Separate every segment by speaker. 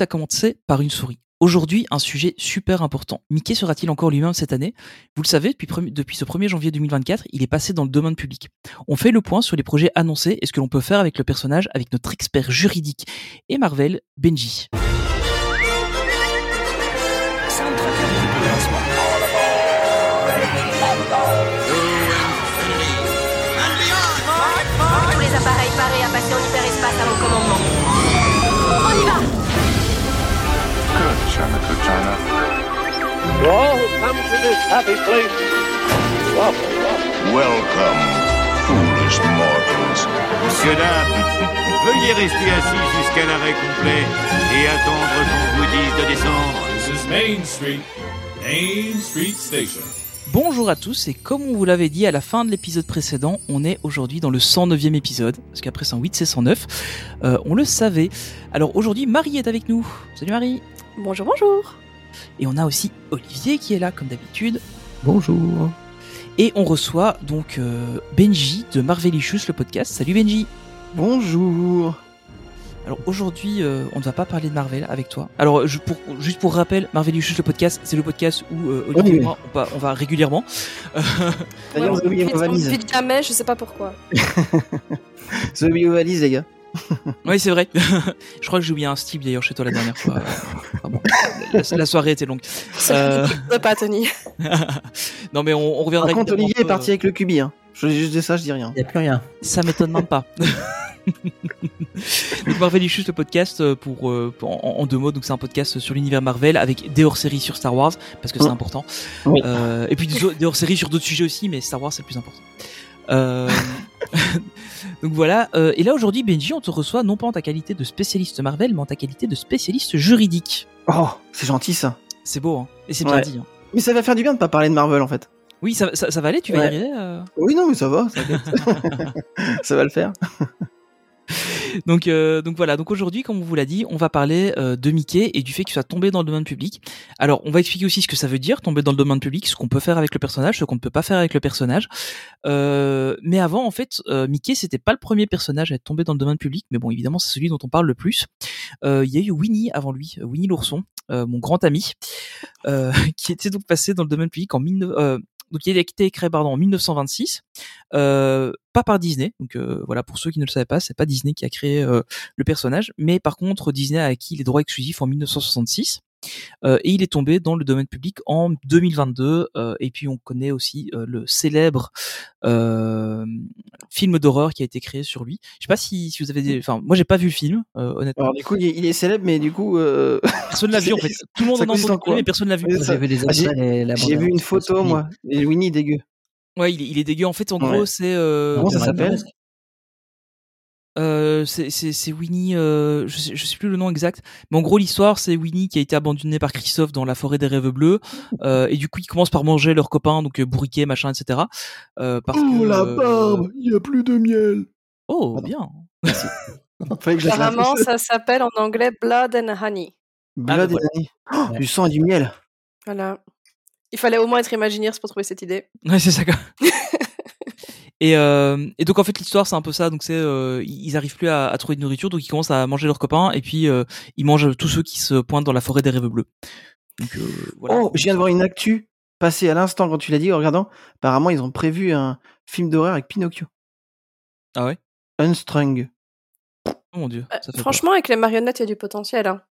Speaker 1: a commencé par une souris. Aujourd'hui, un sujet super important. Mickey sera-t-il encore lui-même cette année Vous le savez, depuis, premi- depuis ce 1er janvier 2024, il est passé dans le domaine public. On fait le point sur les projets annoncés et ce que l'on peut faire avec le personnage avec notre expert juridique et Marvel, Benji.
Speaker 2: Tous les appareils parés à passer en hyperespace avant commandement. On y va
Speaker 3: Good, China, good, China.
Speaker 4: To all who come to this happy place, welcome.
Speaker 3: Welcome, foolish mortals.
Speaker 5: Monsieur, dame, veuillez rester assis jusqu'à l'arrêt complet et attendre qu'on vous dise de descendre.
Speaker 6: This is Main Street, Main Street Station.
Speaker 1: Bonjour à tous et comme on vous l'avait dit à la fin de l'épisode précédent, on est aujourd'hui dans le 109e épisode, parce qu'après 108 c'est 109, Euh, on le savait. Alors aujourd'hui Marie est avec nous, salut Marie
Speaker 7: Bonjour, bonjour
Speaker 1: Et on a aussi Olivier qui est là comme d'habitude,
Speaker 8: Bonjour.
Speaker 1: et on reçoit donc euh, Benji de Marvelicious le podcast, salut Benji
Speaker 8: Bonjour.
Speaker 1: Alors aujourd'hui, euh, on ne va pas parler de Marvel avec toi. Alors je, pour, juste pour rappel, Marvelicious le podcast, c'est le podcast où euh, Olivier
Speaker 8: Oui.
Speaker 1: et moi, on, va- on va régulièrement.
Speaker 8: D'ailleurs,
Speaker 7: Ouais,
Speaker 8: j'ai oublié
Speaker 7: on
Speaker 8: ma
Speaker 7: ne
Speaker 8: valise.
Speaker 7: vide jamais, je sais pas pourquoi.
Speaker 8: J'ai oublié ma valise, les gars.
Speaker 1: Oui, c'est vrai. je crois que j'ai oublié un Steve d'ailleurs chez toi la dernière fois. Enfin bon, la, la soirée était longue. Euh,
Speaker 7: Ne pas, Tony.
Speaker 1: non mais on, euh, on
Speaker 8: Par
Speaker 1: reviendra.
Speaker 8: contre,
Speaker 1: évidemment
Speaker 8: Olivier est
Speaker 1: pas,
Speaker 8: parti avec le cubi. Hein. Je juste dis ça, je dis rien.
Speaker 9: Il n'y a plus rien.
Speaker 1: euh, Ça m'étonne même pas. donc Marvelicious le podcast euh, pour, euh, pour- en, en deux mots. Donc c'est un podcast sur l'univers Marvel avec des hors-séries sur Star Wars parce que c'est
Speaker 8: Mm.
Speaker 1: important.
Speaker 8: Oui.
Speaker 1: Euh, et puis des, des hors-séries sur d'autres sujets aussi, mais Star Wars c'est le plus important. Euh, donc voilà. euh, et là aujourd'hui Benji, on te reçoit non pas en ta qualité de spécialiste Marvel, mais en ta qualité de spécialiste juridique.
Speaker 8: Oh, c'est gentil ça.
Speaker 1: C'est beau, hein. Et c'est bien
Speaker 8: Ouais.
Speaker 1: dit. hein.
Speaker 8: Mais ça va faire du bien de pas parler de Marvel en fait.
Speaker 1: Oui, ça, ça, ça va aller, tu vas y
Speaker 8: Ouais.
Speaker 1: arriver. euh.
Speaker 8: Oui, non, mais ça va, ça, va. Ça va le faire.
Speaker 1: Donc, euh, donc voilà, donc aujourd'hui, comme on vous l'a dit, on va parler euh, de Mickey et du fait qu'il soit tombé dans le domaine public. Alors, on va expliquer aussi ce que ça veut dire, tomber dans le domaine public, ce qu'on peut faire avec le personnage, ce qu'on ne peut pas faire avec le personnage. Euh, mais avant, en fait, euh, Mickey, c'était pas le premier personnage à être tombé dans le domaine public, mais bon, évidemment, c'est celui dont on parle le plus. Euh, Il y a eu Winnie avant lui, euh, Winnie l'ourson, euh, mon grand ami, euh, qui était donc passé dans le domaine public en 19... euh, donc il a été créé pardon, en 1926, euh, pas par Disney. Donc euh, voilà, pour ceux qui ne le savaient pas, c'est pas Disney qui a créé euh, le personnage, mais par contre Disney a acquis les droits exclusifs en 1966. euh, et il est tombé dans le domaine public en 2022. euh, et puis on connaît aussi euh, le célèbre euh, film d'horreur qui a été créé sur lui. Je sais pas si, si vous avez, des... enfin moi j'ai pas vu le film, euh, honnêtement.
Speaker 8: Alors, du coup, il est, il est célèbre, mais du coup, euh,
Speaker 1: Personne l'a vu en fait. Tout le monde
Speaker 8: ça
Speaker 1: en a
Speaker 8: consiste
Speaker 1: entendu
Speaker 8: en quoi
Speaker 1: parler, mais personne l'a vu.
Speaker 8: Oui,
Speaker 9: Vous
Speaker 8: ça-
Speaker 9: avez les
Speaker 8: Ah, j'ai-
Speaker 9: extraits et la
Speaker 8: j'ai
Speaker 9: bande-annonce,
Speaker 8: vu une
Speaker 9: c'est
Speaker 8: photo
Speaker 9: fini.
Speaker 8: moi. Et Winnie dégueu.
Speaker 1: Ouais, il, est- il est dégueu en fait. En
Speaker 8: Ouais.
Speaker 1: gros, c'est euh,
Speaker 8: Comment ça
Speaker 9: Cameron
Speaker 8: s'appelle
Speaker 9: Diaz.
Speaker 1: Euh, c'est- c'est c'est Winnie, euh, je, sais, je sais plus le nom exact, mais en gros l'histoire c'est Winnie qui a été abandonnée par Christophe dans la forêt des rêves bleus, euh, et du coup ils commencent par manger leurs copains, donc euh, bourriquet, machin, etc. Euh, parce que, euh,
Speaker 8: Oh, il n'y a plus de miel.
Speaker 1: Oh,
Speaker 8: Pardon.
Speaker 1: bien
Speaker 8: Fallait que je la fasse.
Speaker 7: Apparemment, ça s'appelle en anglais Blood and Honey.
Speaker 1: Ah,
Speaker 8: Blood
Speaker 1: bah,
Speaker 8: et Honey. Oh,
Speaker 9: Ouais.
Speaker 8: Du sang et du miel.
Speaker 7: Voilà. Il fallait au moins être imaginaire pour trouver cette idée.
Speaker 1: Ouais, c'est ça. quoi. et, euh, et donc en fait l'histoire c'est un peu ça. Donc c'est euh, ils ils arrivent plus à, à trouver de nourriture, donc ils commencent à manger leurs copains et puis euh, ils mangent tous ceux qui se pointent dans la forêt des rêves bleus. Donc euh, voilà.
Speaker 8: Oh, je viens de voir une actu passer à l'instant quand tu l'as dit en regardant. Apparemment, ils ont prévu un film d'horreur avec Pinocchio.
Speaker 1: Ah ouais
Speaker 8: Unstrung.
Speaker 1: Oh mon dieu.
Speaker 7: Euh,
Speaker 1: ça fait peur.
Speaker 7: franchement, avec les marionnettes, il y a du potentiel. Hein.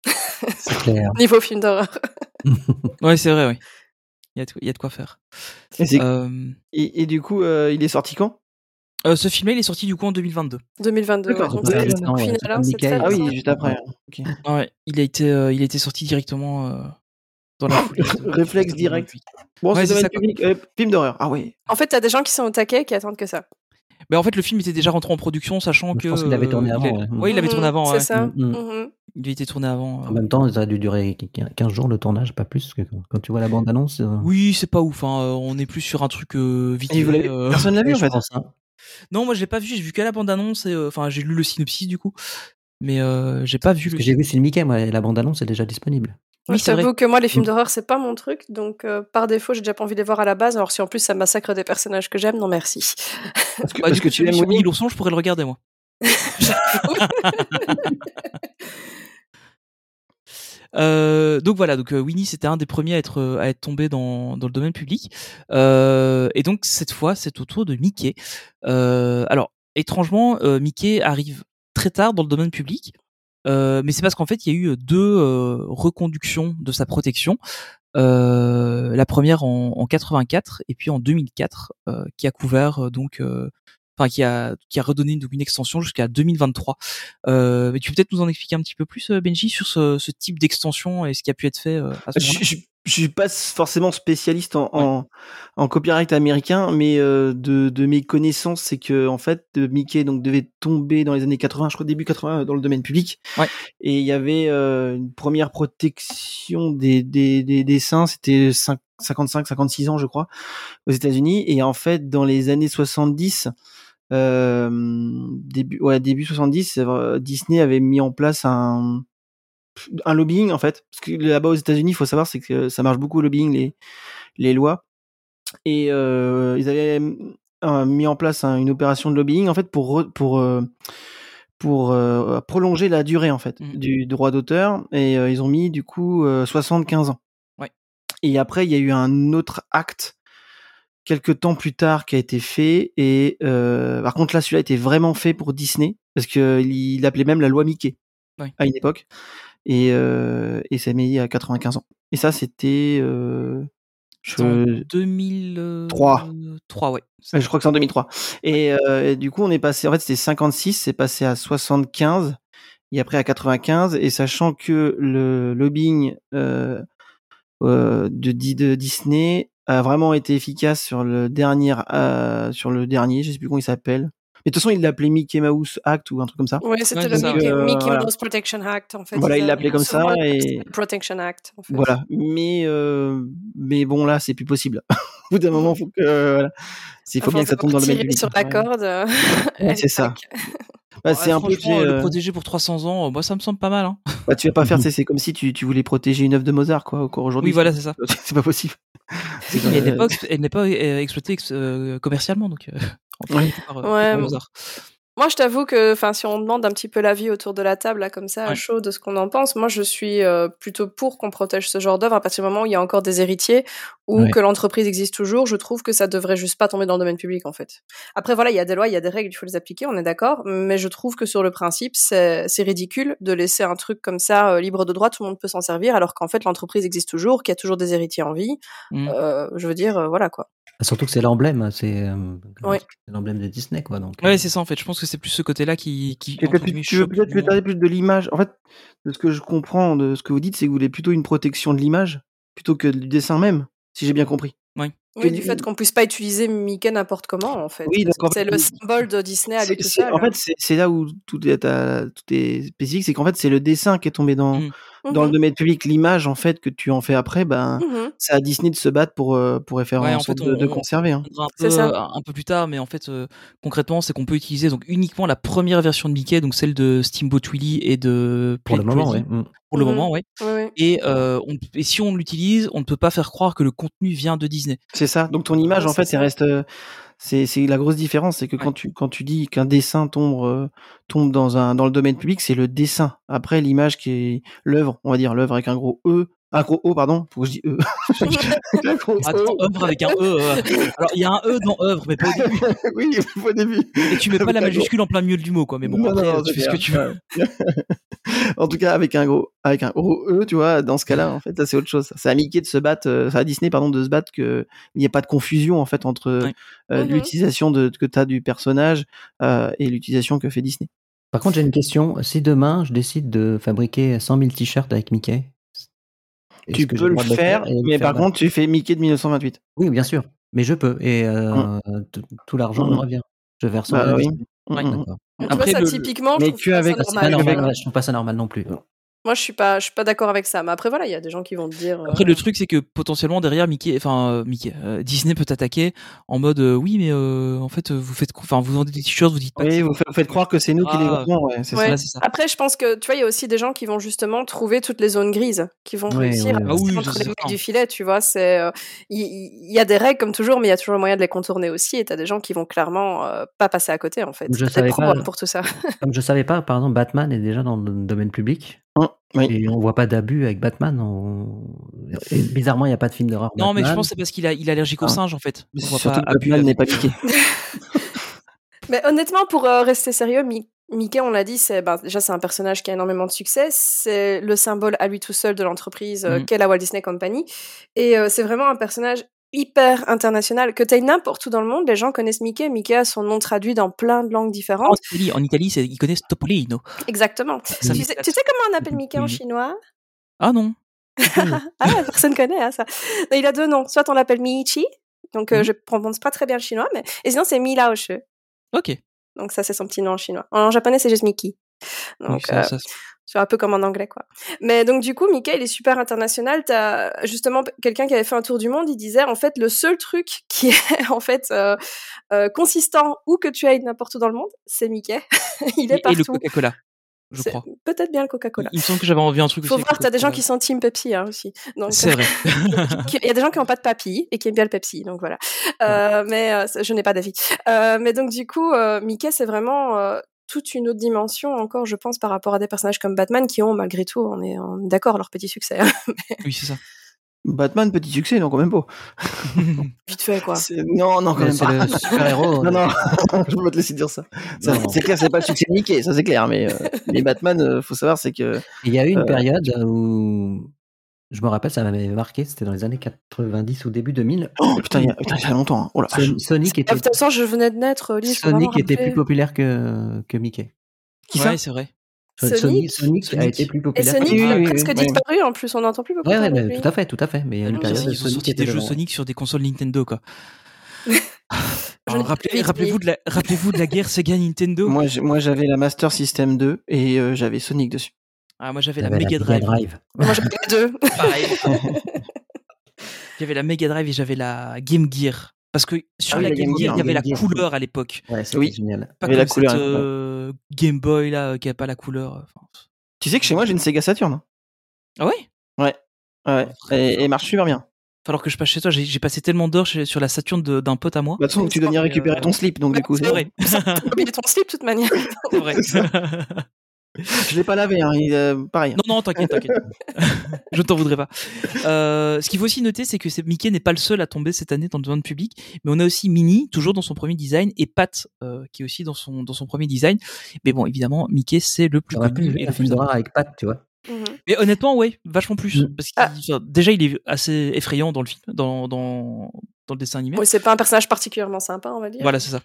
Speaker 9: C'est clair.
Speaker 7: Niveau film d'horreur.
Speaker 1: Ouais, c'est vrai, oui. Il y, a de- il y a de quoi faire.
Speaker 8: Et, c'est-
Speaker 1: Euh,
Speaker 8: et- et du coup, euh, il est sorti quand
Speaker 1: euh, ce film-là, il est sorti du coup en 2022.
Speaker 7: 2022.
Speaker 8: D'accord,
Speaker 7: ouais.
Speaker 8: c'est pas
Speaker 7: Donc,
Speaker 9: récent, ouais,
Speaker 7: final,
Speaker 9: c'est
Speaker 7: hein,
Speaker 9: comme
Speaker 7: c'est
Speaker 9: Michael.
Speaker 7: très
Speaker 8: Ah oui,
Speaker 7: récent.
Speaker 8: juste après.
Speaker 1: Ah ouais, il a été, euh, il a été sorti directement euh, dans la foulée. de-
Speaker 8: Réflexe
Speaker 1: de-
Speaker 8: direct. Bon,
Speaker 1: Ouais,
Speaker 8: c'est
Speaker 1: c'est
Speaker 8: domaine
Speaker 1: ça, quoi.
Speaker 8: public. Euh, film d'horreur. Ah ouais.
Speaker 7: En fait, t'as des gens qui sont au taquet qui attendent que ça.
Speaker 1: Ah Mais en fait, le film était déjà rentré en production, sachant
Speaker 9: Je
Speaker 1: que.
Speaker 9: pense qu'il l'avait
Speaker 1: euh,
Speaker 9: tourné
Speaker 1: il
Speaker 9: avant,
Speaker 1: est-
Speaker 9: ouais.
Speaker 1: Ouais, il l'avait
Speaker 7: Mhm,
Speaker 1: tourné avant.
Speaker 7: C'est
Speaker 1: ouais.
Speaker 7: ça.
Speaker 9: Mm, mm.
Speaker 7: mhm.
Speaker 1: Il a été tourné avant. euh.
Speaker 9: En même temps, ça a dû durer qu- qu- 15 jours le tournage, pas plus. Que quand tu vois la bande-annonce. euh,
Speaker 1: Oui, c'est pas ouf. hein, euh, On est plus sur un truc euh, vite.
Speaker 8: Et vous l'avez-
Speaker 1: euh,
Speaker 8: Personne l'a vu en
Speaker 9: je
Speaker 8: fait.
Speaker 9: pense, hein.
Speaker 1: Non, moi, je l'ai pas vu. J'ai vu qu'à la bande-annonce. et, euh, Enfin, j'ai lu le synopsis du coup, mais euh, j'ai pas vu.
Speaker 9: Ce
Speaker 1: Le...
Speaker 9: que j'ai vu, c'est le Mickey, moi, et la bande-annonce est déjà disponible.
Speaker 1: Oui,
Speaker 7: Oui,
Speaker 1: c'est vrai.
Speaker 7: j'avoue que moi, les films
Speaker 9: Mm.
Speaker 7: d'horreur, c'est pas mon truc. Donc, euh, par défaut, j'ai déjà pas envie de les voir à la base. Alors, si en plus, ça massacre des personnages que j'aime, non merci.
Speaker 8: Parce que,
Speaker 1: Bah,
Speaker 8: parce
Speaker 1: du
Speaker 8: que
Speaker 1: coup,
Speaker 8: tu
Speaker 1: celui
Speaker 8: aimes
Speaker 1: sur Winnie
Speaker 8: Winnie.
Speaker 1: l'ourson, je pourrais le regarder moi. Euh, donc voilà, donc euh, Winnie c'était un des premiers à être euh, à être tombé dans, dans le domaine public. Euh, et donc cette fois, c'est au tour de Mickey. Euh, alors étrangement, euh, Mickey arrive très tard dans le domaine public, euh, mais c'est parce qu'en fait il y a eu deux euh, reconductions de sa protection. Euh, la première en, en, 84 et puis en 2004 euh, qui a couvert donc euh, Enfin, qui a qui a redonné une, une extension jusqu'à 2023. Euh, mais tu peux peut-être nous en expliquer un petit peu plus, euh, Benji, sur ce, ce type d'extension et ce qui a pu être fait euh, à ce
Speaker 8: je, je, je, suis pas forcément spécialiste en, ouais. en, en, copyright américain, mais euh, de, de, mes connaissances, c'est que en fait, euh, Mickey donc devait tomber dans les années 80, je crois début 80, dans le domaine public.
Speaker 1: Ouais.
Speaker 8: Et il y avait euh, une première protection des, des, des dessins, c'était 55, 56 ans, je crois, aux États-Unis. Et en fait, dans les années 70, euh, début ouais début 70 euh, Disney avait mis en place un un lobbying en fait parce que là-bas aux États-Unis il faut savoir c'est que ça marche beaucoup le lobbying les les lois et euh, ils avaient mis en place hein, une opération de lobbying en fait pour pour euh, pour euh, prolonger la durée en fait mmh. du droit d'auteur et euh, ils ont mis du coup 75 ans.
Speaker 1: Ouais.
Speaker 8: Et après il y a eu un autre acte quelques temps plus tard qui a été fait et euh, par contre là celui-là était vraiment fait pour Disney parce que il appelait même la loi Mickey
Speaker 1: oui.
Speaker 8: à une époque et euh, et ça mis à 95 ans et ça c'était euh,
Speaker 1: je... 2003 3 euh, ouais
Speaker 8: je crois que c'est en 2003 et, euh, et, du coup on est passé en fait c'était 56 c'est passé à 75 et après à 95 et sachant que le lobbying de, de Disney a vraiment été efficace sur le dernier, euh, sur le dernier, je sais plus comment il s'appelle. Mais de toute façon, il l'appelait Mickey Mouse Act ou un truc comme ça.
Speaker 7: Oui, c'était le Mickey, euh, Mickey voilà. Mouse Protection Act, en fait. Euh,
Speaker 8: Voilà, il l'appelait comme ça. Et...
Speaker 7: Protection Act, en fait.
Speaker 8: Voilà. Mais, euh, mais bon, là, c'est plus possible. Au bout d'un moment, faut que, voilà. Il faut enfin, bien que ça tombe dans le même
Speaker 7: sur la corde.
Speaker 8: c'est ça. Bah, c'est un peu
Speaker 1: le protéger pour 300 ans. Moi, ça me semble pas mal. Hein.
Speaker 8: Bah, tu vas pas faire, c'est comme si tu, tu, voulais protéger une œuvre de Mozart, quoi, encore aujourd'hui.
Speaker 1: Oui, voilà, c'est ça.
Speaker 8: c'est pas possible.
Speaker 1: elle n'est pas, elle pas exploitée euh, commercialement, donc. Euh,
Speaker 7: ouais. Par, euh, ouais. Mozart. Moi, je t'avoue que, enfin, si on demande un petit peu l'avis autour de la table, là, comme ça, à ouais. chaud, de ce qu'on en pense, moi, je suis euh, plutôt pour qu'on protège ce genre d'œuvre à partir du moment où il y a encore des héritiers ou ouais. que l'entreprise existe toujours. Je trouve que ça devrait juste pas tomber dans le domaine public, en fait. Après, voilà, il y a des lois, il y a des règles, il faut les appliquer, on est d'accord. Mais je trouve que sur le principe, c'est ridicule de laisser un truc comme ça euh, libre de droit, tout le monde peut s'en servir, alors qu'en fait, l'entreprise existe toujours, qu'il y a toujours des héritiers en vie. Mmh. Euh, je veux dire, voilà, quoi.
Speaker 9: Ah, Surtout que c'est l'emblème, c'est euh,
Speaker 7: oui.
Speaker 9: l'emblème de Disney, quoi. Donc, euh,
Speaker 1: ouais, c'est ça en fait. Je pense que c'est plus ce côté-là qui. qui
Speaker 8: plus, tu veux peut-être parler plus de l'image. En fait, de ce que je comprends de ce que vous dites, c'est que vous voulez plutôt une protection de l'image plutôt que du dessin même, si j'ai bien compris.
Speaker 1: Oui.
Speaker 7: Oui, du fait qu'on puisse pas utiliser Mickey n'importe comment, en fait.
Speaker 8: Oui,
Speaker 7: c'est le symbole de Disney à hein. lui tout
Speaker 8: seul. En fait, c'est là où tout est, à, tout est spécifique, c'est qu'en fait, c'est le dessin qui est tombé dans, mmh. dans mmh. le domaine public. L'image, en fait, que tu en fais après, ben, mmh. c'est à Disney de se battre pour, euh, pour référence, ouais, en fait, de, on, de, conserver. Hein.
Speaker 1: Un, peu, ça. un peu plus tard, mais en fait, euh, concrètement, c'est qu'on peut utiliser donc uniquement la première version de Mickey, donc celle de Steamboat Willie et de
Speaker 9: Pour Play le moment, Mm. oui.
Speaker 1: Pour le moment, oui.
Speaker 7: Ouais.
Speaker 1: Et, euh, on, et si on l'utilise, on ne peut pas faire croire que le contenu vient de Disney.
Speaker 8: C'est ça. Donc ton image, en fait, elle reste. C'est la grosse différence, c'est que
Speaker 1: ouais.
Speaker 8: quand tu quand tu dis qu'un dessin tombe euh, tombe dans un dans le domaine public, c'est le dessin. Après l'image qui est l'œuvre, on va dire l'œuvre avec un gros E. Un gros O, pardon, faut que je dise E.
Speaker 1: Attends, œuvre avec un E. Euh. Alors, il y a un E dans œuvre, mais pas au début.
Speaker 8: E, oui, pas au début.
Speaker 1: Et tu mets pas la majuscule en plein milieu du mot, quoi. Mais bon,
Speaker 8: E. non,
Speaker 1: après,
Speaker 8: non,
Speaker 1: tu fais ce que tu veux.
Speaker 8: en tout cas, avec un gros, avec un gros E, tu vois, dans ce cas-là, en fait, ça c'est autre chose. C'est à Mickey de se battre, euh, à Disney, pardon, de se battre que il n'y a pas de confusion en fait entre euh, oui. l'utilisation de que t'as du personnage euh, et l'utilisation que fait Disney.
Speaker 9: Par contre, j'ai une question. Si demain je décide de fabriquer 100 000 t-shirts avec Mickey,
Speaker 8: tu peux le, le faire, mais par contre, tu fais Mickey de 1928.
Speaker 9: Oui, bien sûr, mais je peux et hum. tout l'argent me hum. revient. Je verse.
Speaker 8: Hein. Bah, oui.
Speaker 9: Ouais, d'accord.
Speaker 7: Après, vois, ça, le... typiquement,
Speaker 8: mais
Speaker 7: je trouve, que
Speaker 8: avec...
Speaker 7: ça normal.
Speaker 9: Normal. Ouais, je trouve pas ça normal non plus.
Speaker 7: Moi, je suis pas, je suis pas d'accord avec ça. Mais après, voilà, il y a des gens qui vont te dire. Euh...
Speaker 1: Après, le truc, c'est que potentiellement derrière Mickey, enfin euh, Mickey, euh, Disney peut t'attaquer en mode euh, oui, mais en fait, euh, vous faites, enfin, vous vendez des t-shirts, vous dites. Pas
Speaker 8: oui, vous faites, vous faites croire que c'est nous ah, qui les vendons. Ouais, c'est
Speaker 7: euh, ouais.
Speaker 8: ça. ça.
Speaker 7: Après, je pense que tu vois, il y a aussi des gens qui vont justement trouver toutes les zones grises, qui vont
Speaker 1: ouais,
Speaker 7: réussir à passer
Speaker 1: oui,
Speaker 7: entre les mecs du filet. Tu vois, c'est euh, il y, y, a des règles comme toujours, mais il y a toujours moyen de les contourner aussi. Et t'as des gens qui vont clairement euh, pas passer à côté en fait.
Speaker 9: Je savais
Speaker 7: pas, pour tout ça.
Speaker 9: Comme je savais pas, par exemple, Batman est déjà dans le domaine public.
Speaker 8: Oh,
Speaker 9: Oui. Et on voit pas d'abus avec Batman. On... Et bizarrement, il n'y a pas de film d'horreur.
Speaker 1: Non,
Speaker 9: Batman.
Speaker 1: mais je pense que c'est parce qu'il a, il est allergique aux singes, en fait.
Speaker 8: On voit Ah. Surtout pas que Batman n'est pas piqué.
Speaker 7: mais honnêtement, pour euh, rester sérieux, Mickey, on l'a dit, c'est bah, déjà c'est un personnage qui a énormément de succès, c'est le symbole à lui tout seul de l'entreprise euh, mm. qu'est la Walt Disney Company, et euh, c'est vraiment un personnage hyper international que t'ailles n'importe où dans le monde, les gens connaissent Mickey. Mickey a son nom traduit dans plein de langues différentes.
Speaker 1: En Italie, en Italie ils connaissent Topolino.
Speaker 7: Exactement. Ça tu, sais, tu, sais, comment on appelle Mickey en chinois
Speaker 1: Ah non.
Speaker 7: ah, personne connaît hein, ça. Non, il a deux noms. Soit on l'appelle Miichi, donc euh, mm -hmm. je prononce pas très bien le chinois, mais et sinon c'est Milaoshu.
Speaker 1: Ok.
Speaker 7: Donc ça c'est son petit nom en chinois. En japonais c'est juste Mickey. Donc, oui, euh, c'est un peu comme en anglais, quoi. Mais donc, du coup, Mickey, il est super international. T'as justement quelqu'un qui avait fait un tour du monde, il disait, en fait, le seul truc qui est, en fait, euh, euh, consistant où que tu ailles n'importe où dans le monde, c'est Mickey. il est
Speaker 1: et,
Speaker 7: partout.
Speaker 1: Et le Coca-Cola. Je crois.
Speaker 7: Peut-être bien le Coca-Cola.
Speaker 1: Il me semble que j'avais envie un truc
Speaker 7: Faut
Speaker 1: aussi
Speaker 7: voir, t'as des gens qui sont team Pepsi hein, aussi.
Speaker 1: C'est vrai.
Speaker 7: Il y a des gens qui n'ont pas de papy et qui aiment bien le Pepsi, donc voilà. Ouais. Mais euh, je n'ai pas d'avis. Euh, mais donc du coup, euh, Mickey, c'est vraiment euh, toute une autre dimension encore, je pense, par rapport à des personnages comme Batman qui ont, malgré tout, on est, on est d'accord, leur petit succès.
Speaker 1: Mais... Oui, c'est ça.
Speaker 8: Batman, petit succès, non, quand même pas.
Speaker 7: Vite fait, quoi.
Speaker 8: Non, non, quand même pas.
Speaker 9: Euh, C'est super-héros. euh,
Speaker 8: non, non, je peux te laisser dire ça. ça c'est clair, c'est pas le succès de Mickey, ça c'est clair, mais, euh, mais Batman, euh, faut savoir, c'est que.
Speaker 9: Il y a eu une euh, période où. Je me rappelle, ça m'avait marqué, c'était dans les années 90 ou début 2000.
Speaker 8: Oh putain, il y a, putain, ça fait longtemps. Hein. Oh, là,
Speaker 9: Son Sonic était.
Speaker 7: Ah, de toute façon, je venais de naître, euh, Lise,
Speaker 9: Sonic était plus populaire que, que Mickey.
Speaker 1: Qui ouais, c'est vrai.
Speaker 9: Sonic, Sonic, Sonic, Sonic, a été plus populaire.
Speaker 7: Et Sonic que... a oui, presque oui, disparu oui. en plus, on n'entend plus beaucoup.
Speaker 9: Ouais, ouais, mais tout à fait, tout à fait. Mais il y a une période.
Speaker 1: Ils ont sorti des jeux loin. Sonic sur des consoles Nintendo, quoi. Rappelez-vous rappelez de, la, rappelez de la guerre Sega Nintendo.
Speaker 8: Moi, j'avais la Master System 2 et euh, j'avais Sonic dessus.
Speaker 1: Ah, moi j'avais la, la Mega Drive. Drive.
Speaker 7: Moi j'avais les deux.
Speaker 1: Pareil. j'avais la Mega Drive et j'avais la Game Gear. Parce que sur ah, la, la, Game, Game Gear, il y avait Game la couleur Gear. à l'époque.
Speaker 9: Ouais, c'est oui. génial.
Speaker 1: Pas comme la couleur, cette, euh, Game Boy là qui a pas la couleur. euh, Enfin...
Speaker 8: Tu sais que chez moi j'ai une Sega Saturn.
Speaker 1: Ah ouais
Speaker 8: Ouais. ouais. Et, et marche super bien.
Speaker 1: Falloir que je passe chez toi, j'ai passé tellement d'heures sur la Saturn d'un pote à moi.
Speaker 8: Bah, de toute façon, tu dois venir récupérer euh... ton slip, donc du coup.
Speaker 1: C'est vrai.
Speaker 7: oublié ton slip, de toute manière.
Speaker 1: bah, C'est vrai.
Speaker 8: Je l'ai pas lavé, hein, il, euh, pareil.
Speaker 1: Non, non, t'inquiète, t'inquiète. je t'en voudrais pas. Euh, ce qu'il faut aussi noter, c'est que Mickey n'est pas le seul à tomber cette année dans le domaine public, mais on a aussi Minnie, toujours dans son premier design, et Pat, euh, qui est aussi dans son, dans son premier design. Mais bon, évidemment, Mickey, c'est le plus connu.
Speaker 8: hein,
Speaker 9: Et le film d'horreur avec Pat, tu vois.
Speaker 1: Mm
Speaker 7: Mhm.
Speaker 1: -hmm. Mais honnêtement, ouais, vachement plus.
Speaker 8: Mm.
Speaker 1: Parce que ah. déjà, il est assez effrayant dans le film, dans, dans, dans le dessin animé.
Speaker 7: Oui, c'est pas un personnage particulièrement sympa, on va dire.
Speaker 1: Voilà, c'est ça.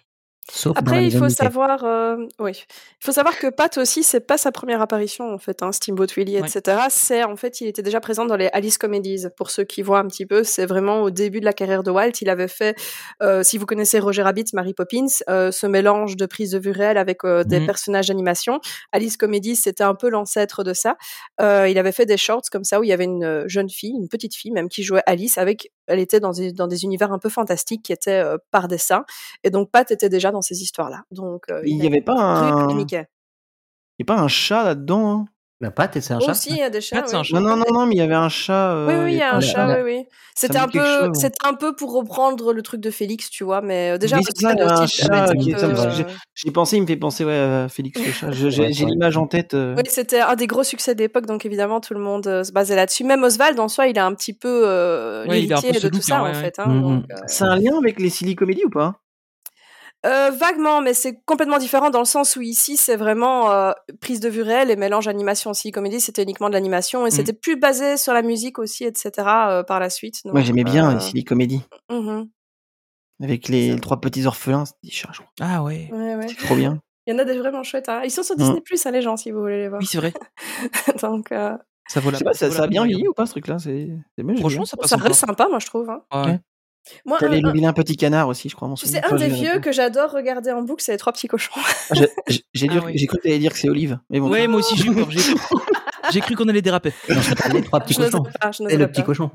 Speaker 9: Sauf
Speaker 7: Après, il faut savoir, euh, oui, il faut savoir que Pat aussi, c'est pas sa première apparition en fait, hein, Steamboat Willie, ouais. etc. C'est en fait, il était déjà présent dans les Alice Comedies. Pour ceux qui voient un petit peu, c'est vraiment au début de la carrière de Walt. Il avait fait, euh, si vous connaissez Roger Rabbit, Mary Poppins, euh, ce mélange de prise de vue réelle avec des mm -hmm. personnages d'animation. Alice Comedies, c'était un peu l'ancêtre de ça. Euh, il avait fait des shorts comme ça où il y avait une euh, jeune fille, une petite fille même, qui jouait Alice avec. Elle était dans des, dans des univers un peu fantastiques qui étaient euh, par dessin. Et donc Pat était déjà dans dans ces histoires-là. Donc, euh,
Speaker 8: il n'y avait pas un. Il n'y a pas un chat là-dedans. Hein
Speaker 9: la pâte, c'est un chat.
Speaker 7: Aussi, il y a des chats.
Speaker 1: Patte, oui. un chat.
Speaker 8: Non, non, non, non, mais il y avait un chat.
Speaker 7: Euh, oui, oui, il y a un chat, là, oui, oui. C'était un, peu,
Speaker 8: hein.
Speaker 7: chose, ouais. un peu pour reprendre le truc de Félix, tu vois, mais euh, déjà, euh,
Speaker 8: J'ai pensé, il me fait penser, ouais, à Félix le chat. J'ai l'image en tête. Euh...
Speaker 7: Oui, c'était un des gros succès de l'époque, donc évidemment, tout le monde euh, se basait là-dessus. Même Oswald, en soi, il a un petit peu euh, l'héritier de tout ça, en fait. hein,
Speaker 8: Mmh, C'est un lien avec les silly comédies ou pas
Speaker 7: euh, vaguement, mais c'est complètement différent dans le sens où ici c'est vraiment euh, prise de vue réelle et mélange animation aussi. Comédie, c'était uniquement de
Speaker 8: Mm.
Speaker 7: l'animation et mmh. c'était plus basé sur la musique aussi, etc. Euh, par la suite. mhm.
Speaker 8: Moi, ouais, j'aimais bien ici les comédies. Mmh. Avec les trois petits orphelins, c'était chargeant.
Speaker 1: Ah ouais.
Speaker 7: ouais, ouais.
Speaker 8: trop bien.
Speaker 7: Il y en a des vraiment chouettes. Hein. Ils sont sur
Speaker 8: Mm.
Speaker 7: Disney Plus, hein, les gens, si vous voulez les voir.
Speaker 1: Oui, c'est vrai.
Speaker 7: Donc. euh,
Speaker 8: Ça, vaut la, je sais pas, ça, ça, a bien vieilli ou pas ce truc-là C'est Oh,
Speaker 1: Franchement, ça,
Speaker 7: ça reste sympa, moi je trouve. Hein. euh,
Speaker 1: Okay.
Speaker 8: Moi, T'avais le vilain petit canard aussi, je crois.
Speaker 7: C'est un des vieux que j'adore regarder en boucle, c'est les trois petits cochons.
Speaker 8: Ah, J'ai ah, oui. cru que t'allais dire que c'est Olive. Mais bon,
Speaker 1: ouais, non. moi aussi j'ai eu peur. J'ai cru qu'on allait déraper.
Speaker 9: Non, les trois petits cochons. C'est le petit cochon.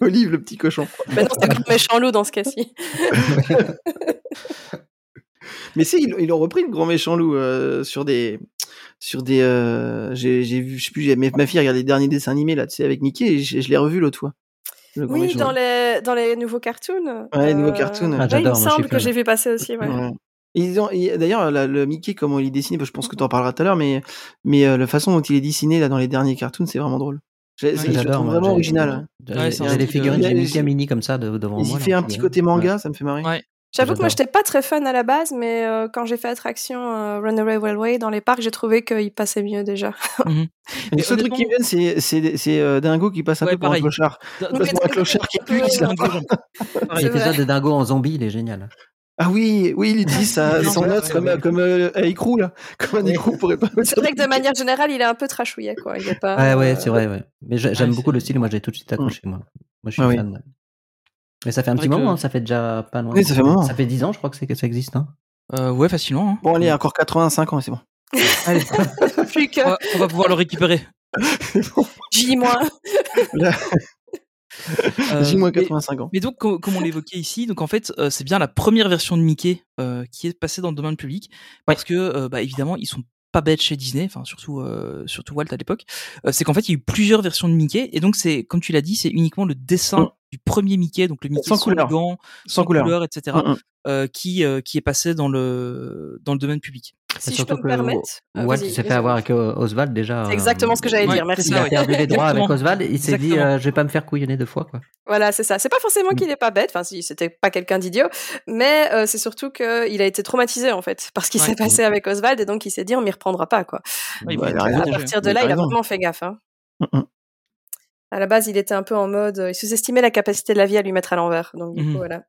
Speaker 8: Olive, le petit cochon.
Speaker 7: Bah non, c'est comme méchant loup dans ce cas-ci.
Speaker 8: Mais si, ils, ils, ont repris le grand méchant loup euh, sur des. Sur des euh, j'ai vu, je sais plus, ma fille regarde les derniers dessins animés là, tu sais, avec Mickey, et je l'ai revu l'autre fois.
Speaker 7: Oui, dans les, dans les nouveaux cartoons. Euh,
Speaker 8: Ouais, les nouveaux cartoons. Mm.
Speaker 7: Ah, ouais, il me semble que j'ai vu passer aussi. Ouais. Ouais.
Speaker 8: Ils ont, d'ailleurs, le Mickey, comment il est dessiné, bah, je pense que tu en parleras tout à l'heure, mais, mais euh, la façon dont il est dessiné là dans les derniers cartoons, c'est vraiment drôle. J'ai, c'est, je le trouve vraiment original.
Speaker 9: Ouais, j'ai des figurines de Mickey mini comme ça de, devant
Speaker 8: il
Speaker 9: moi.
Speaker 8: Il fait
Speaker 9: là,
Speaker 8: un petit côté manga, ouais. ça me fait marrer. Ouais.
Speaker 7: J'avoue que moi, j'étais pas très fan à la base, mais euh, quand j'ai fait attraction euh, Runaway Railway dans les parcs, j'ai trouvé qu'il passait mieux déjà.
Speaker 8: Mm-hmm. le seul truc qui vient, c'est, c'est, c'est euh, Dingo qui passe un ouais, peu pour pareil. un clochard. Parce un clochard qui pue, qui
Speaker 9: L'épisode de Dingo en zombie, il est génial.
Speaker 8: Ah oui, oui, il dit ça, son note comme, ouais. comme euh, à écrou, là. Comme un écrou pourrait pas.
Speaker 7: C'est vrai que de manière générale, il est un peu trachouillet, quoi. Il est pas,
Speaker 9: ouais, ouais, c'est vrai, ouais. Mais j'aime ouais, beaucoup c'est... le style, moi j'ai tout de suite accroché, moi. Moi je suis ah, fan. Oui. Mais ça fait un petit moment, que... ça fait déjà pas loin.
Speaker 8: Oui, ça fait moment.
Speaker 9: Ça fait 10 ans, je crois que, c'est que ça existe, hein.
Speaker 1: Euh, ouais, facilement. Hein.
Speaker 8: Bon, allez, encore 85 ans, c'est bon.
Speaker 7: allez. Plus que...
Speaker 1: on, va, on va pouvoir le récupérer.
Speaker 7: J-. Là...
Speaker 8: Euh, J'ai moins 85
Speaker 1: mais,
Speaker 8: ans.
Speaker 1: Mais donc, comme, comme on l'évoquait ici, donc en fait, euh, c'est bien la première version de Mickey euh, qui est passée dans le domaine public, parce que, bah, évidemment, ils sont pas bêtes chez Disney, enfin surtout euh, surtout Walt à l'époque. Euh, c'est qu'en fait, il y a eu plusieurs versions de Mickey, et donc c'est, comme tu l'as dit, c'est uniquement le dessin mmh. du premier Mickey, donc le Mickey
Speaker 8: Mm. sans, sans couleur, Mm,
Speaker 1: gants, sans, sans couleur. couleur, etc., mmh. qui qui est passé dans le dans le domaine public.
Speaker 7: Si je peux me permettre. Euh,
Speaker 9: Walt s'est fait avoir avec Oswald déjà.
Speaker 7: Ah,
Speaker 9: euh,
Speaker 7: C'est exactement ce que j'allais ouais, dire, merci.
Speaker 9: Il a perdu les droits avec Oswald, il s'est exactement. dit euh, je vais pas me faire couillonner deux fois. Quoi.
Speaker 7: Voilà, c'est ça. C'est pas forcément
Speaker 9: Mm.
Speaker 7: qu'il est pas bête, enfin, si c'était pas quelqu'un d'idiot, mais euh, c'est surtout qu'il a été traumatisé en fait, parce qu'il ouais, s'est passé ouais. avec Oswald et donc il s'est dit on m'y reprendra pas. quoi.
Speaker 1: Il
Speaker 7: bah, il à partir de là, il a vraiment fait gaffe. Hein.
Speaker 9: Mm,
Speaker 7: Mm-hmm. À la base, il était un peu en mode euh, il sous-estimait la capacité de la vie à lui mettre à l'envers. Donc
Speaker 9: Mmh
Speaker 7: du mm-hmm. coup, voilà.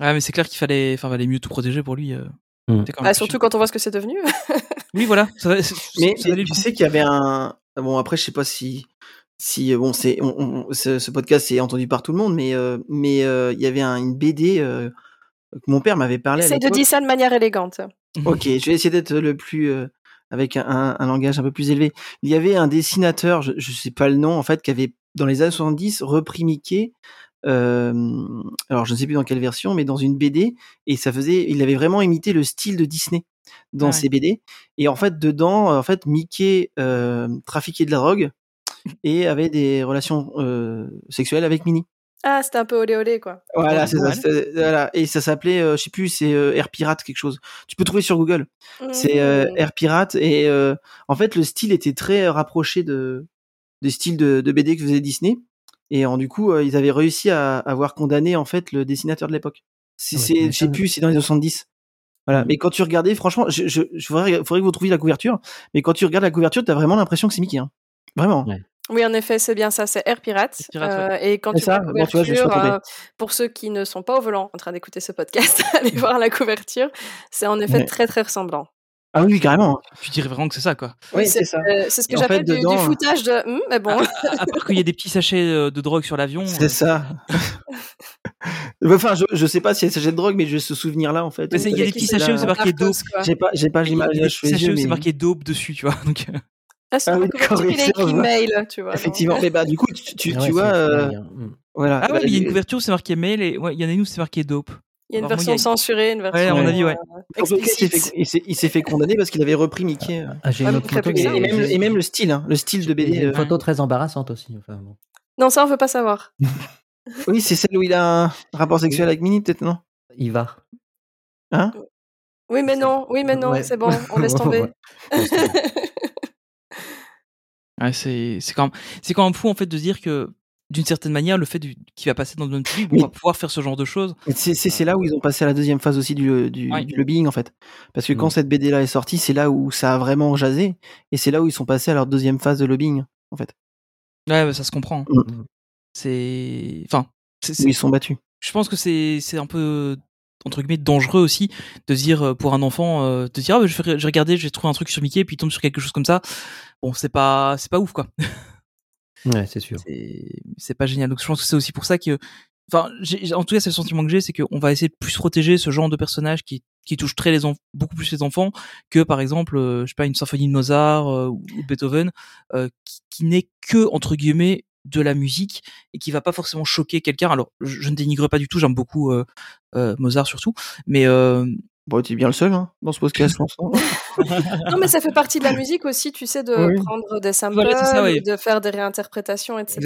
Speaker 1: Ah, mais c'est clair qu'il fallait, enfin, fallait mieux tout protéger pour lui. euh.
Speaker 7: Quand ah, surtout quand on voit ce que c'est devenu.
Speaker 1: oui, voilà. Ça,
Speaker 8: ça, mais ça, tu sais qu'il y avait un. Bon, après, je sais pas si. Si, euh, bon, c'est, on, on, ce, ce, podcast est entendu par tout le monde, mais euh, mais euh, il y avait un, une BD euh, que mon père m'avait parlé.
Speaker 7: C'est de dire ça de manière élégante.
Speaker 8: Ok, je vais essayer d'être le plus euh, avec un, un, un, langage un peu plus élevé. Il y avait un dessinateur, je, je sais pas le nom en fait, qui avait dans les années 70 repris Mickey euh, alors je ne sais plus dans quelle version, mais dans une BD, et ça faisait, il avait vraiment imité le style de Disney dans Ah ouais. ses BD. Et en fait, dedans, euh, en fait, Mickey euh, trafiquait de la drogue et avait des relations euh, sexuelles avec Minnie.
Speaker 7: Ah, c'était un peu olé olé quoi.
Speaker 8: Voilà, Ah, c'est ça, c'est, voilà. et ça s'appelait, euh, je sais plus, c'est Air Pirate quelque chose. Tu peux trouver sur Google. Mmh. C'est Air Pirate et euh, en fait le style était très euh, rapproché de des styles de, de BD que faisait Disney. Et en, du coup, euh, ils avaient réussi à avoir condamné en fait le dessinateur de l'époque.
Speaker 1: Ah
Speaker 8: C'est, ouais, c'est je sais plus, c'est dans les 70.
Speaker 1: Mmh.
Speaker 8: Voilà. Mais quand tu regardais, franchement, je, je, je faudrait, faudrait, que vous trouviez la couverture. Mais quand tu regardes la couverture, t'as vraiment l'impression que c'est Mickey. Hein.
Speaker 1: Mmh.
Speaker 8: Vraiment.
Speaker 7: Ouais. Oui, en effet, c'est bien ça, c'est Air Pirate. Air Pirate euh, ouais. Et quand
Speaker 8: c'est
Speaker 7: tu
Speaker 8: ça,
Speaker 7: vois la couverture,
Speaker 8: bon, tu vois, euh,
Speaker 7: pour ceux qui ne sont pas au volant en train d'écouter ce podcast, allez voir la couverture. C'est en effet très très ressemblant.
Speaker 8: Ah oui, carrément.
Speaker 1: Tu dirais vraiment que c'est ça, quoi.
Speaker 8: Oui, c'est, c'est ça.
Speaker 7: Euh, c'est ce que j'appelle fait, du, dedans, du, foutage de. Mmh, mais bon.
Speaker 1: À, à part qu'il y ait des petits sachets de drogue sur l'avion.
Speaker 8: C'est euh... ça. enfin, je, je sais pas s'il y a des sachets de drogue, mais j'ai ce souvenir-là, en fait.
Speaker 7: bah,
Speaker 8: Euh,
Speaker 1: Il y a des petits sachets où c'est marqué dope.
Speaker 8: J'ai pas, j'ai pas l'image.
Speaker 1: Des petits sachets où c'est marqué dope dessus, tu vois. Donc. euh,
Speaker 7: Ah, c'est mail, tu vois.
Speaker 8: Effectivement, mais bah, du coup, tu,
Speaker 9: Ah hein.
Speaker 8: vois. euh,
Speaker 9: Mm.
Speaker 8: Voilà.
Speaker 1: Ah ouais, il y a une couverture c'est marqué mail et il y en a une où c'est marqué dope.
Speaker 7: Il y a une version censurée, une version.
Speaker 1: Ouais, on a dit, ouais.
Speaker 8: Euh, il, s'est fait, il, s'est, il s'est fait, condamner parce qu'il avait repris Mickey. euh,
Speaker 9: Ah, j'ai une autre photo.
Speaker 8: Et, et, même, et, même, le style, hein, le style de BD.
Speaker 9: Une photo très embarrassante aussi. Enfin, bon.
Speaker 7: Non, ça, on veut pas savoir.
Speaker 8: oui, c'est celle où il a un rapport sexuel avec Minnie, peut-être, non
Speaker 9: Il va.
Speaker 8: Hein
Speaker 7: Oui, mais non, oui, mais non, ouais. c'est bon, on laisse tomber.
Speaker 1: ouais, c'est, c'est quand, même, c'est quand même fou, en fait, de dire que d'une certaine manière, le fait du, qu'il va passer dans le domaine public, on va pouvoir faire ce genre de choses.
Speaker 8: C'est, c'est, c'est là où ils ont passé à la deuxième phase aussi du, euh, du, ouais. du lobbying, en fait. Parce que ouais. quand cette BD-là est sortie, c'est là où ça a vraiment jasé, et c'est là où ils sont passés à leur deuxième phase de lobbying, en fait.
Speaker 1: Ouais, bah, ça se comprend. Ouais. C'est. Enfin. C'est,
Speaker 8: où ils sont battus.
Speaker 1: Je pense que c'est un peu entre guillemets dangereux aussi de dire pour un enfant euh, de dire ah, bah, je vais regarder j'ai trouvé un truc sur Mickey puis il tombe sur quelque chose comme ça bon c'est pas c'est pas ouf quoi
Speaker 9: Ouais, c'est sûr.
Speaker 1: C'est, c'est pas génial. Donc je pense que c'est aussi pour ça que, enfin, j'ai... en tout cas, c'est le sentiment que j'ai, c'est qu'on va essayer de plus protéger ce genre de personnage qui qui touche très les enf... beaucoup plus les enfants que par exemple, euh, je sais pas, une symphonie de Mozart euh, ou Beethoven, euh, qui, qui n'est que entre guillemets de la musique et qui va pas forcément euh, choquer quelqu'un. Alors, je, je ne dénigre pas du tout, j'aime beaucoup Mozart surtout, mais euh,
Speaker 8: Bon, t'es bien le seul hein, dans ce podcast,
Speaker 7: non, mais ça fait partie de la musique aussi, tu sais, de oui. prendre des samples, voilà, ça, oui. de faire des réinterprétations, etc.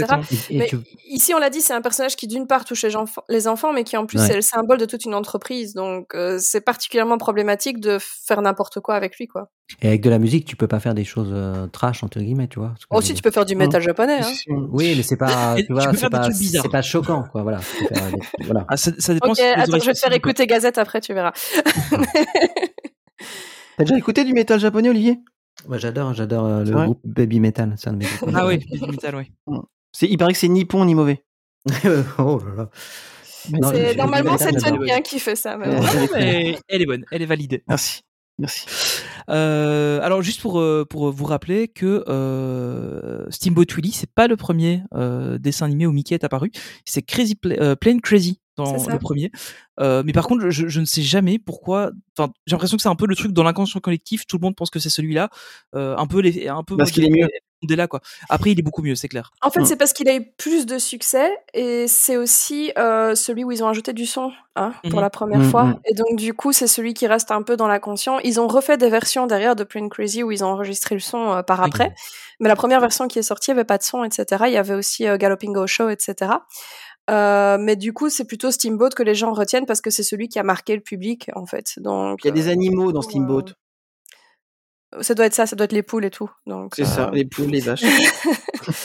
Speaker 7: Et, et mais tu... ici, on l'a dit, c'est un personnage qui d'une part touche les, enf les, enfants, mais qui en plus ouais. est le symbole de toute une entreprise. Donc, euh, c'est particulièrement problématique de faire n'importe quoi avec lui, quoi.
Speaker 9: Et avec de la musique, tu peux pas faire des choses euh, trash entre guillemets, tu vois.
Speaker 7: Aussi, oh, tu peux faire du métal japonais. Hein.
Speaker 9: Oui, mais c'est pas, tu vois, c'est pas, pas, choquant, quoi. Voilà.
Speaker 1: Des... voilà. Ah, ça, ça dépend.
Speaker 7: Ok, attends, je vais te faire écouter Gazette après, tu verras.
Speaker 8: T'as déjà écouté du métal japonais, Olivier
Speaker 9: Moi, ouais, j'adore, j'adore euh, le groupe Baby Metal. Un de
Speaker 1: ah oui, Baby Metal, oui.
Speaker 8: Il paraît que c'est ni bon ni mauvais.
Speaker 7: oh là là. Non, normalement, c'est Tony bien qui fait ça.
Speaker 1: Mais... Non, mais elle est bonne, elle est validée.
Speaker 8: Merci. Merci.
Speaker 1: Euh, alors juste pour pour vous rappeler que euh, Steamboat Willie c'est pas le premier euh, dessin animé où Mickey est apparu, c'est Crazy Pla euh, Plain Crazy dans le premier. Euh, mais par contre, je, je, ne sais jamais pourquoi. Enfin, j'ai l'impression que c'est un peu le truc dans l'inconscient collectif. Tout le monde pense que c'est celui-là. Euh, un peu les, un peu.
Speaker 8: Parce qu'il est mieux.
Speaker 1: Dès là, quoi. Après, il est beaucoup mieux, c'est clair.
Speaker 7: En
Speaker 8: Hmm.
Speaker 7: fait, hum. c'est parce qu'il a eu plus de succès et c'est aussi euh, celui où ils ont ajouté du son hein, pour mm -hmm. la première mm -hmm. fois. Et donc, du coup, c'est celui qui reste un peu dans l'inconscient. Ils ont refait des versions derrière de Plain Crazy où ils ont enregistré le son euh, par après. Okay. Mais la première version qui est sortie avait pas de son, etc. Il y avait aussi euh, Galloping Go Show, etc. mais du coup, c'est plutôt Steamboat que les gens retiennent parce que c'est celui qui a marqué le public, en fait. Donc, euh,
Speaker 8: il y a des animaux dans Steamboat
Speaker 7: ça doit être ça, ça doit être les poules et tout. Donc
Speaker 8: c'est euh... ça, les poules, les vaches,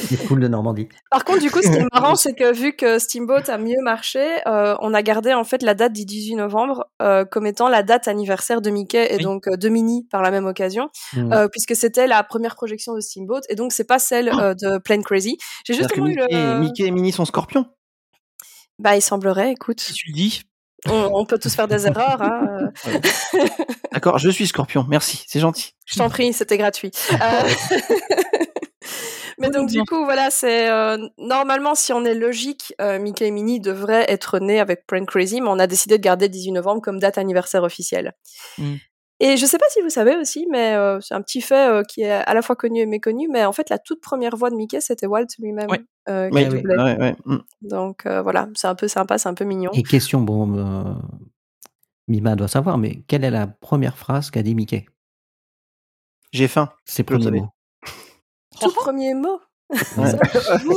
Speaker 9: les poules de Normandie.
Speaker 7: Par contre, du coup, ce qui est marrant, c'est que vu que Steamboat a mieux marché, euh, on a gardé en fait la date du 18 novembre euh, comme étant la date anniversaire de Mickey et oui. donc euh, de Minnie par la même occasion,
Speaker 8: Mm.
Speaker 7: mmh. puisque c'était la première projection de Steamboat et donc c'est pas celle euh, de Plain Crazy. J'ai juste
Speaker 8: Mickey, le... Mickey et Minnie sont scorpions.
Speaker 7: Bah, il semblerait. Écoute,
Speaker 1: si tu le dis.
Speaker 7: On, on, peut tous faire des erreurs. Hein.
Speaker 8: D'accord, je suis scorpion, merci, c'est gentil.
Speaker 7: Je t'en prie, c'était gratuit. Euh... Mais donc du coup voilà c'est euh, normalement si on est logique euh, Mickey et Minnie devraient être nés avec Prank Crazy mais on a décidé de garder le 18 novembre comme date anniversaire officielle. Mm. Et je sais pas si vous savez aussi mais euh, c'est un petit fait qui est à la fois connu et méconnu mais en fait la toute première voix de Mickey c'était Walt lui-même.
Speaker 8: Ouais. Euh, oui, oui, oui,
Speaker 7: mm. Donc euh, voilà, c'est un peu sympa, c'est un peu mignon.
Speaker 9: Et question, bon, euh, Mima doit savoir, mais quelle est la première phrase qu'a dit Mickey
Speaker 8: J'ai faim.
Speaker 9: C'est premier mot.
Speaker 7: Tout premier mot
Speaker 9: ouais.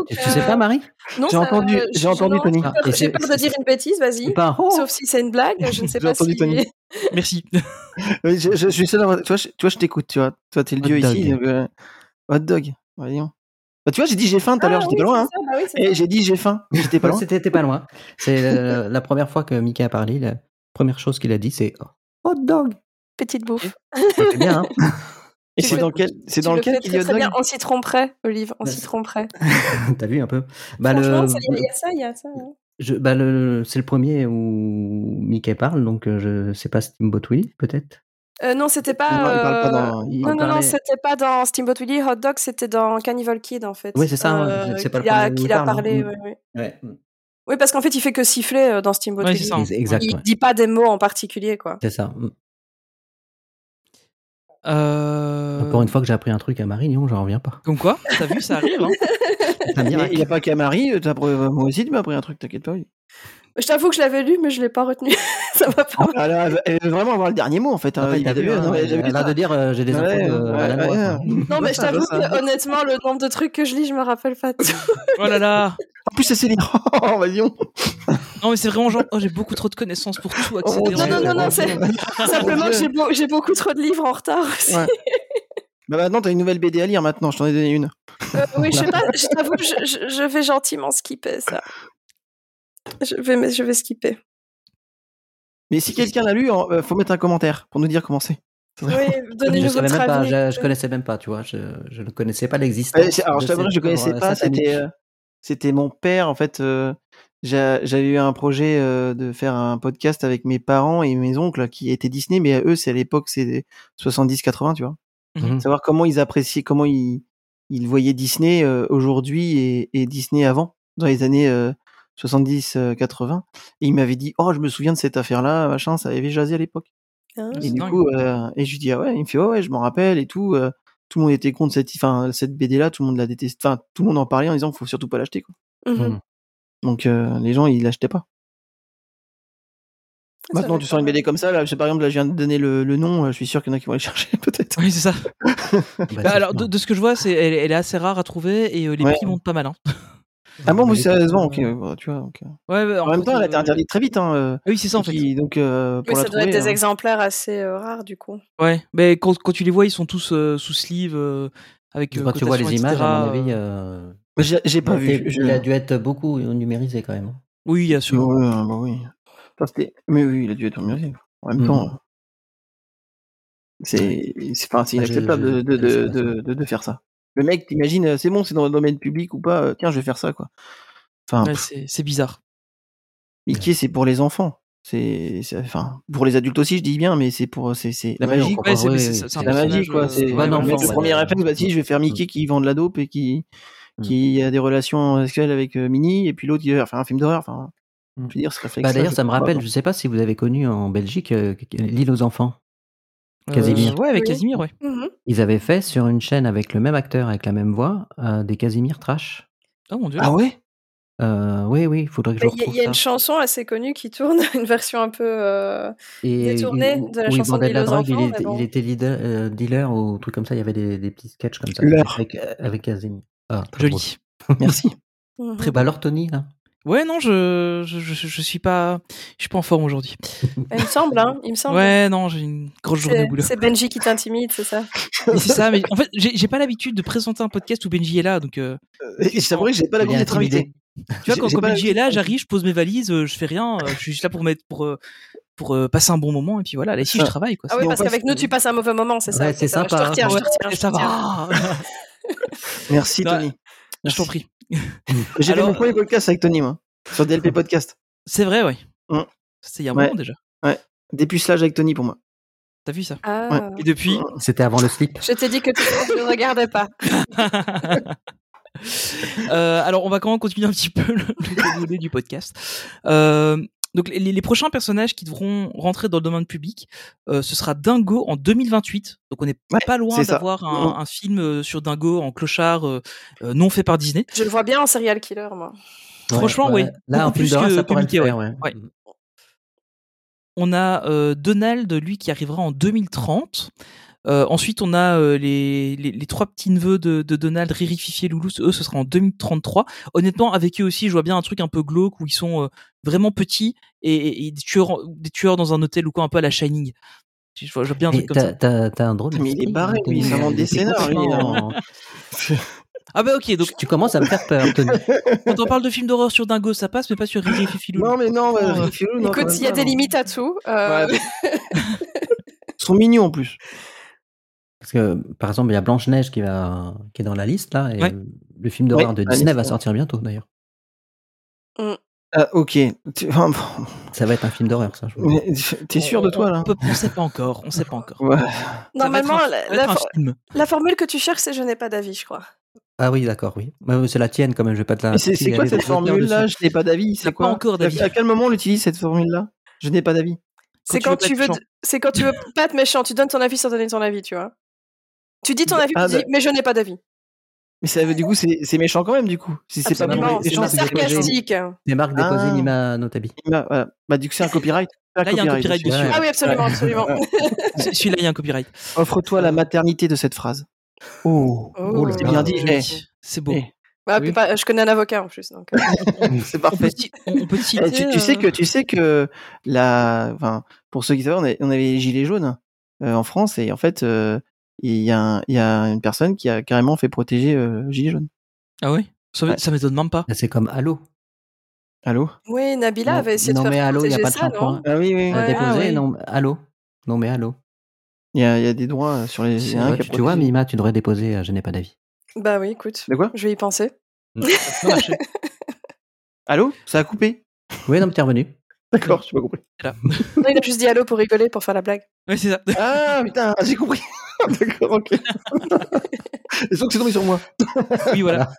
Speaker 9: Tu sais pas, Marie
Speaker 8: Non, j'ai entendu, j'ai entendu non, Tony.
Speaker 7: J'ai peur, de dire une bêtise, vas-y. Oh. Sauf si c'est une blague, je ne sais pas.
Speaker 8: entendu
Speaker 7: si...
Speaker 8: Tony.
Speaker 1: Merci.
Speaker 8: je, je, je, suis seul. À... Toi, je, toi, je t'écoute. Tu vois, toi, t'es le Hot dieu dog. ici. euh, Hot dog. Voyons. Bah, tu vois, j'ai dit j'ai faim tout à
Speaker 7: Ah
Speaker 8: l'heure, j'étais pas loin. Ça, bah oui, et j'ai dit j'ai faim, j'étais pas loin.
Speaker 9: C'était pas loin. C'est la, la, première fois que Mika a parlé, la première chose qu'il a dit, c'est hot dog.
Speaker 7: Petite bouffe.
Speaker 9: C'est bien. Hein
Speaker 8: et c'est dans quel c'est dans lequel qu'il y a bien.
Speaker 7: On s'y tromperait, Olive, on s'y tromperait.
Speaker 9: T'as vu un peu
Speaker 7: bah, Franchement, il le... y a ça, il y a ça. Hein.
Speaker 9: Je, bah, le, c'est le premier où Mickey parle, donc euh, je sais pas, Steamboat Willie, peut-être
Speaker 7: euh, non, c'était pas. Non, euh... pas
Speaker 8: Ah,
Speaker 7: dans... non, non, non c'était pas dans Steamboat Willie, Hot Dog, c'était dans Cannibal Kid en fait.
Speaker 9: Oui, c'est ça. Euh, c'est pas
Speaker 7: il a, il a parlé. Oui, oui.
Speaker 9: Ouais.
Speaker 7: oui, parce qu'en fait, il fait que siffler euh, dans Steamboat
Speaker 9: ouais,
Speaker 7: Willie.
Speaker 9: Ça. Exact,
Speaker 7: il ouais. dit pas des mots en particulier, quoi.
Speaker 9: C'est ça. Encore
Speaker 7: euh,
Speaker 9: une fois que j'ai appris un truc à Marie, non, j'en reviens pas.
Speaker 1: Euh, Comme quoi T'as vu, ça arrive. Hein
Speaker 8: euh, il n'y a pas euh, qu'à Marie, moi aussi, tu m'as appris un truc, t'inquiète pas. Oui.
Speaker 7: Je t'avoue que je l'avais lu, mais je l'ai pas retenu. ça va pas.
Speaker 8: Alors, elle veut vraiment avoir le dernier mot, en fait.
Speaker 9: Hein.
Speaker 8: Ah, bah, il
Speaker 9: a vu, hein, elle a l'air de dire euh, j'ai des infos ouais, de, ouais, la ouais,
Speaker 7: Non, mais je t'avoue que honnêtement, le nombre de trucs que je lis, je me rappelle pas tout.
Speaker 1: oh là là
Speaker 8: En plus, c'est Céline. Oh, vas-y, on.
Speaker 1: Non, mais c'est vraiment genre, oh, j'ai beaucoup trop de connaissances pour tout.
Speaker 7: Oh, non, non, non, non, c'est simplement que j'ai beau... beaucoup trop de livres en retard aussi.
Speaker 8: Bah maintenant, t'as une nouvelle BD à lire maintenant, je t'en ai donné une.
Speaker 7: Euh, oui, je sais pas, je t'avoue, je, je, je, vais gentiment skipper ça. Je vais, je vais skipper.
Speaker 8: Mais si quelqu'un l'a lu, euh, faut mettre un commentaire pour nous dire comment c'est.
Speaker 7: Oui, donnez-nous
Speaker 9: je,
Speaker 7: votre avis.
Speaker 9: Pas, je, connaissais même pas, tu vois, je, ne connaissais pas l'existence.
Speaker 8: alors, je t'avoue, je connaissais pas, c'était, euh, c'était mon père, en fait. Euh, j'avais eu un projet euh, de faire un podcast avec mes parents et mes oncles qui étaient Disney, mais à eux, c'est à l'époque, c'est 70-80, tu vois. Mmh. savoir comment ils appréciaient, comment ils, ils voyaient Disney euh, aujourd'hui et, et, Disney avant, dans les années euh, 70-80. Euh, et ils m'avaient dit, oh, je me souviens de cette affaire-là, machin, ça avait jasé à l'époque.
Speaker 7: Hein
Speaker 8: Ah, et du dingue. coup, et je lui dis, ah ouais, il me fait, oh, ouais, je m'en rappelle et tout. euh, tout le monde était contre cette, enfin, cette BD-là, tout le monde la détestait, enfin, tout le monde en parlait en disant, faut surtout pas
Speaker 7: Mhm.
Speaker 9: Hum.
Speaker 8: l'acheter, quoi.
Speaker 7: Mmh.
Speaker 8: euh, Donc, les gens, ils l'achetaient pas. Maintenant, tu sors une BD comme Ah, ça, là, je sais, par exemple, là, je viens de donner le, le nom, euh, je suis sûr qu'il y en a qui vont aller chercher, peut-être.
Speaker 1: Oui, c'est ça. bah, alors, de, de, ce que je vois, c'est, elle, elle, est assez rare à trouver et euh, les ouais. prix montent pas mal. Hein.
Speaker 8: Ah bon, moi, sérieusement, ok, tu vois. euh, Okay.
Speaker 1: Ouais, bah,
Speaker 8: en, en même temps, elle a été interdite très vite. Hein,
Speaker 1: ah oui, c'est ça, en fait.
Speaker 8: Qui, donc, euh, pour
Speaker 7: oui, ça
Speaker 8: la
Speaker 7: doit
Speaker 8: trouver,
Speaker 7: être des hein. exemplaires assez euh, rares, du coup.
Speaker 1: Ouais, mais quand, quand, tu les vois, ils sont tous euh, sous sleeve, avec. euh,
Speaker 9: Quand tu vois les images,
Speaker 1: etc.
Speaker 9: à mon avis.
Speaker 8: J'ai, j'ai pas vu.
Speaker 9: Il a dû être beaucoup numérisé, quand même.
Speaker 1: Oui, bien sûr.
Speaker 8: bah oui. Mais oui, il a dû être mieux. En même temps, mmh. c'est c'est enfin, inacceptable de, de, de, de, faire ça. Le mec, t'imagines, euh, c'est bon, c'est dans le domaine public ou pas, euh, tiens, je vais faire ça, quoi.
Speaker 1: Enfin, ouais, c'est bizarre.
Speaker 8: Mickey, c'est pour les enfants. C'est enfin pour les adultes aussi, je dis bien, mais c'est pour euh, c'est la magie.
Speaker 1: Ouais, c'est
Speaker 8: ouais, la magie, quoi. C'est ouais, le premier réflexe, bah si, je vais faire Mickey qui vend de la dope et qui qui a des relations euh, sexuelles avec Minnie, et puis l'autre qui va faire un film d'horreur. Enfin,
Speaker 9: D'ailleurs, bah, ça, ça me rappelle, pas. je ne sais pas si vous avez connu en Belgique euh, l'île aux enfants. Casimir.
Speaker 1: Euh, ouais, avec Casimir, ouais. Mm
Speaker 7: Mhm.
Speaker 1: -hmm.
Speaker 9: Ils avaient fait sur une chaîne avec le même acteur, avec la même voix, euh, des Casimir trash.
Speaker 1: Oh mon dieu.
Speaker 8: Ah ouais
Speaker 9: Oui, oui, il faudrait que bah,
Speaker 7: je Il y, y a
Speaker 9: ça.
Speaker 7: une chanson assez connue qui tourne, une version un peu euh,
Speaker 9: Et
Speaker 7: détournée
Speaker 9: il,
Speaker 7: de la chanson
Speaker 9: il de la
Speaker 7: aux
Speaker 9: drogue,
Speaker 7: enfants,
Speaker 9: il, était,
Speaker 7: bon.
Speaker 9: il était leader, euh, dealer ou truc comme ça, il y avait des, des petits sketchs comme ça. Avec, avec, Casimir.
Speaker 1: Ah, Joli.
Speaker 8: Merci.
Speaker 7: mhm.
Speaker 9: Mm -hmm. Très bas, alors Tony, là.
Speaker 1: Ouais, non, je, je, je, je, suis pas, je suis pas en forme aujourd'hui.
Speaker 7: Il me semble, hein, il me semble.
Speaker 1: Ouais, non, j'ai une grosse journée de boulot.
Speaker 7: C'est Benji qui t'intimide, c'est ça
Speaker 1: C'est ça, mais en fait, j'ai pas l'habitude de présenter un podcast où Benji est là, donc. Euh,
Speaker 8: et c'est vrai que j'ai pas l'habitude d'être invité.
Speaker 1: Tu vois, quand, quand Benji est là, j'arrive, je pose mes valises, euh, je fais rien, je suis juste là pour mettre, pour, pour euh, passer un bon moment et puis voilà là ici je travaille quoi
Speaker 7: ah oui parce qu'avec nous tu passes un mauvais moment c'est ça
Speaker 9: ouais, c'est sympa
Speaker 7: je te retiens,
Speaker 9: hein,
Speaker 7: je te retiens, je
Speaker 1: ça
Speaker 7: te
Speaker 1: va
Speaker 8: merci Tony
Speaker 1: Ah, je t'en prie
Speaker 8: j'ai fait mon premier podcast avec Tony, moi, sur DLP Podcast.
Speaker 1: C'est vrai, oui.
Speaker 8: Mmh.
Speaker 1: C'était il y a un
Speaker 8: ouais.
Speaker 1: moment déjà.
Speaker 8: Ouais. Dépucelage avec Tony pour moi.
Speaker 1: T'as vu ça
Speaker 7: ah.
Speaker 1: ouais. Et depuis
Speaker 8: Mm.
Speaker 9: C'était avant le slip.
Speaker 7: Je t'ai dit que tu ne regardais pas.
Speaker 1: euh, alors, on va quand même continuer un petit peu le, le du podcast. Euh, donc, les, les, prochains personnages qui devront rentrer dans le domaine public, euh, ce sera Dingo en 2028. Donc, on n'est
Speaker 8: Ouais,
Speaker 1: pas loin
Speaker 8: c'est ça. Mm.
Speaker 1: d'avoir un, un film euh, sur Dingo en clochard euh, euh, non fait par Disney.
Speaker 7: Je le vois bien en serial killer, moi.
Speaker 1: Franchement,
Speaker 9: ouais.
Speaker 1: oui.
Speaker 9: Là, en
Speaker 1: plus
Speaker 9: film d'horreur,
Speaker 1: que,
Speaker 9: ça
Speaker 1: que
Speaker 9: pourrait le
Speaker 1: Mickey,
Speaker 9: faire,
Speaker 1: ouais.
Speaker 9: ouais. Mm.
Speaker 1: Ouais. On a euh, Donald, lui, qui arrivera en 2030. Euh, ensuite, on a euh, les, les, les trois petits neveux de, de Donald, Riri, Fifi et Loulou. Eux, ce sera en 2033. Honnêtement, avec eux aussi, je vois bien un truc un peu glauque où ils sont euh, vraiment petits et, et, et des, tueurs, des tueurs dans un hôtel ou quoi, un peu à la Shining. Je vois, je vois bien un
Speaker 9: Et
Speaker 1: truc comme
Speaker 9: T'as
Speaker 1: ça.
Speaker 9: t'as- t'as un drôle de
Speaker 8: Mais il est
Speaker 9: style,
Speaker 8: barré,
Speaker 9: hein,
Speaker 8: lui,
Speaker 9: Tony.
Speaker 8: il invente des
Speaker 9: T'es
Speaker 8: scénars, lui,
Speaker 9: complètement-
Speaker 1: Ah bah ok, donc
Speaker 9: hein. Tu commences à me faire peur, Tony.
Speaker 1: quand on parle de films d'horreur sur Dingo, ça passe, mais pas sur Riri, Fifi, Loulou.
Speaker 8: Non, mais non,
Speaker 1: Franchement,
Speaker 8: euh,
Speaker 1: euh,
Speaker 8: Rifilou, non, quand
Speaker 7: Écoute,
Speaker 8: même
Speaker 7: il y a
Speaker 8: pas,
Speaker 7: des
Speaker 8: non.
Speaker 7: limites à tout. euh,
Speaker 8: Ouais, Ils sont mignons en plus.
Speaker 9: Parce que, par exemple, il y a Blanche-Neige qui, va... qui est dans la liste, là, et
Speaker 1: Ouais.
Speaker 9: le film d'horreur
Speaker 8: Ouais,
Speaker 9: de
Speaker 8: allez,
Speaker 9: Disney va
Speaker 8: c'est
Speaker 9: sortir bientôt, d'ailleurs.
Speaker 8: Ah, ok. Tu- ah, bon.
Speaker 9: Ça va être un film d'horreur, ça, je vous le dis.
Speaker 8: Mais T'es sûr de toi là
Speaker 1: On, peut, on sait pas encore, on sait pas encore.
Speaker 8: Ouais.
Speaker 1: Ça va être
Speaker 7: Normalement,
Speaker 1: un-
Speaker 7: la,
Speaker 1: ça va être
Speaker 7: la
Speaker 1: un
Speaker 7: for-
Speaker 1: film.
Speaker 7: la formule que tu cherches, c'est je n'ai pas d'avis, je crois.
Speaker 9: Ah oui, d'accord, oui. Mais oui, C'est la tienne, quand même, je vais pas te la...
Speaker 1: Ah,
Speaker 8: Mais C'est c'est quoi
Speaker 9: tirer
Speaker 8: cette
Speaker 9: des auteurs
Speaker 8: formule là
Speaker 9: dessus.
Speaker 8: Je n'ai pas d'avis.
Speaker 1: T'as
Speaker 8: C'est
Speaker 1: pas
Speaker 8: quoi
Speaker 1: encore d'avis.
Speaker 8: À quel moment on utilise cette formule là Je n'ai pas d'avis.
Speaker 7: C'est quand tu veux,
Speaker 1: pas être
Speaker 7: c'est quand tu veux pas être méchant. Tu donnes ton avis sans donner ton avis, tu vois. Tu dis ton avis,
Speaker 8: Ah
Speaker 7: tu dis,
Speaker 8: bah.
Speaker 7: mais je n'ai pas d'avis.
Speaker 8: Mais ça veut du coup c'est c'est méchant quand même du coup. Si c'est pas
Speaker 9: Absolument,
Speaker 8: bon,
Speaker 7: Absolument,
Speaker 9: mais
Speaker 7: c'est
Speaker 9: méchant,
Speaker 8: méchant,
Speaker 9: c'est que les gens-
Speaker 7: sarcastique.
Speaker 9: Les marques déposées,
Speaker 8: Ah.
Speaker 9: Nima Notabi.
Speaker 8: Bah, voilà. Bah, du coup, c'est un copyright. hein.
Speaker 1: Là,
Speaker 8: C'est
Speaker 1: il y a un copyright dessus.
Speaker 7: Ah oui, absolument, absolument. Ah
Speaker 1: Celui-là, il y a un copyright.
Speaker 8: Offre-toi la maternité de cette phrase. Euh. Oh,
Speaker 7: Oh.
Speaker 8: oh là, c'est bien dit.
Speaker 1: Joli. C'est beau.
Speaker 8: Eh,
Speaker 7: Bah,
Speaker 8: Oui.
Speaker 7: puis pas- je connais un avocat en plus, donc. euh,
Speaker 8: eh,
Speaker 1: On peut,
Speaker 8: c'est parfait.
Speaker 1: ci- on- on peut citer. euh,
Speaker 8: Eh, tu, tu sais que tu sais que la, enfin, pour ceux qui savent, on avait, on avait les gilets jaunes euh, en France et en fait, euh, il y, a un- il y a une personne qui a carrément fait protéger euh, gilets jaunes.
Speaker 1: Ah oui Ça m'é- ça m'étonne même pas.
Speaker 9: Là, Bah, C'est comme Halo.
Speaker 8: Allô
Speaker 7: Oui, Nabila
Speaker 9: Non,
Speaker 7: avait essayé
Speaker 9: non,
Speaker 7: de
Speaker 9: mais
Speaker 7: faire
Speaker 9: Halo, il y a
Speaker 7: protéger
Speaker 9: pas de
Speaker 7: ça,
Speaker 9: shampoing.
Speaker 7: non
Speaker 8: Ah oui, oui.
Speaker 9: On a
Speaker 7: Ouais,
Speaker 9: déposé,
Speaker 7: ah oui.
Speaker 9: non, Halo. Non, mais Halo.
Speaker 8: Il y a, il y a des droits euh, sur les. il y en a un
Speaker 9: Ouais,
Speaker 8: qui a
Speaker 9: tu, tu vois,
Speaker 8: protégé.
Speaker 9: Mima, tu devrais déposer euh, Je n'ai pas d'avis.
Speaker 7: Bah oui, écoute,
Speaker 8: De quoi
Speaker 7: je vais y penser.
Speaker 8: Allô Ça a coupé.
Speaker 9: Oui, non, mais t'es revenu.
Speaker 8: D'accord, j'ai pas compris.
Speaker 7: Non, il a juste dit allô pour rigoler, pour faire la blague.
Speaker 1: Ouais, c'est ça.
Speaker 8: Ah putain, j'ai compris. D'accord, ok. Et sauf que c'est tombé sur moi.
Speaker 1: Oui, voilà.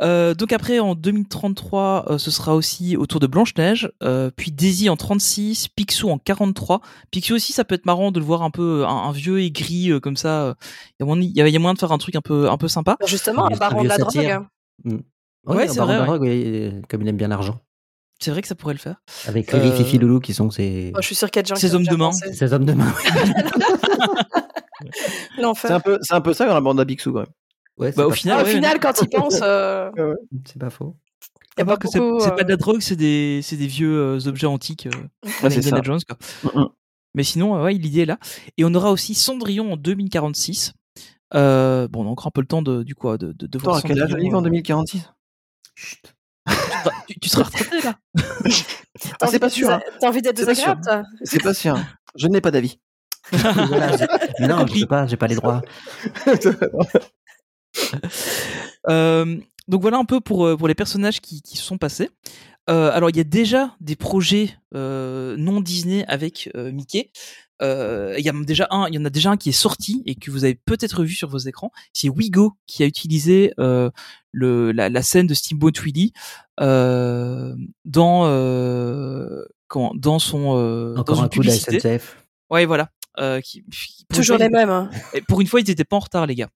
Speaker 1: Euh, donc après en 2033 euh, ce sera aussi autour de Blanche-Neige euh, puis Daisy en 36 Picsou en 43 Picsou aussi ça peut être marrant de le voir un peu un, un vieux aigri euh, comme ça euh. il y a moyen- il y a- il y a moyen de faire un truc un peu un peu sympa
Speaker 7: Alors justement,
Speaker 9: Un
Speaker 7: un baron de
Speaker 9: vieux
Speaker 7: la euh,
Speaker 9: satire.
Speaker 7: drogue.
Speaker 9: Mm.
Speaker 1: Ouais,
Speaker 9: un
Speaker 1: c'est
Speaker 9: baron
Speaker 1: vrai,
Speaker 9: de drogue, oui, euh, comme il aime bien l'argent.
Speaker 1: C'est vrai que ça pourrait le faire.
Speaker 9: Avec Fifi euh... Fifi Loulou qui sont ces.
Speaker 7: Oh, je suis sûr qu'il y a des gens
Speaker 1: ces hommes de main.
Speaker 9: Ces hommes de main.
Speaker 8: c'est un peu, c'est un peu ça dans la bande à Bixou quand même.
Speaker 1: Ouais, bah, au final,
Speaker 7: ah, ouais, au final, quand ils pensent, euh...
Speaker 9: c'est pas faux.
Speaker 1: Y a pas que c'est euh... pas de la drogue, c'est des, des vieux euh, objets antiques. Ouais, c'est Indiana Jones quoi. Mm -hmm. Mais sinon, ouais, l'idée est là. Et on aura aussi Cendrillon en 2046. Euh, bon, on a encore un peu le temps de, du coup, de, de, de
Speaker 8: voir. Attends, quel âge en 2046
Speaker 1: Chut. Bah, tu, tu, seras retraité là.
Speaker 8: ah, c'est pas sûr. Hein.
Speaker 7: T'as envie d'être désagréable, toi
Speaker 8: C'est pas sûr. Je n'ai pas d'avis.
Speaker 9: voilà, je... Non, je sais pas, j'ai pas les droits.
Speaker 1: euh, donc voilà un peu pour, pour les personnages qui, qui sont passés. Euh, alors il y a déjà des projets euh, non Disney avec euh, Mickey. Euh, Il y a déjà un, il y en a déjà un qui est sorti et que vous avez peut-être vu sur vos écrans. C'est Wigo qui a utilisé euh, le, la, la, scène de Steamboat Willie euh, dans quand, euh, dans son euh,
Speaker 9: encore
Speaker 1: dans
Speaker 9: un coup publicité. de la SNCF.
Speaker 1: Ouais voilà. Euh, Qui,
Speaker 7: qui, Toujours les mêmes. Hein.
Speaker 1: Pour une fois, ils n'étaient pas en retard, les gars.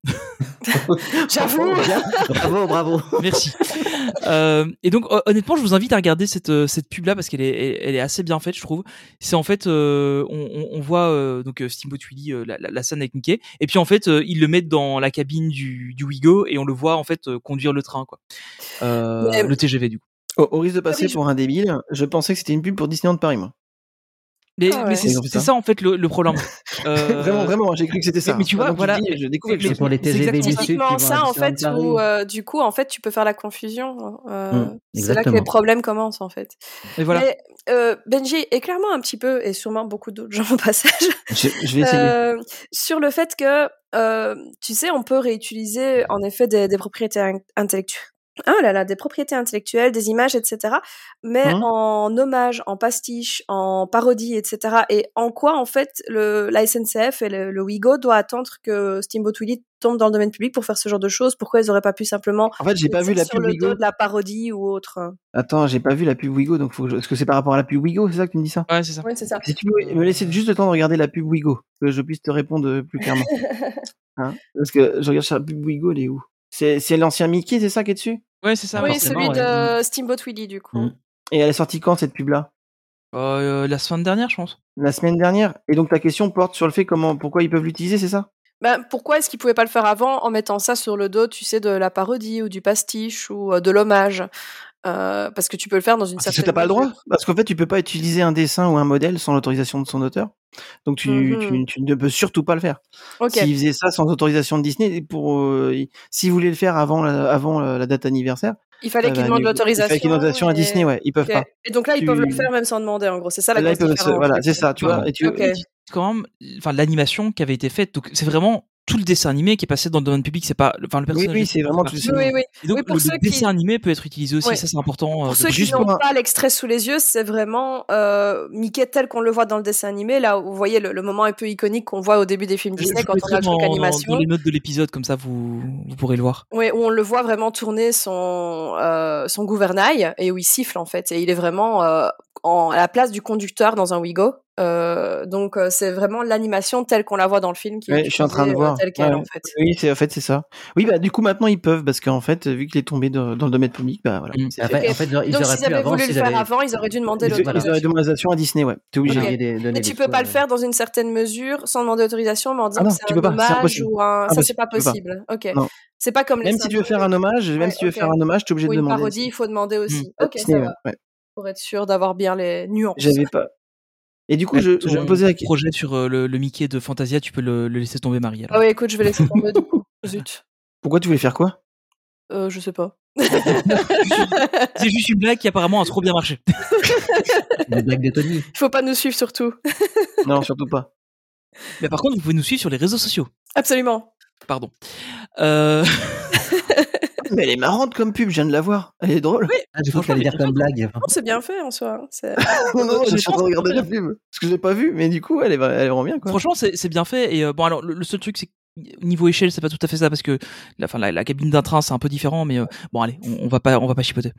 Speaker 7: J'avoue.
Speaker 9: bravo, bravo.
Speaker 1: Merci. Euh, et donc honnêtement, je vous invite à regarder cette euh, cette pub là parce qu'elle est elle est assez bien faite, je trouve. C'est en fait euh, on, on, voit euh, donc Steamboat Willie la, la, scène avec Mickey et puis en fait euh, ils le mettent dans la cabine du du Wigo et on le voit en fait euh, conduire le train quoi. Mais... le TGV du coup.
Speaker 8: Au, au risque de passer ah, oui, pour je... un débile, je pensais que c'était une pub pour Disneyland Paris moi.
Speaker 1: Mais, ah ouais. mais c'est ça en fait le, le problème.
Speaker 8: Euh... vraiment, vraiment, j'ai cru que c'était ça.
Speaker 1: Mais, mais, tu vois,
Speaker 8: Donc,
Speaker 1: voilà,
Speaker 8: je, je découvre
Speaker 9: c'est pour les TGV
Speaker 7: C'est typiquement ça en fait où euh, du coup en fait tu peux faire la confusion. Euh,
Speaker 8: Mm,
Speaker 7: mmh, c'est là que les problèmes commencent en fait. euh,
Speaker 1: Et voilà. Mais,
Speaker 7: Benji est clairement un petit peu et sûrement beaucoup d'autres gens au passage.
Speaker 8: Je, je vais
Speaker 1: Euh,
Speaker 8: essayer.
Speaker 7: Euh, sur le fait que euh, tu sais on peut réutiliser en effet des, des propriétés intellectuelles ah là là, des propriétés intellectuelles, des images, etc. Mais
Speaker 8: Hein?
Speaker 7: mmh. en hommage, en pastiche, en parodie, etc. Et en quoi, en fait, le, la SNCF et le, le Wigo doivent attendre que Steamboat Willie tombe dans le domaine public pour faire ce genre de choses Pourquoi ils n'auraient pas pu simplement.
Speaker 8: En fait, j'ai pas vu la
Speaker 7: sur
Speaker 8: pub Wigo.
Speaker 7: de la parodie ou autre.
Speaker 8: Attends, j'ai pas vu la pub Wigo, donc faut que je... est-ce que c'est par rapport à la pub Wigo C'est ça que tu me dis ça
Speaker 1: Ouais, c'est ça.
Speaker 7: Ouais, ça.
Speaker 8: Si tu peux me laisser juste le temps de regarder la pub Wigo, que je puisse te répondre plus clairement. hein Parce que je regarde sur la pub Wigo, elle est où c'est l'ancien Mickey, c'est ça qui est dessus
Speaker 1: Ouais, c'est ça.
Speaker 7: Oui, celui ouais. de Steamboat Willie, du
Speaker 8: Mm.
Speaker 7: coup.
Speaker 8: Et elle est sortie quand cette pub-là
Speaker 1: euh, La semaine dernière, je pense.
Speaker 8: La semaine dernière Et donc ta question porte sur le fait comment, pourquoi ils peuvent l'utiliser, c'est ça
Speaker 7: ben, pourquoi est-ce qu'ils pouvaient pas le faire avant en mettant ça sur le dos, tu sais, de la parodie ou du pastiche ou de l'hommage euh, Parce que tu peux le faire dans une ah, certaine.
Speaker 8: Parce que t'as pas le droit. Parce qu'en fait, tu peux pas utiliser un dessin ou un modèle sans l'autorisation de son auteur. Donc tu,
Speaker 7: Mmh
Speaker 8: mm -hmm. tu, tu, ne peux surtout pas le faire. Okay. S'ils faisaient ça sans autorisation de Disney, pour euh, s'ils voulaient le faire avant la, avant euh, la date anniversaire, euh,
Speaker 7: il
Speaker 8: Ah,
Speaker 7: fallait
Speaker 8: bah,
Speaker 7: qu'ils demandent l'autorisation. Il fallait
Speaker 8: qu'ils demandent l'autorisation et... à Disney, ouais, ils peuvent okay. pas.
Speaker 7: Et donc là, ils tu... peuvent le faire même sans demander, en gros. C'est ça la là, grosse différence. Se...
Speaker 8: Voilà, c'est ça, tu vois. vois. Et tu...
Speaker 1: Okay. Et tu... Quand même, enfin, l'animation qui avait été faite, donc c'est vraiment tout le dessin animé qui est passé dans le domaine public, c'est pas, enfin, le personnage.
Speaker 8: Oui, oui c'est vraiment tout
Speaker 7: ça. Oui, oui.
Speaker 1: Et donc,
Speaker 7: oui,
Speaker 1: pour le, le dessin qui... animé peut être utilisé aussi, oui. ça c'est important.
Speaker 7: Pour euh, ceux qui n'ont un... pas l'extrait sous les yeux, c'est vraiment euh, Mickey tel qu'on le voit dans le dessin animé. Là, vous voyez le, le moment un peu iconique qu'on voit au début des films Disney je, je quand on a le truc animation.
Speaker 1: Dans les notes de l'épisode, comme ça, vous, vous pourrez le voir.
Speaker 7: Oui, où on le voit vraiment tourner son, euh, son gouvernail et où il siffle en fait. Et il est vraiment euh, en, à la place du conducteur dans un Wigo. Euh, donc euh, c'est vraiment l'animation telle qu'on la voit dans le film qui
Speaker 8: ouais, je suis en train de voir
Speaker 7: telle quelle ouais, euh, en fait.
Speaker 8: Oui, c'est en fait c'est ça. Oui, bah du coup maintenant ils peuvent parce qu'en fait vu qu'il est tombé de, dans le domaine public, bah voilà.
Speaker 9: Mmh. Après, fait. En fait, ils
Speaker 7: donc
Speaker 9: s'ils
Speaker 7: avaient
Speaker 9: avant,
Speaker 7: voulu le
Speaker 9: ils
Speaker 7: faire
Speaker 9: avaient...
Speaker 7: avant, ils auraient dû demander l'autorisation.
Speaker 8: Ils auraient demandé l'autorisation à Disney, ouais. T'es obligé.
Speaker 7: Okay. De, de, mais tu
Speaker 9: euh,
Speaker 7: peux pas le faire dans une certaine mesure sans demander l'autorisation, mais en disant ah non, que c'est un hommage ou
Speaker 8: Ah
Speaker 7: un.
Speaker 8: bah,
Speaker 7: Ça c'est pas possible. Ok. C'est pas comme
Speaker 8: même si tu veux faire un hommage, même si tu veux faire un hommage, t'es obligé de demander. Hmm,
Speaker 7: Une parodie, il faut demander aussi. Ok. Pour être sûr d'avoir bien les nuances.
Speaker 8: J'avais pas. Et du coup, ouais, je, je me posais un
Speaker 1: projet sur euh, le, le, Mickey de Fantasia, tu peux le, le laisser tomber, Marie. Alors.
Speaker 7: Ah oui, écoute, je vais laisser tomber du coup. Zut.
Speaker 8: Pourquoi tu voulais faire quoi
Speaker 7: euh, Je sais pas.
Speaker 1: C'est juste une blague qui apparemment a trop bien marché.
Speaker 9: Une blague de Tony.
Speaker 7: Faut pas nous suivre surtout.
Speaker 8: non, surtout pas.
Speaker 1: Mais par contre, vous pouvez nous suivre sur les réseaux sociaux.
Speaker 7: Absolument.
Speaker 1: Pardon. Euh...
Speaker 8: Mais elle est marrante comme pub, je viens de la voir. Elle est drôle.
Speaker 9: Oui, ah, je crois qu'elle dire comme blague.
Speaker 7: Non, c'est Ah, bien fait en soi.
Speaker 8: non, non, je suis en train de regarder la pub. Parce que je l'ai pas vu, mais du coup, elle est, elle est vraiment bien. Quoi.
Speaker 1: Franchement, c'est bien fait. Et euh, bon, alors, le, le seul truc, c'est niveau échelle, c'est pas tout à fait ça parce que la, fin, la, la cabine d'un train, c'est un peu différent. Mais euh, bon, allez, on, on, va pas, on va pas chipoter.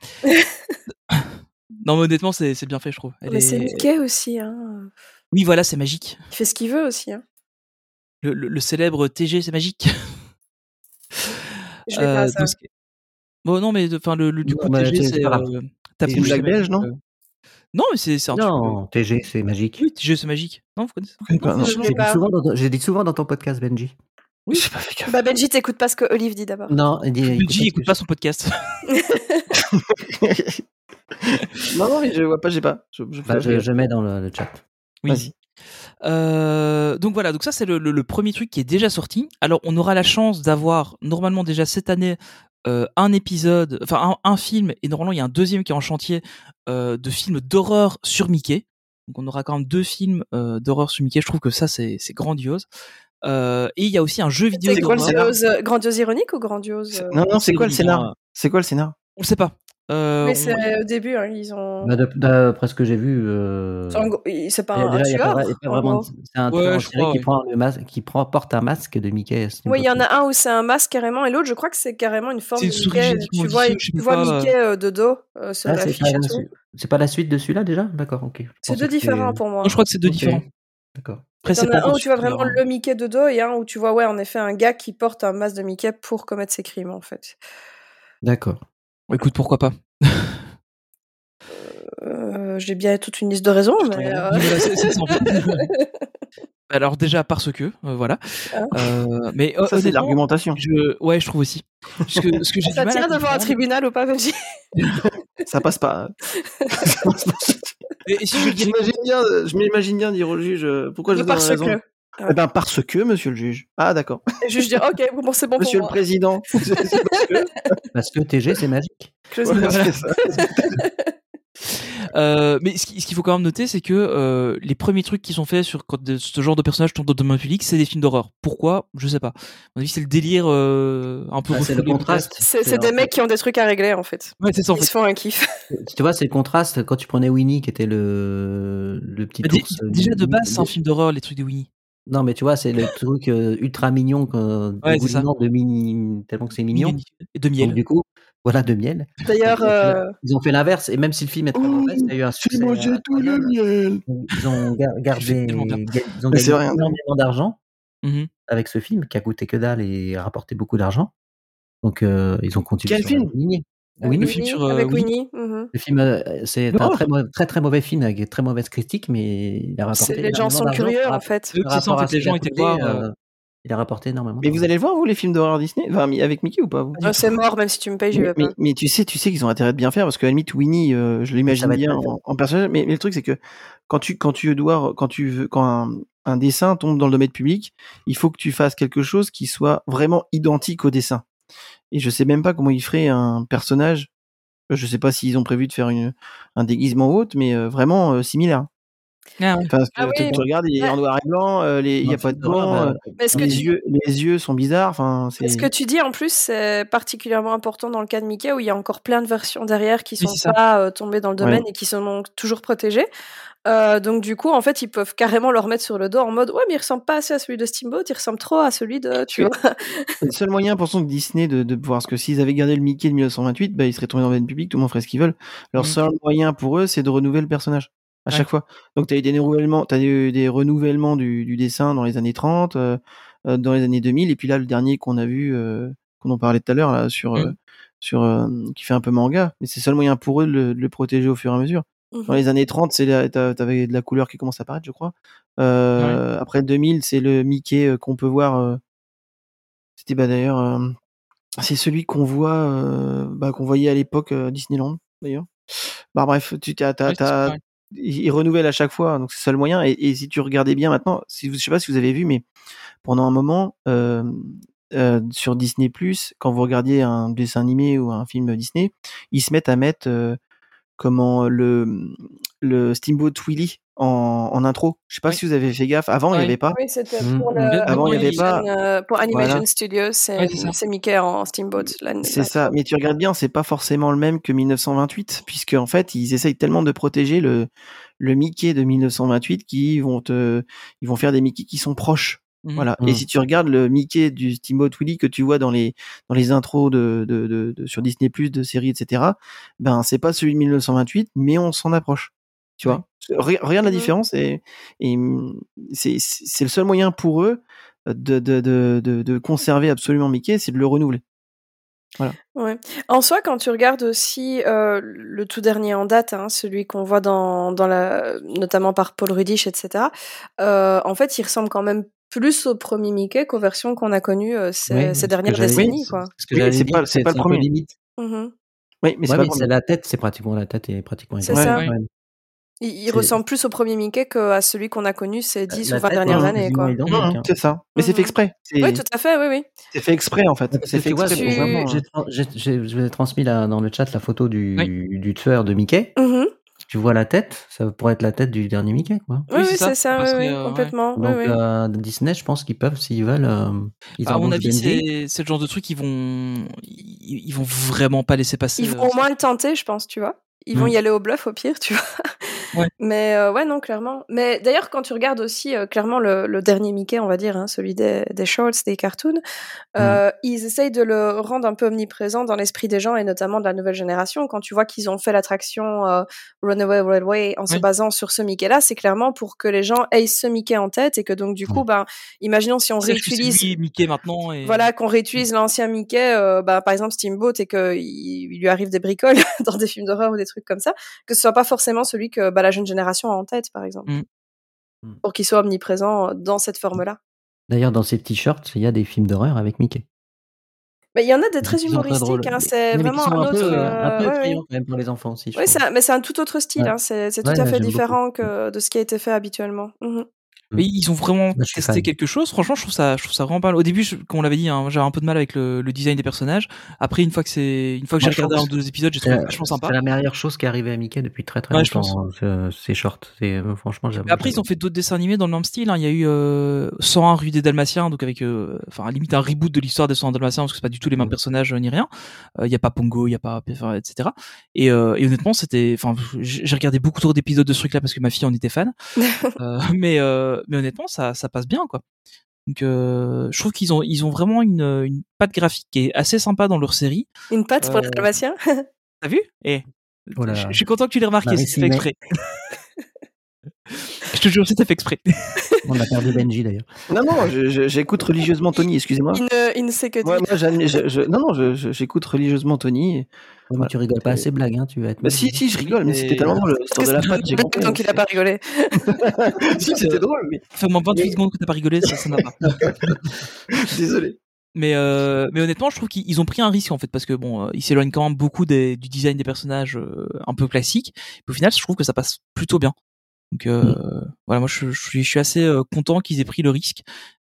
Speaker 1: non, mais honnêtement, c'est bien fait, je trouve.
Speaker 7: Elle mais c'est Mickey aussi. Hein.
Speaker 1: Oui, voilà, c'est magique.
Speaker 7: Il fait ce qu'il veut aussi. Hein.
Speaker 1: Le, le, le, célèbre TG, c'est magique.
Speaker 7: Je vais euh, pas à ça.
Speaker 1: Bon, non, Oh, mais enfin, le, le, du coup,
Speaker 9: bah,
Speaker 1: TG, c'est.
Speaker 9: Euh,
Speaker 8: c'est une blague belge, non
Speaker 1: euh, Non, mais c'est un
Speaker 9: Non, truc... TG, c'est magique.
Speaker 1: Oui, TG, c'est magique. Non, vous connaissez
Speaker 7: ah,
Speaker 9: J'ai dit, dit, souvent dans ton podcast, Benji.
Speaker 7: Oui, je sais pas bah, Benji, t'écoutes pas ce que Olive dit d'abord.
Speaker 9: Non, il dit,
Speaker 1: Benji, écoute, écoute pas son podcast.
Speaker 8: non, non, mais je vois pas, j'ai pas. Je,
Speaker 9: je, bah, je, je, mets dans le, le chat.
Speaker 1: Oui. Vas-y. Euh, donc voilà, donc ça c'est le, le, le, premier truc qui est déjà sorti. Alors on aura la chance d'avoir normalement déjà cette année euh, un épisode, enfin un, un, film et normalement il y a un deuxième qui est en chantier euh, de films d'horreur sur Mickey. Donc on aura quand même deux films euh, d'horreur sur Mickey. Je trouve que ça c'est grandiose. Euh, et il y a aussi un jeu vidéo.
Speaker 7: C'est grandiose, grandiose ironique ou grandiose
Speaker 8: Non non, c'est quoi le scénar C'est quoi le scénar
Speaker 1: On le sait pas.
Speaker 7: Euh, mais c'est on... au début, hein, ils ont.
Speaker 9: Bah, D'après ce que j'ai vu,
Speaker 7: euh... c'est pas un déjà, tueur.
Speaker 9: C'est un ouais, tueur en série crois, qui, oui. prend le masque, qui prend, porte un masque de Mickey.
Speaker 7: Oui, il y en a un où c'est un masque carrément, et l'autre, je crois que c'est carrément une forme une de Mickey. Tu vois, tu vois pas, Mickey euh... de dos sur ah, l'affiche.
Speaker 9: C'est pas la suite de celui-là déjà D'accord, ok.
Speaker 7: C'est deux différents pour moi.
Speaker 1: Non, je crois que c'est deux okay. différents.
Speaker 9: D'accord.
Speaker 7: Après, c'est un où tu vois vraiment le Mickey de dos et un où tu vois, ouais, en effet, un gars qui porte un masque de Mickey pour commettre ses crimes, en fait.
Speaker 9: D'accord.
Speaker 1: Écoute, pourquoi pas
Speaker 7: euh, J'ai bien toute une liste de raisons, mais. Euh...
Speaker 1: C est, c est Bah, Alors déjà parce que euh, voilà,
Speaker 7: Ah.
Speaker 1: Euh, mais
Speaker 8: ça c'est l'argumentation.
Speaker 1: Je... Ouais, je trouve aussi. Je, ce que
Speaker 7: ça tient devant un tribunal ou pas, Benji
Speaker 8: Ça passe pas. Et, et si je m'imagine bien, je m'imagine bien dire au juge euh, pourquoi je vous donne raison. Que... Eh ben parce que, monsieur le juge. Ah d'accord.
Speaker 7: Le juge dira, ok, bon, c'est bon.
Speaker 8: Monsieur
Speaker 7: pour
Speaker 8: le président. parce,
Speaker 9: que... parce que TG, c'est magique.
Speaker 7: Je sais voilà.
Speaker 1: euh, mais ce qu'il faut quand même noter, c'est que euh, les premiers trucs qui sont faits sur quand de, ce genre de personnage tombe dans le domaine public, c'est des films d'horreur. Pourquoi Je sais pas. On dit c'est le délire euh, un peu.
Speaker 9: Ah, c'est le contraste.
Speaker 7: C'est des mecs fait. qui ont des trucs à régler en fait.
Speaker 1: Ouais, c'est ça. En
Speaker 7: Ils
Speaker 1: fait.
Speaker 7: se font un kiff.
Speaker 9: Tu vois, c'est le contraste quand tu prenais Winnie, qui était le le petit. Ours,
Speaker 1: Bah,
Speaker 9: euh,
Speaker 1: déjà de base, c'est un film d'horreur, les trucs de Winnie.
Speaker 9: Non, mais tu vois, c'est le truc euh, ultra mignon, que,
Speaker 1: ouais, ça.
Speaker 9: De mini, tellement que c'est mignon.
Speaker 1: Et de miel.
Speaker 9: Donc, du coup, voilà, de miel.
Speaker 7: D'ailleurs. Euh...
Speaker 9: Ils ont fait l'inverse, et même si le film est
Speaker 1: Oh,
Speaker 9: très mauvais, il y a eu un succès.
Speaker 8: mangé tout le miel
Speaker 9: Ils ont gardé. Ils ont gagné énormément d'argent mm
Speaker 1: Mhm.
Speaker 9: -hmm. avec ce film, qui a coûté que dalle et rapporté beaucoup d'argent. Donc, euh, ils ont continué.
Speaker 8: Quel film
Speaker 1: Winnie, le film sur,
Speaker 8: euh,
Speaker 7: avec Winnie. mhm.
Speaker 9: Le film, euh, c'est un très, très très mauvais film avec très mauvaise critique, mais il a rapporté.
Speaker 7: Les gens sont curieux en fait.
Speaker 1: Eux qui sont en fait, les gens étaient
Speaker 9: euh,
Speaker 1: voir. euh,
Speaker 9: il a rapporté énormément.
Speaker 8: Mais vous allez le voir vous les films d'horreur Disney, enfin avec Mickey ou pas
Speaker 7: Euh, C'est mort, même si tu me payes, je vais pas.
Speaker 8: Mais, tu sais, tu sais qu'ils ont intérêt de bien faire parce que à la limite Winnie, euh, je l'imagine bien en, personnage. Mais, le truc c'est que quand tu quand tu dois quand tu veux quand un dessin tombe dans le domaine public, il faut que tu fasses quelque chose qui soit vraiment identique au dessin. Et je sais même pas comment ils feraient un personnage. Je sais pas s'ils ont prévu de faire une, un déguisement haute, mais euh, vraiment euh, similaire.
Speaker 1: Ah,
Speaker 8: enfin, parce que ah, oui. tu, regardes, il est en noir et blanc, euh, les, il n'y a pas de
Speaker 9: euh,
Speaker 8: euh, blanc, les, tu... yeux, les yeux sont bizarres. Enfin,
Speaker 7: ce que tu dis en plus, c'est particulièrement important dans le cas de Mickey où il y a encore plein de versions derrière qui sont oui, pas euh, tombées dans le domaine ouais. et qui sont donc toujours protégées. Euh, donc du coup, en fait, ils peuvent carrément le remettre sur le dos en mode ouais, mais il ressemble pas assez à celui de Steamboat, il ressemble trop à celui de. Tu vois.
Speaker 8: le seul moyen pour son que Disney de, de pouvoir, parce que s'ils avaient gardé le Mickey de 1928, bah, ils seraient tombés dans le public, tout le monde ferait ce qu'ils veulent. Leur mm -hmm. seul moyen pour eux, c'est de renouveler le personnage à ouais. chaque fois. Donc tu as eu des renouvellements, as eu des renouvellements du, du, dessin dans les années 30, euh, dans les années 2000, et puis là le dernier qu'on a vu, euh, qu'on en parlait tout à l'heure sur mm -hmm. sur qui fait un peu manga, mais c'est le seul moyen pour eux de le, de le protéger au fur et à mesure. Dans les années 30, c'est t'avais de la couleur qui commence à apparaître, je crois. Euh, ouais. Après 2000, c'est le Mickey qu'on peut voir. Euh, C'était bah, d'ailleurs, euh, c'est celui qu'on voit, bah, qu'on voyait à l'époque Disneyland d'ailleurs. Bah bref, tu t as, t as, t as, ouais, il renouvelle à chaque fois, donc c'est ça le moyen. Et, et, si tu regardais bien maintenant, si vous, je sais pas si vous avez vu, mais pendant un moment. Euh, sur Disney quand vous regardiez un dessin animé ou un film Disney, ils se mettent à mettre euh, comment le le Steamboat Willie en, en intro. Je sais pas oui. si vous avez fait gaffe. Avant, oui. il n'y avait pas.
Speaker 7: Oui, c'était pour, mmh. le,
Speaker 8: Ah. Avant, il y avait pas.
Speaker 7: Euh, pour Animation voilà. Studios, c'est ouais, Mickey en Steamboat.
Speaker 8: C'est ça. Mais tu regardes bien, c'est pas forcément le même que 1928, puisque en fait, ils essayent tellement de protéger le, le Mickey de 1928 qu'ils vont te, ils vont faire des Mickey qui sont proches.
Speaker 1: Mhm.
Speaker 8: Mmh. Voilà. Mmh. Et si tu regardes le Mickey du Steamboat Willie que tu vois dans les dans les intros de, de, de, de sur Disney de séries etc. Ben c'est pas celui de 1928, mais on s'en approche. Tu vois. Re regarde la différence et, et mmh, c'est le seul moyen pour eux de de, de, de conserver absolument Mickey, c'est de le renouveler. Voilà.
Speaker 7: Ouais. En soi, quand tu regardes aussi euh, le tout dernier en date, hein, celui qu'on voit dans, dans la, notamment par Paul Rudish, etc. Euh, en fait, il ressemble quand même plus au premier Mickey qu'aux versions qu'on a connues euh, ces,
Speaker 9: Oui,
Speaker 7: ces
Speaker 9: ce
Speaker 7: dernières
Speaker 9: que j'avais-
Speaker 7: décennies,
Speaker 9: oui,
Speaker 7: quoi.
Speaker 9: c'est ce que
Speaker 8: Oui,
Speaker 9: j'allais
Speaker 8: c'est
Speaker 9: dire,
Speaker 8: pas- c'est pas le
Speaker 9: un peu
Speaker 8: premier.
Speaker 9: limite.
Speaker 7: Mhm.
Speaker 8: Oui, mais c'est
Speaker 9: Ouais,
Speaker 8: pas
Speaker 9: mais
Speaker 8: pour-
Speaker 9: c'est la tête, c'est pratiquement la tête est pratiquement
Speaker 7: C'est
Speaker 9: identique.
Speaker 7: ça.
Speaker 9: Ouais.
Speaker 7: Il, il
Speaker 9: C'est- Bah,
Speaker 7: ressemble plus au premier Mickey qu'à celui qu'on a connu ces 10
Speaker 9: La
Speaker 7: ou 20
Speaker 9: tête est
Speaker 7: dernières
Speaker 8: ouais,
Speaker 7: années,
Speaker 9: quasiment
Speaker 7: quoi.
Speaker 9: identique,
Speaker 8: Non,
Speaker 9: hein.
Speaker 8: c'est ça. Mais c'est
Speaker 7: Mhm.
Speaker 8: fait exprès. C'est
Speaker 7: Oui, tout à fait, oui, oui.
Speaker 8: c'est fait exprès en fait.
Speaker 9: Parce
Speaker 8: C'est
Speaker 9: que
Speaker 8: fait
Speaker 9: tu vois,
Speaker 8: exprès pour
Speaker 7: tu-
Speaker 8: vraiment. hein.
Speaker 9: J'ai tra- j'ai- j'ai- Je vous ai transmis là, dans le chat la photo du, du tueur de Mickey.
Speaker 7: Mhm.
Speaker 9: Si tu vois la tête, ça pourrait être la tête du dernier Mickey. Quoi.
Speaker 7: Oui,
Speaker 1: Oui,
Speaker 7: oui,
Speaker 1: c'est ça.
Speaker 7: c'est ça,
Speaker 1: Parce
Speaker 7: oui,
Speaker 1: que,
Speaker 7: oui,
Speaker 1: euh,
Speaker 7: complètement. oui,
Speaker 9: Donc
Speaker 7: oui.
Speaker 9: euh, Disney, je pense qu'ils peuvent, s'ils veulent, euh, ils
Speaker 1: à mon
Speaker 9: embauchent
Speaker 1: avis,
Speaker 9: Benji.
Speaker 1: c'est c'est le genre de truc qu'ils vont, ils, ils vont vraiment pas laisser passer.
Speaker 7: Ils
Speaker 1: euh,
Speaker 7: vont au moins le tenter, je pense, tu vois. Ils vont
Speaker 1: Mm.
Speaker 7: y aller au bluff, au pire, tu vois.
Speaker 1: Ouais.
Speaker 7: Mais euh, ouais, non, clairement. Mais d'ailleurs, quand tu regardes aussi, euh, clairement, le, le dernier Mickey, on va dire, hein, celui des, des Schultz, des cartoons,
Speaker 1: Mm.
Speaker 7: euh, ils essayent de le rendre un peu omniprésent dans l'esprit des gens et notamment de la nouvelle génération. Quand tu vois qu'ils ont fait l'attraction euh, Runaway Railway en se
Speaker 1: Ouais.
Speaker 7: basant sur ce Mickey-là, c'est clairement pour que les gens aient ce Mickey en tête et que donc, du coup,
Speaker 9: Ouais.
Speaker 7: ben, imaginons si on
Speaker 1: sache que c'est
Speaker 7: réutilise
Speaker 1: lui, Mickey maintenant et
Speaker 9: Mmh.
Speaker 7: voilà qu'on réutilise l'ancien Mickey euh, bah, par exemple Steamboat et que il, il lui arrive des bricoles dans des films d'horreur ou des trucs comme ça que ce soit pas forcément celui que bah, la jeune génération a en tête par exemple
Speaker 1: Mm.
Speaker 9: Mm.
Speaker 7: pour qu'il soit omniprésent euh, dans cette forme là
Speaker 9: D'ailleurs, dans ces t-shirts, il y a des films d'horreur avec Mickey.
Speaker 7: mais il y en a des très
Speaker 9: Qui sont très drôles.
Speaker 7: humoristiques hein,
Speaker 9: Mais-
Speaker 7: c'est
Speaker 9: mais qui
Speaker 7: vraiment
Speaker 9: sont
Speaker 7: un,
Speaker 9: peu,
Speaker 7: autre
Speaker 9: euh, un peu
Speaker 7: euh, ouais, ouais.
Speaker 9: effrayants quand même pour les enfants aussi. je
Speaker 7: Oui,
Speaker 9: trouve.
Speaker 7: c'est un- mais c'est un tout autre style,
Speaker 9: Ouais.
Speaker 7: hein, c'est c'est tout
Speaker 9: Ouais,
Speaker 7: à
Speaker 9: ouais,
Speaker 7: fait
Speaker 9: j'aime
Speaker 7: différent
Speaker 9: beaucoup.
Speaker 7: que de ce qui a été fait habituellement. Mhm.
Speaker 1: Mais ils ont vraiment
Speaker 9: Moi, je suis
Speaker 1: testé
Speaker 9: fan.
Speaker 1: quelque chose. Franchement, je trouve ça, je trouve ça vraiment pas mal. Au début, je- comme on l'avait dit, hein, j'avais un peu de mal avec le, le design des personnages. Après, une fois que c'est, une fois que j'ai
Speaker 9: Moi, je
Speaker 1: regardé un
Speaker 9: trouve
Speaker 1: ou
Speaker 9: que
Speaker 1: deux épisodes, j'ai
Speaker 9: C'est
Speaker 1: trouvé
Speaker 9: la,
Speaker 1: vachement sympa.
Speaker 9: c'est la meilleure chose qui est arrivée à Mickey depuis très très
Speaker 1: Ouais, je
Speaker 9: longtemps. hein, ce- ces shorts, c'est euh, franchement j'avoue.
Speaker 1: Mais après, ils ont fait d'autres dessins animés dans le même style. hein. Il y a eu euh, 101 rue des Dalmatiens, donc avec, euh, enfin, limite un reboot de l'histoire des 101 Dalmatiens, parce que c'est pas du tout les mêmes
Speaker 9: Mm.
Speaker 1: personnages euh, ni rien. Euh, Il y a pas Pongo, il y a pas, enfin, etc. Et, euh, et honnêtement, c'était, enfin, j'ai j'ai regardé beaucoup trop d'épisodes de ce truc-là parce que ma fille en était fan. Euh, mais, euh, mais honnêtement, ça, ça passe bien, quoi. Donc, euh, je trouve qu'ils ont, ils ont vraiment une, une patte graphique qui est assez sympa dans leur série.
Speaker 7: Une patte pour les
Speaker 1: Euh,
Speaker 7: Dalmatiens
Speaker 1: T'as vu Eh,
Speaker 9: Oh là
Speaker 1: je
Speaker 9: là.
Speaker 1: je suis content que tu l'aies remarqué.
Speaker 9: Marie
Speaker 1: C'était fait
Speaker 9: Simet.
Speaker 1: exprès. je te jure, c'était fait exprès.
Speaker 9: On a perdu Benji d'ailleurs.
Speaker 8: Non, non, je- je- j'écoute religieusement Tony. Excusez-moi.
Speaker 7: il, ne, il ne sait que
Speaker 8: Moi,
Speaker 7: dire.
Speaker 8: moi, j'admets- je- je- non, non, je- je- j'écoute religieusement Tony. et-
Speaker 9: Ouais, mais tu rigoles pas à ces blagues, hein, tu vas être.
Speaker 8: Bah, si, si, je rigole, mais c'était
Speaker 9: Et-
Speaker 8: tellement le sort de la patte, j'ai compris.
Speaker 7: Donc il a pas rigolé.
Speaker 8: si, c'était drôle, mais
Speaker 1: Fais au moins 28
Speaker 8: Et-
Speaker 1: secondes que t'as pas rigolé, ça, ça n'a pas.
Speaker 8: désolé.
Speaker 1: Mais, euh, mais honnêtement, je trouve qu'ils ils ont pris un risque en fait, parce que bon, euh, ils s'éloignent quand même beaucoup des- du design des personnages euh, un peu classique. Et au final, je trouve que ça passe plutôt bien. Donc euh,
Speaker 8: Mm.
Speaker 1: voilà, moi je, je suis, je suis assez euh, content qu'ils aient pris le risque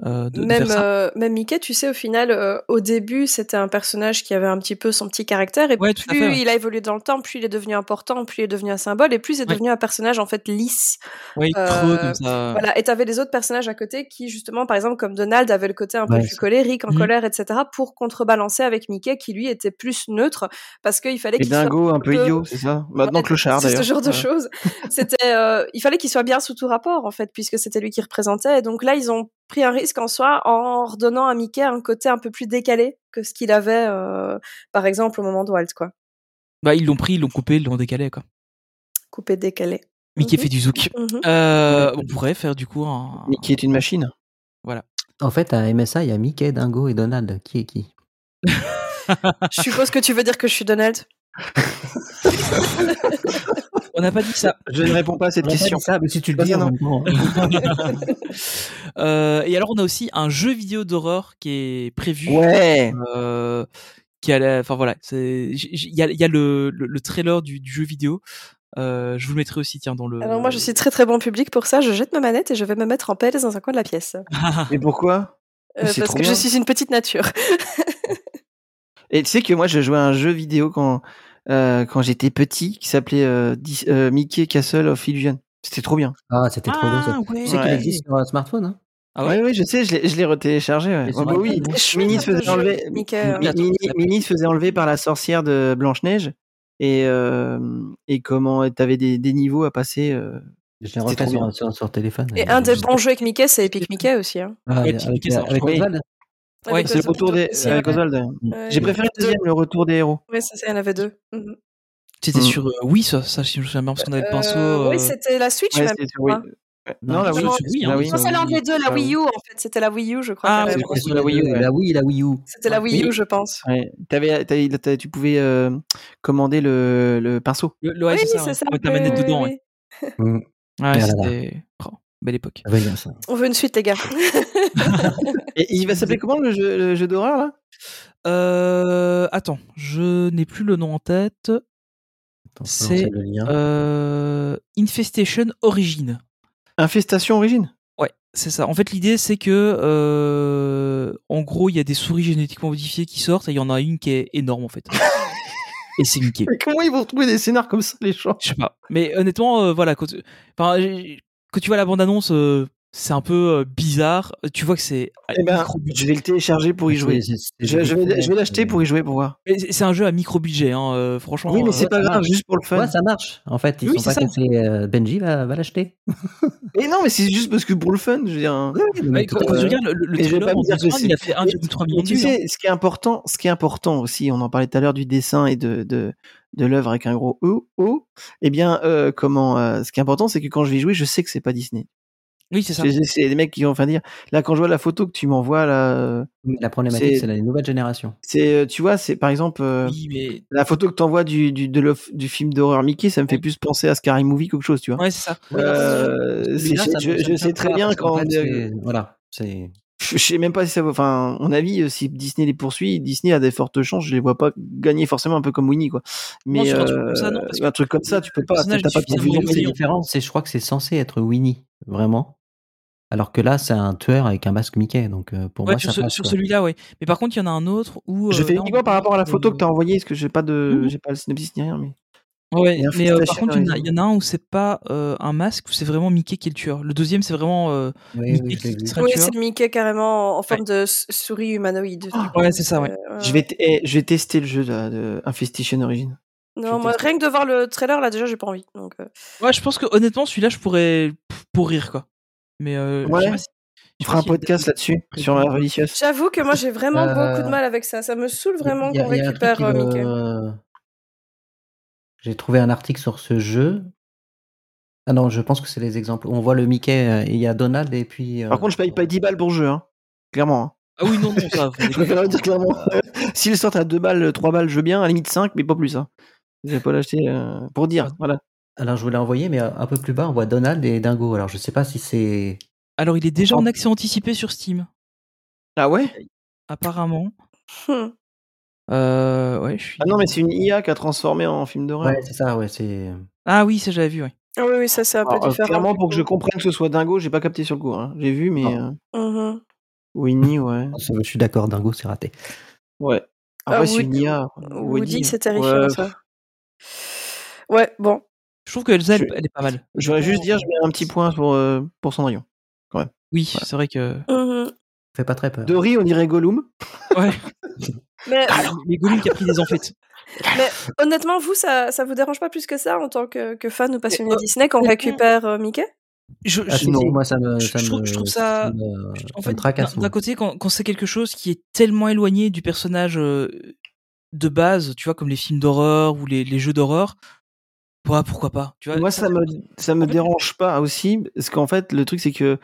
Speaker 1: euh, de, de
Speaker 7: même,
Speaker 1: faire ça.
Speaker 7: euh, même Mickey, tu sais, au final, euh, au début, c'était un personnage qui avait un petit peu son petit caractère, et
Speaker 1: Ouais, tout à
Speaker 7: plus
Speaker 1: fait, ouais.
Speaker 7: il a évolué dans le temps, plus il est devenu important, plus il est devenu un symbole, et plus il est
Speaker 1: Ouais.
Speaker 7: devenu un personnage en fait lisse.
Speaker 1: Oui,
Speaker 7: euh,
Speaker 1: creux comme ça.
Speaker 7: Voilà. Et t'avais les autres personnages à côté qui, justement, par exemple, comme Donald, avait le côté un peu
Speaker 9: Ouais,
Speaker 7: plus
Speaker 9: c'est-
Speaker 7: colérique, en
Speaker 1: Mhm.
Speaker 7: colère, etc., pour contrebalancer avec Mickey, qui lui était plus neutre, parce qu'il fallait
Speaker 8: Les
Speaker 7: qu'il soit
Speaker 8: dingos un peu
Speaker 7: peu-
Speaker 8: idiots, c'est ça Maintenant
Speaker 7: Ouais,
Speaker 8: clochard
Speaker 7: c'est
Speaker 8: d'ailleurs.
Speaker 7: ce genre de
Speaker 8: Voilà.
Speaker 7: choses. C'était, euh, il fallait qu'il soit bien sous tout rapport en fait, puisque c'était lui qui représentait. Et donc là, ils ont pris un risque en soi en redonnant à Mickey un côté un peu plus décalé que ce qu'il avait, euh, par exemple, au moment de Walt, quoi.
Speaker 1: Bah ils l'ont pris, ils l'ont coupé, ils l'ont décalé quoi.
Speaker 7: Coupé, décalé.
Speaker 1: Mickey
Speaker 7: Mhm.
Speaker 1: fait du zouk.
Speaker 7: Mhm.
Speaker 1: Euh, on pourrait faire du coup un.
Speaker 8: Mais qui est une machine.
Speaker 9: En fait, à MSA, il y a Mickey, Dingo et Donald. Qui est qui
Speaker 7: Je suppose que tu veux dire que je suis Donald.
Speaker 1: On n'a pas dit ça.
Speaker 8: Je ne réponds pas à cette question.
Speaker 9: ça, mais si tu
Speaker 8: le dis, en même
Speaker 1: Euh, et alors on a aussi un jeu vidéo d'horreur qui est prévu.
Speaker 8: Ouais
Speaker 1: euh, qui a la- enfin voilà c'est j- j- il y a, il y a le, le, le trailer du, du jeu vidéo Euh, je vous le mettrai aussi tiens dans le
Speaker 7: Alors Ah bah, moi, je suis très très bon public pour ça. Je jette ma manette et je vais me mettre en PLS dans un coin de la pièce, Euh,
Speaker 8: Mais pourquoi Mais c'est
Speaker 7: parce
Speaker 8: trop
Speaker 7: que je
Speaker 8: bien.
Speaker 7: suis une petite nature.
Speaker 8: Et tu sais que moi, je jouais à un jeu vidéo quand, euh, quand j'étais petit qui s'appelait euh, Dis- euh, Mickey Castle of Illusion. C'était trop bien.
Speaker 9: Ah, c'était trop bien ça.
Speaker 1: ah, ouais.
Speaker 9: Tu sais qu'il
Speaker 8: Ouais.
Speaker 9: existe sur un smartphone. Hein
Speaker 1: Ah ouais
Speaker 8: ouais, ouais, je sais, je l'ai- je l'ai retéléchargé. Ouais.
Speaker 9: Mais
Speaker 8: Oh,
Speaker 9: c'est
Speaker 8: bah
Speaker 9: vrai.
Speaker 8: oui,
Speaker 7: C'est chouette,
Speaker 8: Minnie
Speaker 7: un
Speaker 8: se
Speaker 7: peu
Speaker 8: faisait
Speaker 7: jeu,
Speaker 8: enlever.
Speaker 7: Mickey, euh.
Speaker 8: Mi- Minnie, Minnie se faisait enlever par la sorcière de Blanche Neige. Et, euh, et comment t'avais des, des niveaux à passer. euh.
Speaker 9: Je l'ai
Speaker 8: C'était
Speaker 9: refait
Speaker 8: trop
Speaker 9: sur,
Speaker 8: bien.
Speaker 9: sur, sur téléphone. euh,
Speaker 7: Et
Speaker 9: Et
Speaker 8: euh,
Speaker 7: un des
Speaker 9: je-
Speaker 7: bons jeux avec Mickey, c'est Epic Mickey aussi. hein.
Speaker 9: Ah,
Speaker 1: Ouais,
Speaker 9: avec
Speaker 1: Mickey, ça marche
Speaker 9: avec
Speaker 1: pas.
Speaker 9: Oswald.
Speaker 1: Ouais,
Speaker 7: Avec
Speaker 1: c'est
Speaker 8: C'est le
Speaker 7: Oswald
Speaker 8: retour des euh,
Speaker 7: aussi,
Speaker 8: avec
Speaker 7: ouais.
Speaker 8: Oswald.
Speaker 7: Ouais,
Speaker 8: J'ai
Speaker 7: il y en
Speaker 8: préféré
Speaker 7: a
Speaker 8: le
Speaker 7: deux.
Speaker 8: deuxième, le retour des héros.
Speaker 7: Oui, ça, c'est- il y en avait deux. Mhm.
Speaker 1: c'était
Speaker 8: Mm.
Speaker 1: sur euh, oui ça, ça si je me souviens bien parce qu'on avait le pinceau
Speaker 7: Euh,
Speaker 1: euh,
Speaker 7: Oui, c'était la Switch
Speaker 8: Ouais,
Speaker 7: même.
Speaker 8: c'est- oui.
Speaker 7: hein.
Speaker 8: Non, la Wii,
Speaker 7: oui, hein, oui, c'est l'un des deux, la Wii U en fait, c'était la Wii U, je crois.
Speaker 9: Ah, oui, c'est la Wii U, la Wii, la Wii U.
Speaker 7: C'était la Wii U, je pense.
Speaker 8: Ouais. T'avais, t'avais, t'avais, tu pouvais euh, commander le, le pinceau.
Speaker 1: Le, le ouais,
Speaker 7: oui, c'est ça.
Speaker 1: ça ouais. ta manette dedans. Ouais. Mmh. Ah, c'était oh, belle époque.
Speaker 9: Ah, bien, ça.
Speaker 7: On veut une suite, les gars.
Speaker 8: Et il va s'appeler comment le jeu, le jeu d'horreur là
Speaker 1: euh, Attends, je n'ai plus le nom en tête. Attends, c'est euh, Infestation Origin.
Speaker 8: Infestation Origine
Speaker 1: Ouais, c'est ça. En fait, l'idée, c'est que, euh, en gros, il y a des souris génétiquement modifiées qui sortent et il y en a une qui est énorme, en fait. et c'est niqué.
Speaker 8: Mais comment ils vont trouver des scénars comme ça, les gens
Speaker 1: Je sais pas. Mais honnêtement, euh, voilà, quand, enfin, quand, tu vois la bande-annonce, euh, c'est un peu bizarre. Tu vois que c'est.
Speaker 8: Eh ben, je vais le télécharger
Speaker 9: Ah,
Speaker 8: pour y jouer. C'est, c'est, je, je, vais, je, vais, l'acheter pour y jouer pour voir.
Speaker 1: Mais c'est un jeu à micro budget, hein, franchement.
Speaker 8: Oui, mais c'est ouais, pas grave, marche. juste pour le fun.
Speaker 9: Ouais, ça marche. En fait, ils oui, sont pas ça. cassés. Benji va, va l'acheter.
Speaker 8: Et non, mais c'est juste parce que pour le fun, je veux dire. hein.
Speaker 1: Oui, mais quand, quand euh, je regarde le, le trailer, en dire que il a fait 1,3 million de hein.
Speaker 8: Tu sais, ce qui est important, ce qui est important aussi, on en parlait tout à l'heure du dessin et de, de de l'œuvre avec un gros O, O, eh bien, euh, comment, euh, ce qui est important, c'est que quand je vais jouer, je sais que c'est pas Disney.
Speaker 1: Oui, c'est ça.
Speaker 8: C'est, c'est les mecs qui vont enfin dire. Là, quand je vois la photo que tu m'envoies, là. euh,
Speaker 9: La problématique, c'est, c'est la nouvelle génération.
Speaker 8: C'est, euh, tu vois, c'est par exemple euh, oui, mais... la photo que t'envoies du du, de du film d'horreur Mickey, ça me fait oui. plus penser à Scary Movie qu'autre chose, tu vois.
Speaker 1: Ouais, c'est ça.
Speaker 8: Euh, c'est, là, ça je, je sais très bien quand.
Speaker 9: En fait, voilà, c'est.
Speaker 8: Je sais même pas si ça va. Enfin, à mon avis, euh, si Disney les poursuit, Disney a des fortes chances. Je les vois pas gagner forcément un peu comme Winnie, quoi. Mais non, euh, ça, non, un truc comme ça, tu peux pas. T'as pas
Speaker 9: confusion. différence, c'est je crois que c'est censé être Winnie, vraiment. Alors que là, c'est un tueur avec un masque Mickey, donc euh, pour
Speaker 1: ouais,
Speaker 9: moi,
Speaker 1: sur,
Speaker 9: ça
Speaker 1: ce,
Speaker 9: passe,
Speaker 1: sur celui-là, oui. Mais par contre, il y en a un autre où.
Speaker 8: Je
Speaker 1: euh,
Speaker 8: fais uniquement par rapport à la photo que t'as envoyée, parce que j'ai pas de, mmh. j'ai pas le synopsis ni rien, mais.
Speaker 1: Ouais, mais euh, par contre, il y, y, en a un où c'est pas euh, un masque, où c'est vraiment Mickey qui est le tueur. Le deuxième, c'est vraiment euh,
Speaker 7: oui, Mickey oui, qui oui. Serait le tueur. c'est le Mickey carrément en forme ouais. de souris humanoïde. Euh,
Speaker 1: Oh, ouais, c'est ça, ouais.
Speaker 8: Je vais, t- eh, je vais tester le jeu là, de Infestation Origin.
Speaker 7: Non, moi, rien que de voir le trailer, là, déjà, j'ai pas envie. Donc, euh.
Speaker 1: Ouais, je pense que honnêtement, celui-là, je pourrais pour rire, quoi. Mais euh,
Speaker 8: ouais. Tu feras un podcast là-dessus, sur la religieuse.
Speaker 7: J'avoue que moi, j'ai vraiment beaucoup de mal avec ça. Ça me saoule vraiment qu'on récupère euh, Mickey.
Speaker 9: J'ai trouvé un article sur ce jeu. Ah non, je pense que c'est les exemples. On voit le Mickey, il y a Donald et puis.
Speaker 8: Par euh... contre, je paye pas 10 balles pour le jeu, hein. clairement. Hein.
Speaker 1: Ah oui, non, non, ça.
Speaker 8: je préfère le dire clairement. S'il sortent à 2 balles, 3 balles, je veux bien, à la limite 5, mais pas plus. Hein. Je vais pas l'acheter euh, pour dire, voilà.
Speaker 9: Alors, je vous l'ai envoyé, mais euh, un peu plus bas, on voit Donald et Dingo. Alors, je sais pas si c'est.
Speaker 1: Alors, il est déjà en accès anticipé sur Steam.
Speaker 8: Ah ouais
Speaker 1: Apparemment.
Speaker 7: Hum.
Speaker 1: Hmm. Euh, ouais, je suis...
Speaker 8: Ah non, mais c'est une IA qui a transformé en film d'horreur.
Speaker 9: Ouais, c'est ça, ouais, c'est.
Speaker 1: Ah oui, ça j'avais vu, ouais.
Speaker 7: Ah oui, oui, ça c'est un peu Alors, différent.
Speaker 8: Oh, clairement, pour que je comprenne que ce soit Dingo, j'ai pas capté sur le coup. Hein. J'ai vu, mais.
Speaker 7: Mmh
Speaker 8: Oh. Euh... Mm-hmm. Winnie, ouais.
Speaker 9: Ah, Je suis d'accord, Dingo, c'est raté.
Speaker 8: Ouais. Après, ah, c'est une IA.
Speaker 7: Woody, Woody c'est terrifiant, ouais. ça. Ouais, bon.
Speaker 1: Je trouve que Elsa, je... elle est pas mal.
Speaker 8: Je voudrais juste dire, je mets un petit point pour, euh, pour Cendrillon, quand même.
Speaker 1: Oui, ouais. c'est vrai que.
Speaker 7: Mmh
Speaker 1: Mm-hmm.
Speaker 9: Fait pas très peur.
Speaker 8: Dory, on dirait Gollum.
Speaker 1: Ouais.
Speaker 7: Mais,
Speaker 1: mais Gollum qui a pris des enfêtes.
Speaker 7: Mais honnêtement, vous, ça, ça vous dérange pas plus que ça en tant que, que fan ou passionné euh, Disney quand on récupère euh, Mickey
Speaker 1: je,
Speaker 9: ah, je,
Speaker 1: non,
Speaker 9: moi ça me,
Speaker 1: je,
Speaker 9: ça
Speaker 1: trouve,
Speaker 9: me,
Speaker 1: je trouve ça, me, en fait, tracasse, d'un, d'un côté, quand, quand, c'est quelque chose qui est tellement éloigné du personnage euh, de base, tu vois, comme les films d'horreur ou les, les jeux d'horreur, bah, pourquoi pas tu vois,
Speaker 8: Moi, ça, ça me, ça
Speaker 7: Ah
Speaker 8: me en fait, dérange pas aussi, parce qu'en fait, le truc, c'est que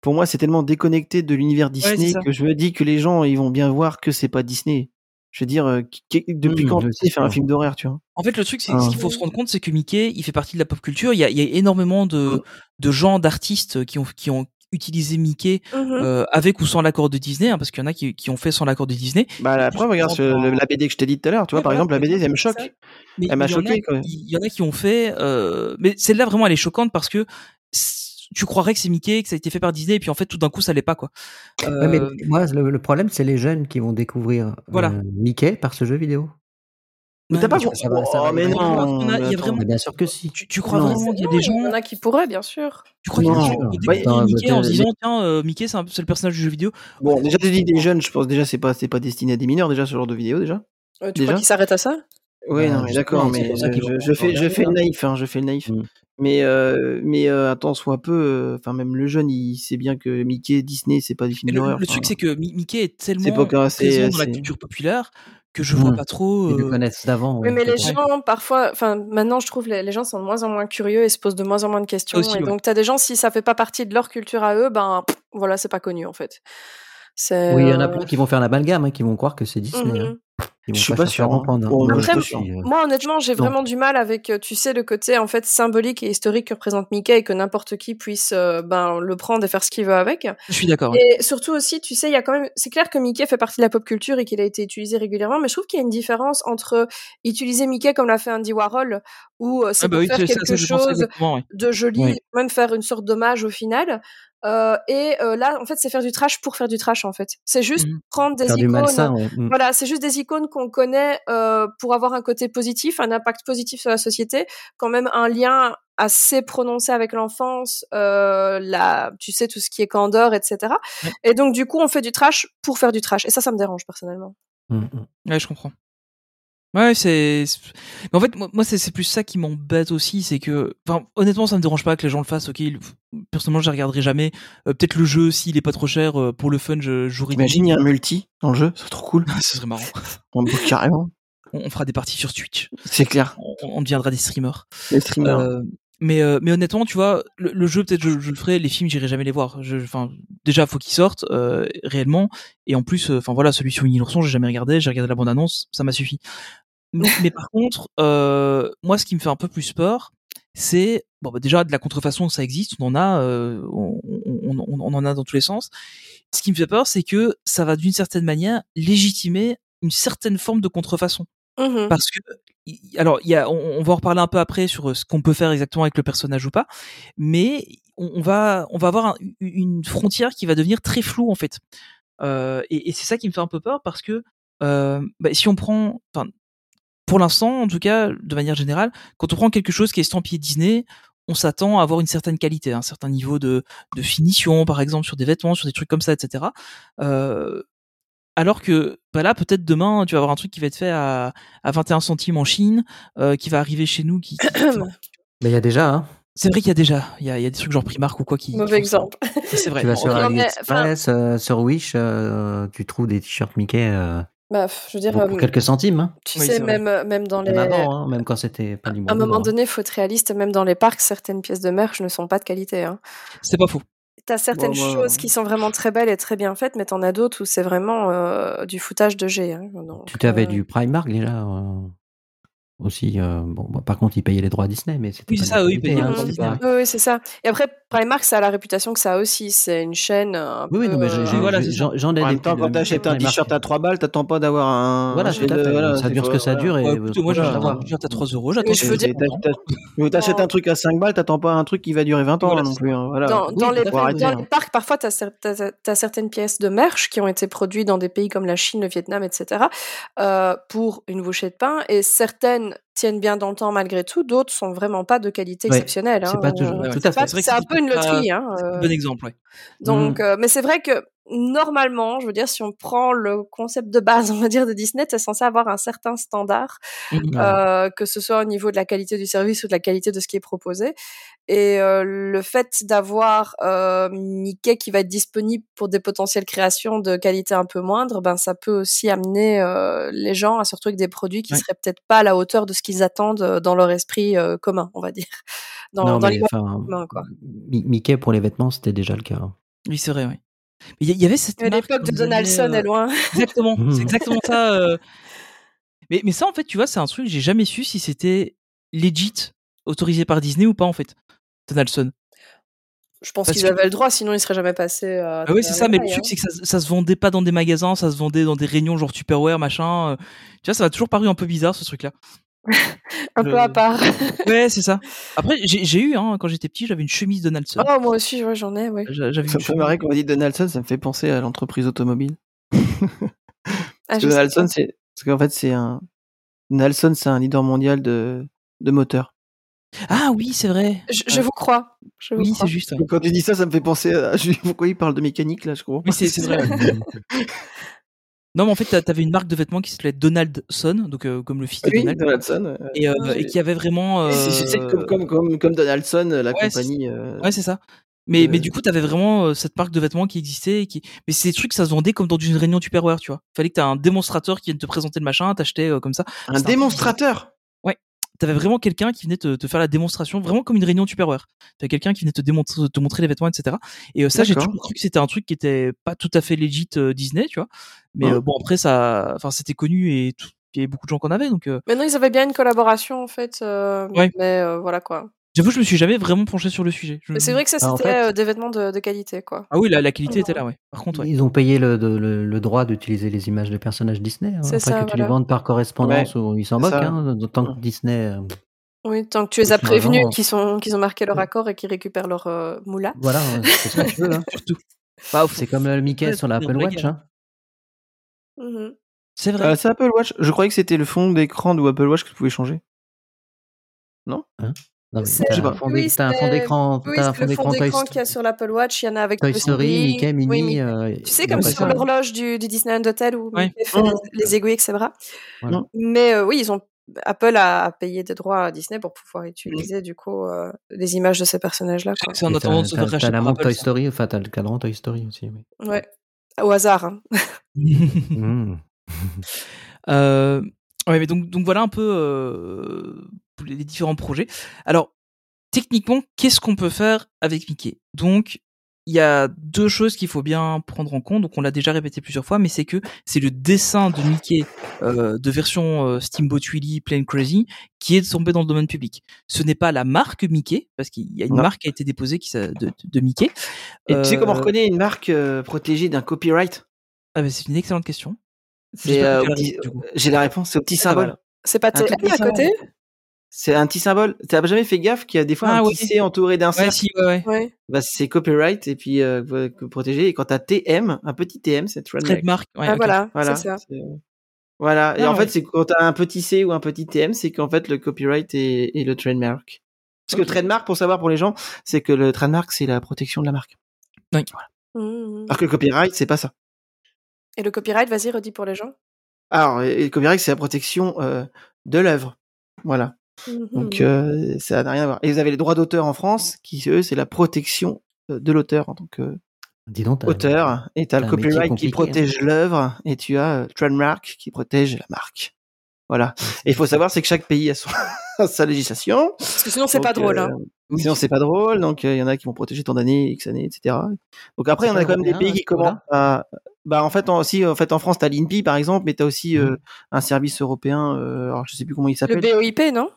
Speaker 8: pour moi, c'est tellement déconnecté de l'univers Disney ouais, que je me dis que les gens, ils vont bien voir que c'est pas Disney. Je veux dire, euh, qui, depuis mmh, quand Disney fait un film d'horreur, tu vois
Speaker 1: En fait, le truc, c'est ah. ce qu'il faut se rendre compte, c'est que Mickey, il fait partie de la pop culture. Il y a, il y a énormément
Speaker 8: Ah.
Speaker 1: de, de gens, d'artistes euh, qui ont, qui ont utilisé Mickey mmh.
Speaker 7: Mm-hmm.
Speaker 1: euh, avec ou sans l'accord de Disney, hein, parce qu'il y en a qui, qui, ont fait sans l'accord de Disney.
Speaker 8: Bah la preuve, regarde ce, en... la BD que je t'ai dit tout à l'heure, tu vois, ouais, par ouais, exemple, la BD, elle me choque. Mais elle m'a choqué.
Speaker 1: Il y en a qui ont fait, euh, mais celle-là vraiment, elle est choquante parce que tu croirais que c'est Mickey, que ça a été fait par Disney, et puis en fait tout d'un coup ça l'est pas quoi.
Speaker 9: Euh... Ouais, mais moi le, le, problème c'est les jeunes qui vont découvrir voilà. euh, Mickey par ce jeu vidéo.
Speaker 8: Mais t'as pas compris. Ça va, ça va, oh, mais non.
Speaker 9: A, mais vraiment... mais bah, bien sûr que si.
Speaker 1: Tu, tu
Speaker 7: Ah,
Speaker 1: crois non. vraiment qu'il y a des gens.
Speaker 7: Il y en a qui pourraient, bien sûr.
Speaker 1: Tu crois qu'il y a des gens qui bah, bah, Mickey bah, en se disant, tiens, euh, Mickey, c'est, un, c'est le personnage du jeu vidéo.
Speaker 8: Bon, déjà, tu dis des jeunes, je pense déjà, c'est pas, c'est pas destiné à des mineurs, déjà, ce genre de vidéo, déjà.
Speaker 7: tu déjà. crois qu'ils s'arrêtent à ça
Speaker 8: Oui, non, mais d'accord, mais je fais le naïf, hein, je fais le naïf. Mais euh, mais euh, attends, soit peu. Enfin, euh, même le jeune, il sait bien que Mickey, Disney, c'est pas des films
Speaker 1: le,
Speaker 8: d'horreur. euh,
Speaker 1: Le, truc, c'est que Mickey est tellement c'est pas, c'est, présent c'est, dans la culture populaire que je vois mmh. pas trop.
Speaker 9: Ils le connaissent d'avant.
Speaker 7: Oui, ouais, mais les gens, parfois, enfin, maintenant, je trouve les, les, gens sont de moins en moins curieux et se posent de moins en moins de questions. Aussi, et ouais. donc, tu as des gens, si ça fait pas partie de leur culture à eux, ben, pff, voilà, c'est pas connu, en fait. euh,
Speaker 9: Oui, il y en a plein qui vont faire la balgame, hein, qui vont croire que c'est Disney. Mmh. Hein.
Speaker 8: Je suis pas, sûr. Hein.
Speaker 7: Bon, Mm, Après, je mm-hmm.
Speaker 9: euh,
Speaker 7: moi, honnêtement, j'ai vraiment du mal avec, euh, tu sais, le côté en fait symbolique et historique que représente Mickey et que n'importe qui puisse euh, ben le prendre et faire ce qu'il veut avec.
Speaker 1: Je suis d'accord.
Speaker 7: Et oui. surtout aussi, tu sais, il y a quand même, c'est clair que Mickey fait partie de la pop culture et qu'il a été utilisé régulièrement, mais je trouve qu'il y a une différence entre utiliser Mickey comme l'a fait Andy Warhol ou c'est ah bah pour oui, faire quelque ça, chose ouais. de joli, oui. même faire une sorte d'hommage au final, euh, et euh, là, en fait, c'est faire du trash pour faire du trash, en fait. C'est juste mmh. prendre des faire icônes. Malsain, ouais.
Speaker 9: mm,
Speaker 7: mmh. Voilà, c'est juste des icônes qu'on connaît euh, pour avoir un côté positif, un impact positif sur la société, quand même un lien assez prononcé avec l'enfance, euh, la, tu sais, tout ce qui est candeur, etc. Mmh. Et donc, du coup, on fait du trash pour faire du trash. Et ça, ça me dérange personnellement.
Speaker 9: mm,
Speaker 1: Ouais, je comprends. Ouais, c'est. en fait, moi, c'est plus ça qui m'embête aussi, c'est que. Enfin, honnêtement, ça me dérange pas que les gens le fassent, ok. Personnellement, je regarderai jamais. Euh, Peut-être le jeu, s'il est pas trop cher, euh, pour le fun, je jouerai.
Speaker 8: Imagine, il y a un multi dans le jeu, c'est trop cool.
Speaker 1: Ce serait marrant.
Speaker 8: on carrément.
Speaker 1: On, on, fera des parties sur Twitch.
Speaker 8: C'est clair.
Speaker 1: On, on, deviendra des streamers.
Speaker 8: Des streamers. Euh...
Speaker 1: Mais, euh, mais honnêtement, tu vois, le, le jeu, peut-être je, je, le ferai, les films, j'irai jamais les voir. Enfin, déjà, faut qu'ils sortent euh, réellement. Et en plus, enfin euh, voilà, celui sur Winnie l'ourson, j'ai jamais regardé, j'ai regardé la bande-annonce, ça m'a suffi. Mais, mais, par contre, euh, moi, ce qui me fait un peu plus peur, c'est bon, bah, déjà de la contrefaçon, ça existe, on en a, euh, on, on, on, on, en a dans tous les sens. Ce qui me fait peur, c'est que ça va d'une certaine manière légitimer une certaine forme de contrefaçon.
Speaker 7: Mm-hmm.
Speaker 1: Mmh. Parce que alors il y a, on, on, va en reparler un peu après sur euh, ce qu'on peut faire exactement avec le personnage ou pas, mais on, on va on va avoir un, une frontière qui va devenir très floue en fait. Euh, et, et c'est ça qui me fait un peu peur parce que euh, bah, si on prend, enfin pour l'instant en tout cas de manière générale, quand on prend quelque chose qui est estampillé Disney, on s'attend à avoir une certaine qualité, un certain niveau de, de, finition par exemple sur des vêtements, sur des trucs comme ça, etc. Euh, alors que bah là, peut-être demain, tu vas avoir un truc qui va être fait à, à 21 centimes en Chine, euh, qui va arriver chez nous. Qui, qui...
Speaker 9: Mais il y a déjà. Hein.
Speaker 1: C'est vrai qu'il y a déjà. Il y a, y a, des trucs genre Primark ou quoi qui.
Speaker 7: Mauvais exemple.
Speaker 1: C'est vrai.
Speaker 9: Tu vas sur AliExpress, euh, sur Wish, euh, tu trouves des t-shirts Mickey. euh,
Speaker 7: Bah, je veux dire,
Speaker 9: pour, quelques centimes. Hein.
Speaker 7: Tu oui, sais, même, euh, même dans les.
Speaker 9: Même, avant, hein, même quand c'était pas du hein.
Speaker 7: À un moment donné, il faut être réaliste. Même dans les parcs, certaines pièces de merch ne sont pas de qualité. hein.
Speaker 1: C'est pas faux.
Speaker 7: T'as certaines bon, choses bon, bon. qui sont vraiment très belles et très bien faites, mais t'en as d'autres où c'est vraiment euh, du foutage de G. Hein, donc,
Speaker 9: tu t'avais euh... du Primark déjà euh, aussi. bon, bah, par contre, ils payaient les droits à Disney, mais c'était.
Speaker 1: Oui, c'est ça, oui, ils hein,
Speaker 7: pas... Oui, oui c'est ça. Et après, Primark, ça a la réputation que ça a aussi. C'est une chaîne. Un
Speaker 9: oui, oui,
Speaker 7: peu, euh,
Speaker 9: non, mais voilà, j'en ai. En
Speaker 8: même temps, quand t'achètes un t-shirt à 3 balles, t'attends pas d'avoir un.
Speaker 9: Voilà, voilà ça dure ce que ça dure. Et
Speaker 1: Bah, moi, j'achète un t-shirt à 3 euros.
Speaker 7: Je veux dire.
Speaker 8: T'achètes un truc à 5 balles, t'attends pas un truc qui va durer 20 ans hein, non plus.
Speaker 7: Dans les parcs, parfois, t'as certaines pièces de merch qui ont été produites dans des pays comme la Chine, le Vietnam, etc. pour une bouchée de pain. Et certaines tiennent bien dans le temps malgré tout, d'autres sont vraiment pas de qualité
Speaker 9: ouais,
Speaker 7: exceptionnelle.
Speaker 9: C'est hein, pas toujours. tout à fait.
Speaker 7: C'est un peu une loterie. Hein,
Speaker 1: un bon exemple, ouais.
Speaker 7: Donc, mm. euh, mais c'est vrai que normalement, je veux dire, si on prend le concept de base, on va dire, de Disney, c'est censé avoir un certain standard, mmh. euh, que ce soit au niveau de la qualité du service ou de la qualité de ce qui est proposé. Et euh, le fait d'avoir euh, Mickey qui va être disponible pour des potentielles créations de qualité un peu moindre, ben ça peut aussi amener euh, les gens à se retrouver avec des produits qui ouais. seraient peut-être pas à la hauteur de ce qu'ils attendent euh, dans leur esprit commun, on va dire. Dans,
Speaker 9: non,
Speaker 7: dans mais, les
Speaker 9: communs, quoi. Mickey pour les vêtements, c'était déjà le cas. Hein.
Speaker 1: Oui, c'est vrai, oui. Mais il y, avait cette.
Speaker 7: L'époque de Donaldson euh... est loin.
Speaker 1: Exactement,
Speaker 8: Mmh.
Speaker 1: c'est exactement ça. Euh... Mais, mais, ça, en fait, tu vois, c'est un truc, j'ai jamais su si c'était legit, autorisé par Disney ou pas, en fait, Donaldson.
Speaker 7: Je pense qu'ils avaient que... le droit, sinon ils seraient jamais passés. euh,
Speaker 1: Ah oui, c'est ça, mais le truc, hein. c'est que ça, ça, se vendait pas dans des magasins, ça se vendait dans des réunions genre Tupperware, machin. euh. Tu vois, ça m'a toujours paru un peu bizarre, ce truc-là.
Speaker 7: un le... peu à part.
Speaker 1: ouais, c'est ça. Après, j'ai eu, hein, quand j'étais petit, j'avais une chemise Donaldson.
Speaker 7: Oh, moi aussi, ouais, j'en ai, ouais.
Speaker 8: J'avais ça me fait marrer quand on dit Donaldson, ça me fait penser à l'entreprise automobile. ah, Donaldson, c'est. Parce qu'en fait, c'est un. Donaldson, c'est un leader mondial de, de moteurs.
Speaker 1: Ah oui, c'est vrai.
Speaker 7: Je, je ouais. vous crois. Je vous
Speaker 1: oui,
Speaker 7: c'est
Speaker 1: juste.
Speaker 8: Quand tu dis ça, ça me fait penser à. Pourquoi il parle de mécanique, là, je comprends.
Speaker 1: Mais c'est vrai. Non, mais en fait, t'avais une marque de vêtements qui s'appelait Donaldson, donc euh, comme le fils de
Speaker 8: oui,
Speaker 1: Donald,
Speaker 8: Donaldson, euh,
Speaker 1: et, euh, et, qui avait vraiment.
Speaker 8: C'est comme, comme, comme, Donaldson, la ouais, compagnie.
Speaker 1: Ouais, c'est ça. Mais, euh... mais du coup, t'avais vraiment euh, cette marque de vêtements qui existait. Et qui... Mais c'est des trucs, ça se vendait comme dans une réunion Tupperware, tu vois. Fallait que t'as un démonstrateur qui vienne te présenter le machin, t'achetais euh, comme ça.
Speaker 8: Un démonstrateur
Speaker 1: un... Ouais. T'avais vraiment quelqu'un qui venait te, te, faire la démonstration, vraiment comme une réunion Tupperware. T'avais quelqu'un qui venait te, démontrer, te montrer les vêtements, etc. Et euh, ça, j'ai toujours cru que c'était un truc qui était pas tout à fait legit Disney, tu vois. Mais ouais. bon, après, ça, enfin, c'était connu et tout. Il y avait beaucoup de gens qu'on avait, donc. euh,
Speaker 7: Maintenant, ils avaient bien une collaboration, en fait. Ouais. Mais euh, voilà quoi.
Speaker 1: J'avoue, je me suis jamais vraiment penché sur le sujet. Je...
Speaker 7: C'est vrai que ça, c'était ah, en fait... euh, des vêtements de, de, qualité, quoi.
Speaker 1: Ah oui, la, la qualité oh, était là, ouais. Par contre, ouais.
Speaker 9: Ils ont payé le, le, le droit d'utiliser les images de personnages Disney. Hein, après ça, que voilà. tu les vendes par correspondance, ouais. ou ils s'en moquent, hein, tant que Disney. Euh...
Speaker 7: Oui, tant que tu les as prévenus qu'ils sont, qu'ils ont marqué leur accord et qu'ils récupèrent leur euh, moula.
Speaker 9: Voilà, c'est ce que tu veux, hein. surtout. Wow, c'est comme le Mickey sur l'Apple Watch. Hein.
Speaker 8: Mm
Speaker 7: Mm-hmm.
Speaker 8: -hmm. C'est vrai. c'est Apple Watch. Je croyais que c'était le fond d'écran de Apple Watch que tu pouvais changer. Non
Speaker 9: non, t'as un fond oui, d'écran
Speaker 7: oui, qu'il y a sur l'Apple Watch, il y en a avec
Speaker 9: Toy Story, Mickey, Mini. Oui,
Speaker 7: euh, tu sais, comme sur l'horloge du, du, Disneyland Hotel où ouais. Mickey fait oh. les, les, aiguilles avec ses bras. Voilà. Mais euh, oui, ils ont Apple a payé des droits à Disney pour pouvoir utiliser du coup euh, les images de ces personnages-là.
Speaker 1: C'est en attendant de se faire racheter.
Speaker 9: T'as la montre Toy Story, enfin t'as le cadran Toy Story aussi.
Speaker 7: Mais... Ouais, au hasard. Hein.
Speaker 1: mm. euh, Ouais, mais donc, donc voilà un peu euh, les différents projets. Alors, techniquement, qu'est-ce qu'on peut faire avec Mickey Donc, il y a deux choses qu'il faut bien prendre en compte. Donc, on l'a déjà répété plusieurs fois, mais c'est que c'est le dessin de Mickey euh, de version euh, Steamboat Willie, Plain Crazy, qui est tombé dans le domaine public. Ce n'est pas la marque Mickey, parce qu'il y a une ouais. marque qui a été déposée qui, de, de, de Mickey. Euh,
Speaker 8: Et tu sais comment on reconnaît une marque euh, protégée d'un copyright
Speaker 1: ah, C'est une excellente question.
Speaker 8: Euh, j'ai la réponse, c'est au petit symbole.
Speaker 7: C'est pas tes à côté
Speaker 8: C'est un petit symbole. T'as jamais fait gaffe qu'il y a des fois ah, un ouais. petit C entouré d'un
Speaker 1: ouais, si, ouais, ouais.
Speaker 8: Bah, c'est copyright et puis euh, protégé. Et quand t'as TM, un petit TM, c'est
Speaker 1: trademark.
Speaker 7: ah, okay. voilà,
Speaker 8: voilà. euh,
Speaker 7: Ça.
Speaker 8: Voilà. et ah, en fait, c'est quand t'as un petit C ou un petit TM, c'est qu'en fait le copyright et, et le trademark. Parce okay. que le trademark, pour savoir pour les gens, c'est que le trademark, c'est la protection de la marque.
Speaker 1: Oui.
Speaker 8: Voilà. Mmh. Alors que le copyright, c'est pas ça.
Speaker 7: Et le copyright, vas-y, redis pour les gens.
Speaker 8: Alors, le copyright, c'est la protection euh, de l'œuvre. Voilà. Mmh. Donc, euh, ça n'a rien à voir. Et vous avez les droits d'auteur en France, qui, eux, c'est la protection euh, de l'auteur en tant que
Speaker 9: Dis donc,
Speaker 8: auteur. Et tu as le copyright qui protège hein. l'œuvre, et tu as euh, trademark qui protège la marque. Voilà. Et il faut savoir, c'est que chaque pays a son... sa législation.
Speaker 7: Parce que sinon, c'est pas drôle. Hein.
Speaker 8: Euh, sinon, c'est pas drôle. Donc, il euh, y en a qui vont protéger tant d'années, X années, etc. Donc, après, il y en a quand même des pays qui commencent à. Bah, en fait, en, aussi, en, fait, en France, t'as l'INPI, par exemple, mais t'as aussi euh, un service européen. euh, alors, je sais plus comment il s'appelle.
Speaker 7: Le BOIP, non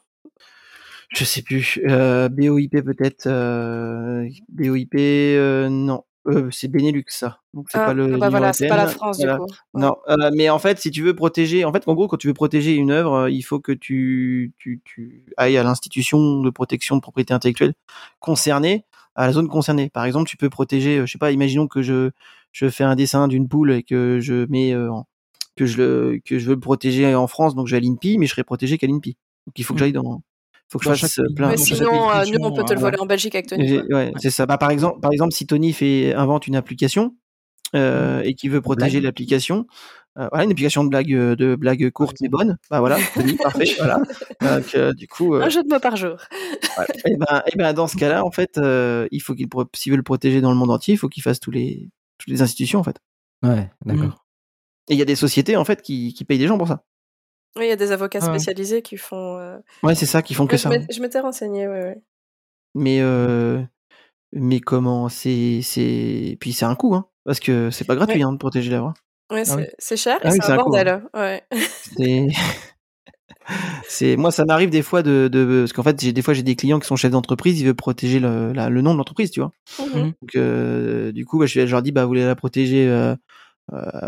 Speaker 8: Je sais plus. Euh, BOIP, peut-être. euh, BOIP, non. Euh, c'est Benelux ça. Donc c'est
Speaker 7: ah,
Speaker 8: pas le
Speaker 7: bah voilà, c'est pas la France voilà. du coup.
Speaker 8: Ouais. Non, euh, mais en fait, si tu veux protéger en fait en gros quand tu veux protéger une œuvre, euh, il faut que tu tu, tu ailles à l'institution de protection de propriété intellectuelle concernée, à la zone concernée. Par exemple, tu peux protéger euh, je sais pas, imaginons que je je fais un dessin d'une poule et que je mets euh, que je le que je veux le protéger en France, donc je vais à l'INPI, mais je serai protégé qu'à l'INPI. Donc il faut que j'aille Mmh. dans faut que je fasse plein
Speaker 7: mais sinon euh, nous on peut te le voler ouais. en Belgique avec Tony
Speaker 8: ouais, ouais. c'est ça bah, par exemple par exemple si Tony fait invente une application euh, et qui veut protéger l'application euh, voilà une application de blague euh, de blague courte mais bonne bah voilà Tony parfait voilà Donc, euh, du coup
Speaker 7: un jeu de mots par jour
Speaker 8: et ben, et ben dans ce cas là en fait euh, il faut qu'il s'il veut le protéger dans le monde entier il faut qu'il fasse tous les toutes les institutions en fait
Speaker 9: ouais
Speaker 8: Hmm.
Speaker 9: d'accord
Speaker 8: et il y a des sociétés en fait qui, qui payent des gens pour ça
Speaker 7: oui, il y a des avocats spécialisés ah ouais. qui font. Euh...
Speaker 8: Ouais, c'est ça, qui font que
Speaker 7: je
Speaker 8: ça. hein.
Speaker 7: Je m'étais renseigné, ouais, ouais.
Speaker 8: Mais euh... mais comment c'est c'est puis c'est un coût, hein, parce que c'est pas gratuit ouais. hein, de protéger l'œuvre.
Speaker 7: Ouais, ah c'est oui. cher, ah oui, c'est un, un bordel. Coup, hein.
Speaker 8: Ouais. c'est moi, ça m'arrive des fois de, de... parce qu'en fait, j'ai des fois j'ai des clients qui sont chefs d'entreprise, ils veulent protéger le, la... le nom de l'entreprise, tu vois. Mm -hmm. Donc euh, du coup, bah, je leur dis, bah vous voulez la protéger. Euh,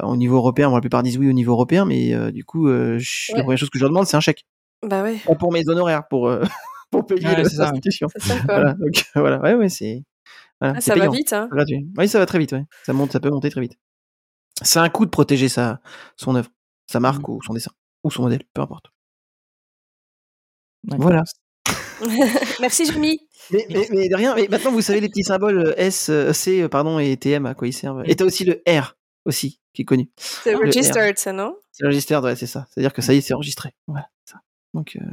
Speaker 8: au niveau européen, bon, la plupart disent oui au niveau européen, mais euh, du coup, euh, je, ouais. la première chose que je leur demande, c'est un chèque.
Speaker 7: Bah ouais.
Speaker 8: Pas pour mes honoraires, pour, euh, pour payer ah, l'institution. Voilà, donc, voilà, ouais, ouais, c'est. Voilà,
Speaker 7: ah, ça payant. va vite, hein.
Speaker 8: Oui, ça va très vite, ouais. Ça, monte, ça peut monter très vite. C'est un coup de protéger sa, son œuvre, sa marque mmh. ou son dessin, ou son modèle, peu importe. Voilà.
Speaker 7: Merci, Jimmy.
Speaker 8: Mais, mais, mais, de rien, mais maintenant vous savez les petits symboles euh, S, C, pardon, et TM à quoi ils servent. Et t'as aussi le R aussi, qui est connu.
Speaker 7: C'est registered, ça, non
Speaker 8: C'est registered, ouais, c'est ça. C'est-à-dire que ça y est, c'est enregistré. Voilà, ça. Donc, euh,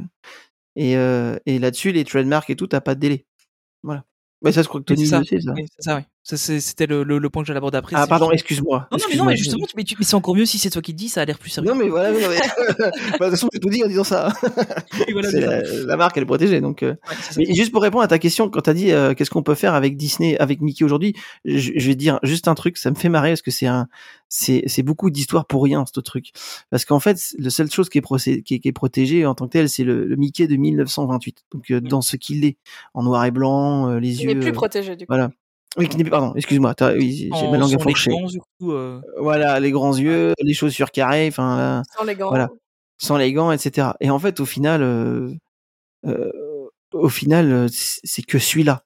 Speaker 8: et, euh, et là-dessus, les trademarks et tout, t'as pas de délai. Voilà. Mais ça, je crois que Tony
Speaker 1: ça.
Speaker 8: le sait, ça.
Speaker 1: Oui, c'est ça, oui. Ça, c'est- C'était le, le- le point que j'allais aborder après.
Speaker 8: Ah,
Speaker 1: c'est
Speaker 8: pardon,
Speaker 1: juste-
Speaker 8: excuse-moi.
Speaker 1: Non, non, mais non,
Speaker 8: Excuse-moi.
Speaker 1: mais justement, tu- mais, tu- mais c'est encore mieux si c'est toi qui le dis, ça a l'air plus sérieux.
Speaker 8: Non, mais voilà, mais non, mais- Bah, de toute façon, j'ai tout dit en disant ça. hein.
Speaker 1: Oui, voilà,
Speaker 8: C'est
Speaker 1: c'est
Speaker 8: la, la marque, elle est protégée. Donc, euh.
Speaker 1: ça. Ouais, c'est ça.
Speaker 8: Mais juste pour répondre à ta question, quand t'as dit euh, qu'est-ce qu'on peut faire avec Disney, avec Mickey aujourd'hui, je, je vais te dire juste un truc, ça me fait marrer parce que c'est un, c'est, c'est beaucoup d'histoires pour rien, ce truc. Parce qu'en fait, la seule chose qui est, procé- qui est, qui est protégée en tant que telle, c'est le, le Mickey de 1928. Donc, euh, dans ce qu'il est, en noir et blanc, euh, les
Speaker 7: Il
Speaker 8: yeux.
Speaker 7: n'est plus
Speaker 8: euh,
Speaker 7: protégé du coup.
Speaker 8: voilà. Oui, qui n'est- pardon, excuse-moi, t'as- oui, j'ai
Speaker 1: En-
Speaker 8: ma langue
Speaker 1: sans les
Speaker 8: fourchée.
Speaker 1: gants, du coup, euh,
Speaker 8: Voilà, les grands yeux, les chaussures carrées, enfin. là,
Speaker 7: Sans les gants.
Speaker 8: Voilà. sans les gants, etc. Et en fait, au final, euh, euh, au final, euh, c'est c'est que celui-là,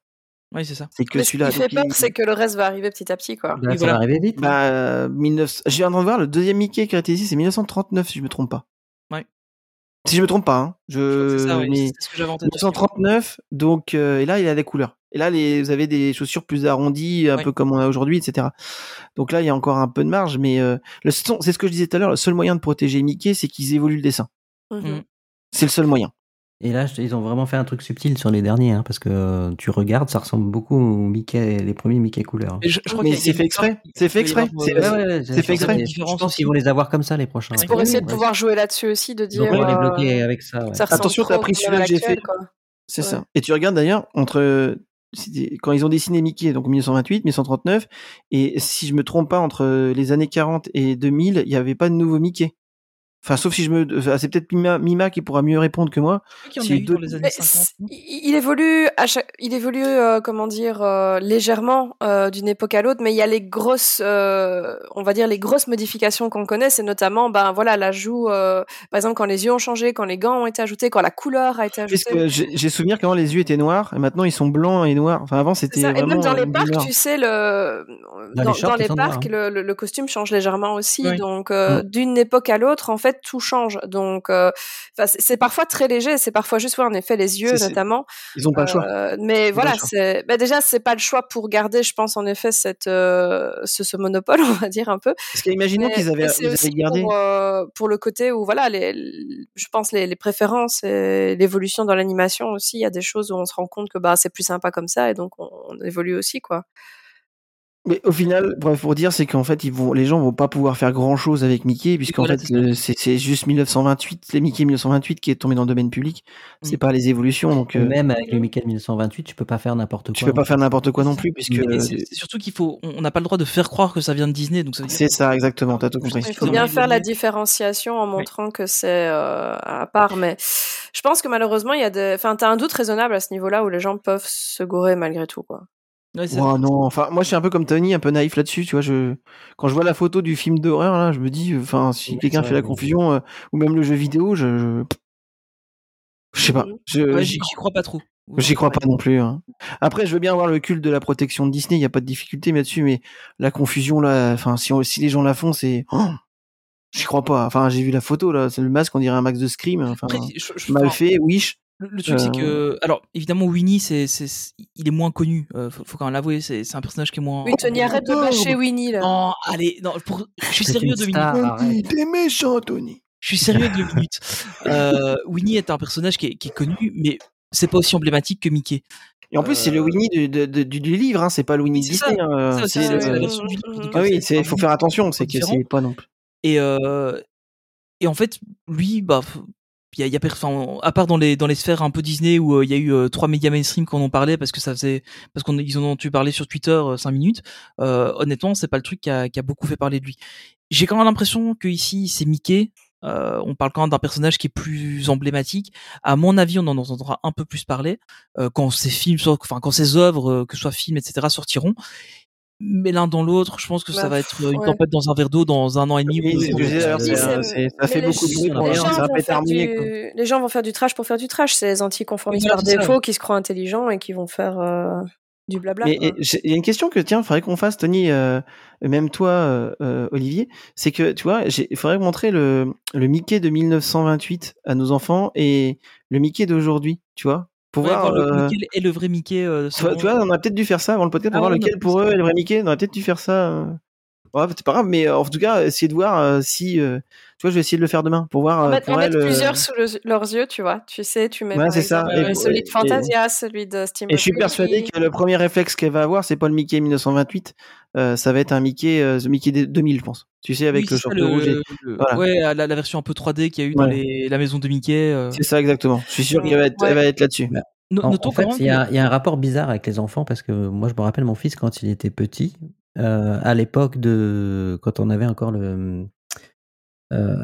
Speaker 1: ouais, c'est ça.
Speaker 8: c'est que
Speaker 7: Mais ce qui
Speaker 8: celui-là.
Speaker 7: fait
Speaker 8: Donc,
Speaker 7: peur,
Speaker 8: il-
Speaker 7: c'est que le reste va arriver petit à petit quoi.
Speaker 9: Bah, ça
Speaker 1: voilà.
Speaker 9: va arriver vite.
Speaker 8: bah, euh, 1900 Je viens de voir le deuxième Mickey qui a été ici, c'est 1939 si je me trompe pas.
Speaker 1: Ouais.
Speaker 8: Si je me trompe pas, hein.
Speaker 1: C'est
Speaker 8: je.
Speaker 1: ça, ouais,
Speaker 8: mais-
Speaker 1: c'est ce que j'avais en tête aussi.
Speaker 8: 1939, donc euh, et là il a des couleurs. Et là les, vous avez des chaussures plus arrondies, un
Speaker 1: Ouais.
Speaker 8: peu comme on a aujourd'hui, etc. Donc là il y a encore un peu de marge, mais euh, le son- c'est ce que je disais tout à l'heure, le seul moyen de protéger Mickey, c'est qu'ils évoluent le dessin.
Speaker 7: Mhm.
Speaker 1: Mm.
Speaker 8: C'est le seul moyen.
Speaker 9: Et là, je- ils ont vraiment fait un truc subtil sur les derniers, hein, parce que euh, tu regardes, ça ressemble beaucoup aux Mickey, les premiers Mickey couleurs.
Speaker 1: Mais je- je crois
Speaker 8: Mais
Speaker 1: qu'il y a-
Speaker 8: c'est
Speaker 1: il y a
Speaker 8: fait
Speaker 1: une
Speaker 8: exprès.
Speaker 1: part- il
Speaker 8: C'est fait
Speaker 1: doit y avoir,
Speaker 8: exprès. C'est-
Speaker 1: euh,
Speaker 8: fait exprès.
Speaker 9: Je pense qu'ils vont les avoir comme ça les prochains.
Speaker 1: C'est
Speaker 7: Pour
Speaker 1: Ouais,
Speaker 7: essayer de
Speaker 1: ouais.
Speaker 7: pouvoir jouer là-dessus aussi, de
Speaker 9: Ils ont
Speaker 7: dire.
Speaker 9: voulu les
Speaker 7: euh,
Speaker 9: bloquer avec ça. ouais.
Speaker 7: ça ressemble
Speaker 8: Attention,
Speaker 7: trop
Speaker 8: t'as pris
Speaker 7: au
Speaker 8: celui-là que j'ai
Speaker 7: actuel,
Speaker 8: fait.
Speaker 7: quoi.
Speaker 8: C'est
Speaker 7: Ouais.
Speaker 8: ça. Et tu regardes d'ailleurs entre euh, c'était- quand ils ont dessiné Mickey, donc 1928, 1939, et si je me trompe pas, entre euh, les années 40 et 2000, il n'y avait pas de nouveau Mickey. Enfin, sauf si je me, enfin, c'est peut-être Mima, Mima qui pourra mieux répondre que moi.
Speaker 1: Je crois qu'il y en
Speaker 8: C'est
Speaker 1: a eu dans
Speaker 8: d'autres-
Speaker 1: les années
Speaker 7: Mais
Speaker 1: 50.
Speaker 7: c- il il évolue, à chaque- il évolue euh, comment dire, euh, légèrement euh, d'une époque à l'autre, mais il y a les grosses, euh, on va dire les grosses modifications qu'on connaît, c'est notamment, ben voilà, l'ajout, euh, par exemple, quand les yeux ont changé, quand les gants ont été ajoutés, quand la couleur a été
Speaker 8: Parce
Speaker 7: ajoutée.
Speaker 8: que j'ai j'ai souvenir qu'avant les yeux étaient noirs et maintenant ils sont blancs et noirs. Enfin, avant
Speaker 7: C'est
Speaker 8: c'était
Speaker 7: ça. Et
Speaker 8: vraiment.
Speaker 7: même dans
Speaker 8: euh,
Speaker 7: les
Speaker 8: du
Speaker 7: parcs,
Speaker 8: noir.
Speaker 7: tu sais, le, dans,
Speaker 9: les
Speaker 7: dans
Speaker 9: shorts,
Speaker 7: les
Speaker 9: ils sont noirs,
Speaker 7: parcs,
Speaker 9: hein.
Speaker 7: le, le- le costume change légèrement aussi.
Speaker 1: Oui.
Speaker 7: Donc, euh, d'une époque à l'autre, en fait, tout change. Donc, euh, 'fin, c'est c'est parfois très léger. C'est parfois juste, ouais, en effet, les yeux,
Speaker 8: C'est- c'est-
Speaker 7: notamment.
Speaker 8: Ils ont pas le choix.
Speaker 7: Euh, mais
Speaker 8: ont pas
Speaker 7: voilà,
Speaker 8: le choix.
Speaker 7: c'est bah, déjà, c'est pas le choix pour garder, je pense, en effet, cette, euh, ce, ce monopole, on va dire un peu.
Speaker 8: Parce qu'imaginons
Speaker 7: Mais-
Speaker 8: qu'ils avaient,
Speaker 7: mais
Speaker 8: ils
Speaker 7: c'est
Speaker 8: avaient
Speaker 7: aussi
Speaker 8: gardé.
Speaker 7: Pour, euh, pour le côté où, voilà, les, les- je pense les, les préférences et l'évolution dans l'animation aussi, il y a des choses où on se rend compte que bah, c'est plus sympa comme ça et donc on, on évolue aussi, quoi.
Speaker 8: Mais au final, bref, pour dire, c'est qu'en fait, ils vont, les gens vont pas pouvoir faire grand chose avec Mickey, puisqu'en
Speaker 1: Voilà,
Speaker 8: fait,
Speaker 1: c'est ça.
Speaker 8: euh, c'est c'est juste 1928, les Mickey 1928 qui est tombé dans le domaine public. C'est
Speaker 1: Mm.
Speaker 8: pas les évolutions, donc euh,
Speaker 9: Même avec le Mickey de 1928, tu peux pas faire n'importe quoi. hein.
Speaker 8: tu peux pas
Speaker 9: en
Speaker 8: faire
Speaker 9: fait.
Speaker 8: n'importe quoi non plus, puisque
Speaker 9: Mais
Speaker 1: Et
Speaker 8: euh,
Speaker 1: c'est c'est surtout qu'il faut, on on n'a pas le droit de faire croire que ça vient de Disney, donc ça veut dire.
Speaker 8: c'est ça exactement. T'as tout compris.
Speaker 7: Il faut
Speaker 1: Ils ont
Speaker 7: bien
Speaker 1: évolué.
Speaker 7: faire la différenciation en montrant que c'est euh, à part, mais je pense que malheureusement, il y a des. Enfin, t'as un doute raisonnable à ce niveau-là où les gens peuvent se gourer malgré tout, quoi.
Speaker 1: Ouais, c'est
Speaker 8: Ouais,
Speaker 1: vrai.
Speaker 8: non, enfin, moi, je suis un peu comme Tony, un peu naïf là-dessus, tu vois. Je, quand je vois la photo du film d'horreur là, je me dis, euh, enfin, si
Speaker 9: Ouais,
Speaker 8: quelqu'un
Speaker 9: c'est
Speaker 8: fait la
Speaker 9: vrai.
Speaker 8: confusion euh, ou même le jeu vidéo, je, je, je sais pas.
Speaker 7: Mhm.
Speaker 8: Je,
Speaker 1: Ouais,
Speaker 8: j'y
Speaker 1: J'y j'y crois pas trop.
Speaker 8: euh, J'y crois pas non plus. hein. Après, je veux bien avoir le culte de la protection de Disney, il n'y a pas de difficulté mais là-dessus, mais la confusion, là, enfin, si, on- si les gens la font, c'est. Oh J'y crois pas. Enfin, j'ai vu la photo, là, c'est le masque, on dirait un max de Scream. Enfin,
Speaker 1: Après, je- je-
Speaker 8: mal
Speaker 1: enfin,
Speaker 8: fait, Wish.
Speaker 1: Le, le truc,
Speaker 8: Euh.
Speaker 1: c'est que. Alors, évidemment, Winnie, c'est, c'est, c'est- il est moins connu. euh, faut, faut quand même l'avouer. C'est, c'est un personnage qui est
Speaker 8: Oh.
Speaker 1: moins.
Speaker 7: Oui, Tony, arrête de bâcher Winnie, là.
Speaker 1: Non, allez, non, pour- je suis
Speaker 9: C'est
Speaker 1: sérieux
Speaker 9: une
Speaker 1: deux minutes.
Speaker 9: star,
Speaker 8: Tony,
Speaker 9: arrête.
Speaker 8: T'es méchant, Tony.
Speaker 1: Je suis sérieux deux minutes. Euh, Winnie est un personnage qui est, qui est connu, mais c'est pas aussi emblématique que Mickey.
Speaker 8: Et en plus, c'est le
Speaker 1: Euh,
Speaker 8: Winnie du, de- de- du- du livre, hein, c'est pas le Winnie
Speaker 1: Oui, c'est
Speaker 8: Disney. hein,
Speaker 1: Ça aussi,
Speaker 8: c'est
Speaker 1: c'est,
Speaker 8: le-
Speaker 1: c'est la
Speaker 7: euh,
Speaker 1: version du livre.
Speaker 7: mhm.
Speaker 1: donc,
Speaker 8: Ah oui,
Speaker 1: c'est-
Speaker 8: c'est, faut faire attention, c'est que
Speaker 1: différent.
Speaker 8: c'est pas non plus.
Speaker 1: Et, euh, et en fait, lui, bah, f- y a, y a per- enfin, à part dans les, dans les sphères un peu Disney où euh, il y a eu euh, trois médias mainstream qu'on en parlait parce que ça faisait, parce qu'on ils en ont entendu parler sur Twitter 5 minutes, euh, honnêtement, c'est pas le truc qui a, qui a beaucoup fait parler de lui. J'ai quand même l'impression que ici, c'est Mickey. euh, on parle quand même d'un personnage qui est plus emblématique. À mon avis, on en entendra un peu plus parler euh, quand ces films, sort- enfin quand ces œuvres, euh, que ce soit films, etc., sortiront. Mais l'un dans l'autre, je pense que ça
Speaker 7: Bah,
Speaker 1: va être euh, une
Speaker 7: ouais.
Speaker 1: tempête dans un verre d'eau dans un an et demi.
Speaker 8: Oui, c'est hein. ce que je disais
Speaker 9: euh,
Speaker 8: d'ailleurs,
Speaker 7: Oui,
Speaker 8: Ah,
Speaker 7: c'est-
Speaker 8: c'est- c'est- ça fait
Speaker 7: mais
Speaker 8: beaucoup de
Speaker 7: les-
Speaker 8: bruit pour
Speaker 7: les
Speaker 8: rien,
Speaker 7: gens
Speaker 8: ça va
Speaker 7: vont
Speaker 8: pas être
Speaker 7: faire
Speaker 8: harmonieux,
Speaker 7: du-
Speaker 8: quoi.
Speaker 7: Les gens vont faire du trash pour faire du trash. C'est les anticonformistes
Speaker 1: Oui, voilà,
Speaker 7: par
Speaker 1: c'est ça,
Speaker 7: défaut qui se croient intelligents et qui vont faire euh, du blabla.
Speaker 8: Mais
Speaker 7: quoi.
Speaker 1: hein.
Speaker 8: et, j'ai- il y a une question que tiens, faudrait qu'on fasse, Tony, euh, même toi, euh, euh, Olivier, c'est que tu vois, j'ai- il faudrait montrer le, le Mickey de 1928 à nos enfants et le Mickey d'aujourd'hui, tu vois, pour
Speaker 1: Ouais, voir
Speaker 8: voir.
Speaker 1: le,
Speaker 8: euh,
Speaker 1: lequel est le vrai Mickey euh,
Speaker 8: tu vois,
Speaker 1: selon-
Speaker 8: tu vois, on a peut-être dû faire ça avant le podcast pour
Speaker 1: Ah
Speaker 8: voir
Speaker 1: ouais, on a
Speaker 8: lequel
Speaker 1: peut-être
Speaker 8: pour
Speaker 1: fait
Speaker 8: eux
Speaker 1: ça.
Speaker 8: est le vrai Mickey. On a peut-être dû faire ça. euh. Ouais, c'est pas grave, mais euh, en tout cas, essayer de voir euh, si. Euh, tu vois, je vais essayer de le faire demain pour voir. euh,
Speaker 7: En, mettre,
Speaker 8: pour
Speaker 7: en elle, mettre plusieurs sous le, leurs yeux, tu vois. Tu sais, tu mets.
Speaker 8: Ouais, c'est ça.
Speaker 7: Et, celui de Fantasia, et, celui de Steam.
Speaker 8: Et je suis persuadé que le premier réflexe qu'elle va avoir, c'est pas le Mickey 1928. euh, ça va être un Mickey, euh, The Mickey 2000, je pense. Tu sais, avec oui, le short rouge. Et...
Speaker 1: Le, euh, voilà. Ouais, la, la, version un peu 3D qu'il y a eu dans ouais. les, la maison de Mickey. euh.
Speaker 8: C'est ça, exactement. Je suis sûr qu'elle va être, ouais. être là-dessus. Bah.
Speaker 9: No, en, en fait, il y, a, il y, a un rapport bizarre avec les enfants parce que euh, moi, je me rappelle mon fils quand il était petit, euh, à l'époque de quand on avait encore le euh,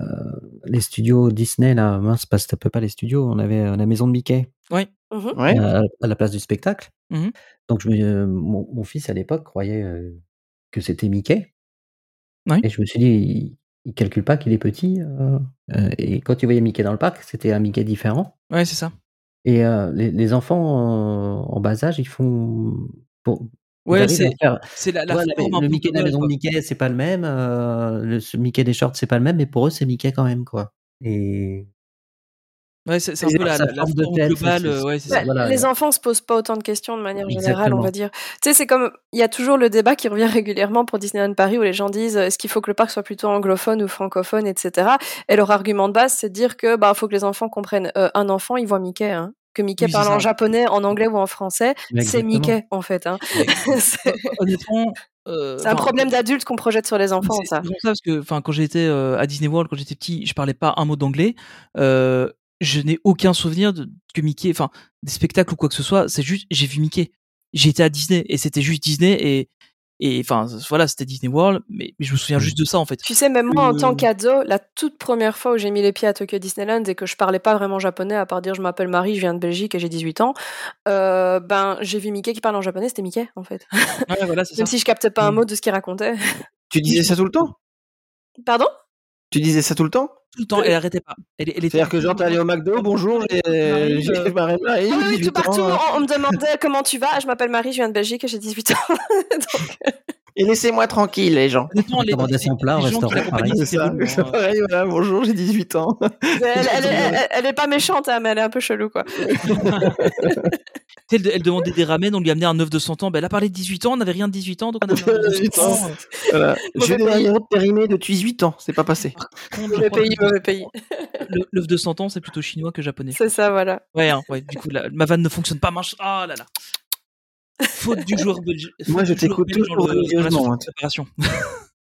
Speaker 9: les studios Disney là, mince, parce que ça peut pas les studios, on avait euh, la maison de Mickey.
Speaker 1: Oui.
Speaker 7: Mhm.
Speaker 9: Ouais. À, à, la place du spectacle. Mm -hmm. Donc je, euh, mon, mon, fils à l'époque croyait euh, que c'était Mickey.
Speaker 1: Oui.
Speaker 9: Et je me suis dit, il, ne calcule pas qu'il est petit. euh, et quand tu voyais Mickey dans le parc, c'était un Mickey différent.
Speaker 1: Ouais, c'est ça.
Speaker 9: Et euh, les, les, enfants euh, en bas âge, ils font. Bon,
Speaker 1: ouais, c'est la, la
Speaker 9: ouais, forme Le Mickey de la maison de Mickey, c'est pas le même. Euh, le ce Mickey des shorts, c'est pas le même. Mais pour eux, c'est Mickey quand même, quoi. Et.
Speaker 1: Ouais, c'est un peu la, la, forme, forme tête, globale. C est, c est, ouais,
Speaker 7: bah, ça, voilà, les enfants se posent pas autant de questions de manière Exactement. générale, on va dire. Tu sais, c'est comme il y a toujours le débat qui revient régulièrement pour Disneyland Paris où les gens disent euh, est-ce qu'il faut que le parc soit plutôt anglophone ou francophone, etc. Et leur argument de base, c'est de dire que bah faut que les enfants comprennent. Euh, un enfant, il voit Mickey. Hein. Que Mickey oui, parle en japonais, en anglais ou en français, c'est Mickey en fait. Hein.
Speaker 1: Oh, Honnêtement,
Speaker 7: Euh, c'est un problème d'adulte qu'on projette sur les enfants,
Speaker 1: ça
Speaker 7: ça.
Speaker 1: parce que, enfin, quand j'étais euh, à Disney World, quand j'étais petit, je parlais pas un mot d'anglais. Euh, je n'ai aucun souvenir de, que Mickey, enfin, des spectacles ou quoi que ce soit. C'est juste, j'ai vu Mickey. J'étais à Disney et c'était juste Disney et et enfin voilà c'était Disney World mais, je me souviens juste de ça en fait
Speaker 7: tu sais même moi en tant qu'ado la toute première fois où j'ai mis les pieds à Tokyo Disneyland et que je parlais pas vraiment japonais à part dire je m'appelle Marie je viens de Belgique et j'ai 18 ans euh, ben j'ai vu Mickey qui parle en japonais c'était Mickey en fait
Speaker 1: ouais, voilà,
Speaker 7: même
Speaker 1: ça.
Speaker 7: si je captais pas un mot de ce qu'il racontait
Speaker 8: tu disais ça tout le temps
Speaker 7: pardon
Speaker 8: tu disais ça tout le temps
Speaker 1: tout le temps, elle arrêtait pas. Elle, elle
Speaker 8: C'est-à-dire que genre, t'es allé au McDo, bonjour, j'ai euh... Marie.
Speaker 7: Ah oui, tout partout, ans,
Speaker 8: euh,
Speaker 7: euh. on, on, me demandait comment tu vas. Je m'appelle Marie, je viens de Belgique et j'ai 18 ans. Donc...
Speaker 8: Et laissez-moi tranquille, les gens.
Speaker 1: Honnêtement, les,
Speaker 9: les, les, plat, les gens qui
Speaker 8: pareil, ça. Bon, pareil, voilà, bonjour, j'ai 18 ans.
Speaker 7: Elle, elle, elle, elle, est pas méchante, hein, mais elle est un peu chelou, quoi.
Speaker 1: elle, elle demandait des ramen, on lui amenait un œuf de 100 ans. Ben, elle a parlé de 18 ans, on n'avait rien de 18 ans, donc on avait
Speaker 8: un 18 ans. voilà. J'ai des numéros de périmé de 18 ans, c'est pas passé.
Speaker 7: Mauvais pays, mauvais pays.
Speaker 1: L'œuf de 100 ans, c'est plutôt chinois que japonais.
Speaker 7: C'est ça, voilà.
Speaker 1: Ouais, hein, ouais, du coup, la, ma vanne ne fonctionne pas, mince. Ah oh là là. Faute du joueur belge.
Speaker 8: Moi, je t'écoute toujours religieusement. Hein.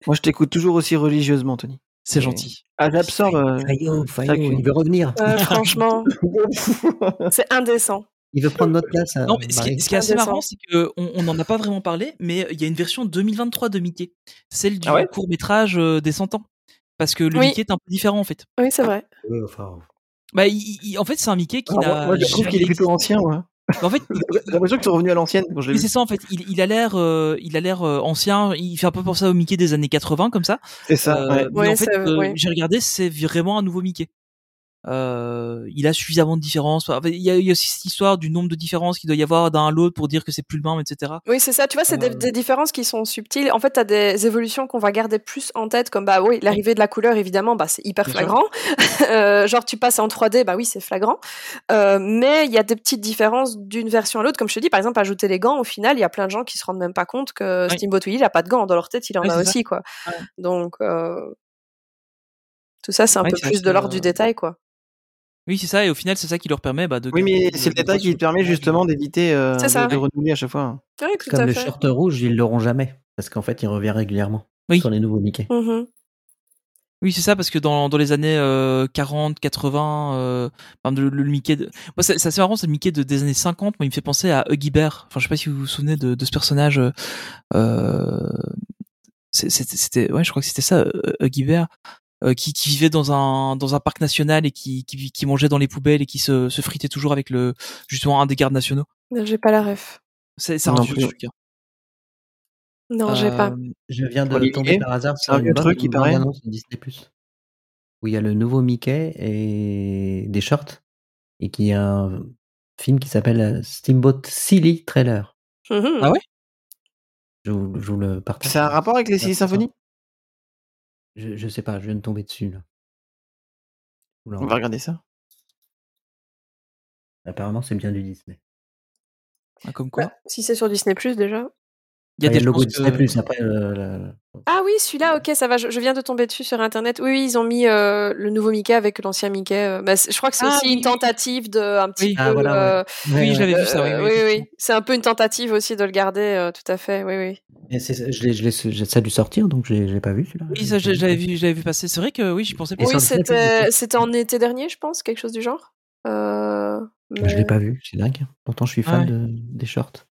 Speaker 8: Moi, je t'écoute toujours aussi religieusement, Tony.
Speaker 1: C'est gentil.
Speaker 8: Ah, j'absorbe.
Speaker 9: Euh... Il veut revenir.
Speaker 7: Euh, franchement, c'est indécent.
Speaker 9: Il veut prendre notre place.
Speaker 8: euh,
Speaker 9: euh,
Speaker 1: Non, mais ce,
Speaker 8: bah,
Speaker 1: qui, ce qui est, assez marrant, c'est qu'on n'en on a pas vraiment parlé, mais il y a une version 2023 de Mickey, celle du ah ouais court métrage des 100 ans. Parce que le
Speaker 7: oui.
Speaker 1: Mickey est un peu différent, en fait.
Speaker 7: Oui, c'est vrai.
Speaker 9: Oui, Euh, enfin...
Speaker 1: bah, il, il, en fait, c'est un Mickey qui
Speaker 8: ah, Moi, je trouve qu'il est plutôt ancien, ouais.
Speaker 1: En fait,
Speaker 8: j'ai l'impression qu'ils sont revenus à l'ancienne.
Speaker 1: c'est ça en fait. Il, il a l'air, euh, il a l'air euh, ancien. Il fait un peu penser au Mickey des années 80 comme ça.
Speaker 8: C'est ça. Euh,
Speaker 1: ouais. mais ouais, en fait, ouais. j'ai regardé, c'est vraiment un nouveau Mickey. Euh, il a suffisamment de différences. Enfin, il, y a, il y, a aussi cette histoire du nombre de différences qu'il doit y avoir d'un à l'autre pour dire que c'est plus le même, etc.
Speaker 7: Oui, c'est ça. Tu vois, c'est des, des, différences qui sont subtiles. En fait, tu as des évolutions qu'on va garder plus en tête, comme bah oui, l'arrivée de la couleur, évidemment, bah c'est hyper flagrant. Euh, genre, tu passes en 3D, bah oui, c'est flagrant. Euh, mais il y a des petites différences d'une version à l'autre. Comme je te dis, par exemple, ajouter les gants, au final, il y a plein de gens qui se rendent même pas compte que oui. Steamboat Willie, il a pas de gants. Dans leur tête, il en oui, a aussi, ça. quoi. Ouais. Donc, euh... tout ça, c'est un oui, peu plus de l'ordre euh... du détail, quoi.
Speaker 1: Oui, c'est ça. Et au final, c'est ça qui leur permet bah, de.
Speaker 8: Oui, mais c'est le détail qui te permet justement d'éviter euh, de,
Speaker 7: ça,
Speaker 8: de renouveler à chaque fois. hein.
Speaker 7: Tout
Speaker 9: Comme
Speaker 7: à
Speaker 9: le
Speaker 7: fait.
Speaker 9: short rouge, ils l'auront jamais. Parce qu'en fait, il revient régulièrement sur les nouveaux Mickey.
Speaker 7: Mm -hmm.
Speaker 1: Oui, c'est ça, parce que dans, dans les années euh, 40, 80, euh, le, le, Mickey. De... Moi, c'est assez marrant, c'est le Mickey de, des années 50. Moi, il me fait penser à Huggy Bear. Enfin, je sais pas si vous vous souvenez de, de ce personnage. Euh, c'était, ouais, je crois que c'était ça, euh, Huggy Bear. euh, Qui, qui, vivait dans un dans un parc national et qui, qui, qui mangeait dans les poubelles et qui se, se, fritait toujours avec le justement un des gardes nationaux.
Speaker 7: J'ai pas la ref.
Speaker 1: C'est ça. Non,
Speaker 7: non, j'ai pas.
Speaker 9: Euh, je viens de Olivier, tomber par hasard sur
Speaker 8: un une truc qui paraît.
Speaker 9: Annonce de Disney Plus où il y a le nouveau Mickey et des shorts et qui a un film qui s'appelle euh, Steamboat Silly Trailer.
Speaker 7: Mmh
Speaker 1: Mm -hmm. Ah ouais.
Speaker 9: Je vous, je vous le partage.
Speaker 8: C'est un rapport avec les Silly Symphonies
Speaker 9: je, je sais pas, je viens de tomber dessus là.
Speaker 8: Oula, on va regarder ça.
Speaker 9: Apparemment, c'est bien du Disney.
Speaker 1: Ah, comme quoi
Speaker 7: bah, Si c'est sur Disney Plus déjà.
Speaker 9: Il y a des logos Disney Plus après.
Speaker 1: euh,
Speaker 7: Ah oui, celui-là, ok, ça va. Je, je, viens de tomber dessus sur Internet. Oui, oui ils ont mis euh, le nouveau Mickey avec l'ancien Mickey. Euh, bah, je crois que c'est ah, aussi oui. une tentative de un petit oui. peu. Ah, voilà,
Speaker 1: euh, ouais. oui, je l'avais vu ça. Oui,
Speaker 7: oui, oui. C'est un peu une tentative aussi de le garder, euh, tout à fait. Oui, oui.
Speaker 9: Et je ça a dû sortir, donc je l'ai pas vu celui-là.
Speaker 1: Oui, ça, j'avais vu, j'avais vu passer. C'est vrai que oui, j'y pensais. Pas.
Speaker 7: Oui, c'était, c'était en été dernier, je pense, quelque chose du genre. euh,
Speaker 9: Mais... Je l'ai pas vu, c'est dingue. Pourtant, je suis fan ah, de, des shorts.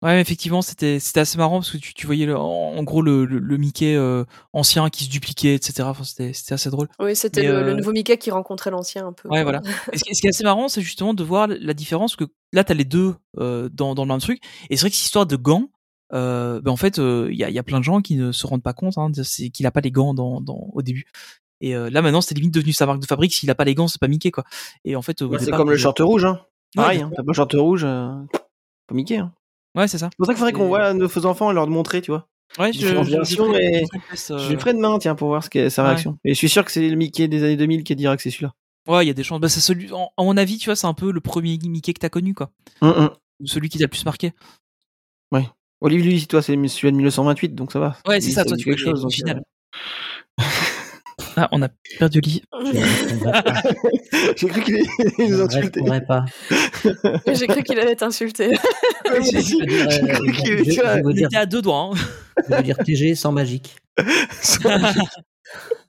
Speaker 1: Ouais, effectivement, c'était c'était assez marrant parce que tu, tu voyais le, en, gros le, le, le Mickey euh, ancien qui se dupliquait, etc. Enfin, c'était c'était assez drôle.
Speaker 7: Oui, c'était le, euh... le, nouveau Mickey qui rencontrait l'ancien un peu.
Speaker 1: Ouais, voilà. et ce, qui, ce, qui est assez marrant, c'est justement de voir la différence que là, t'as les deux euh, dans dans le même truc. Et c'est vrai que cette histoire de gants, ben en fait, il y a, y a plein de gens qui ne se rendent pas compte hein, qu'il a pas les gants dans, dans au début. Et euh, là maintenant, c'est limite devenu sa marque de fabrique. S'il a pas les gants, c'est pas Mickey quoi. Et en fait, euh,
Speaker 8: ouais, c'est comme le short rouge. Hein. Ouais, Pareil, hein, t'as pas le short rouge, pas Mickey. Hein.
Speaker 1: Ouais, c'est ça.
Speaker 8: C'est pour ça qu'il faudrait qu'on voit nos faux enfants et leur montrer, tu vois.
Speaker 1: Ouais, je, je,
Speaker 8: je, je lui ferai demain, tiens, pour voir ce est, sa réaction. Euh. Ouais. Et je suis sûr que c'est le Mickey des années 2000 qui dira que c'est celui-là.
Speaker 1: Ouais, il y a des chances. Bah, c'est celui, en, à mon avis, tu vois, c'est un peu le premier Mickey que t'as connu, quoi.
Speaker 8: Mm -hmm.
Speaker 1: Celui qui t'a le plus marqué.
Speaker 8: Ouais. Olivier, lui, toi, c'est celui de 1928, donc ça va.
Speaker 1: Ouais, c'est ça, toi, tu quelque chose. Au final. Ah, on a perdu lit.
Speaker 8: J'ai cru qu'il allait nous insulter.
Speaker 9: Ah, Je pas.
Speaker 7: J'ai cru qu'il allait t'insulter.
Speaker 1: Il était à deux doigts. hein.
Speaker 9: Hein. Je veux dire TG sans magique. sans magique.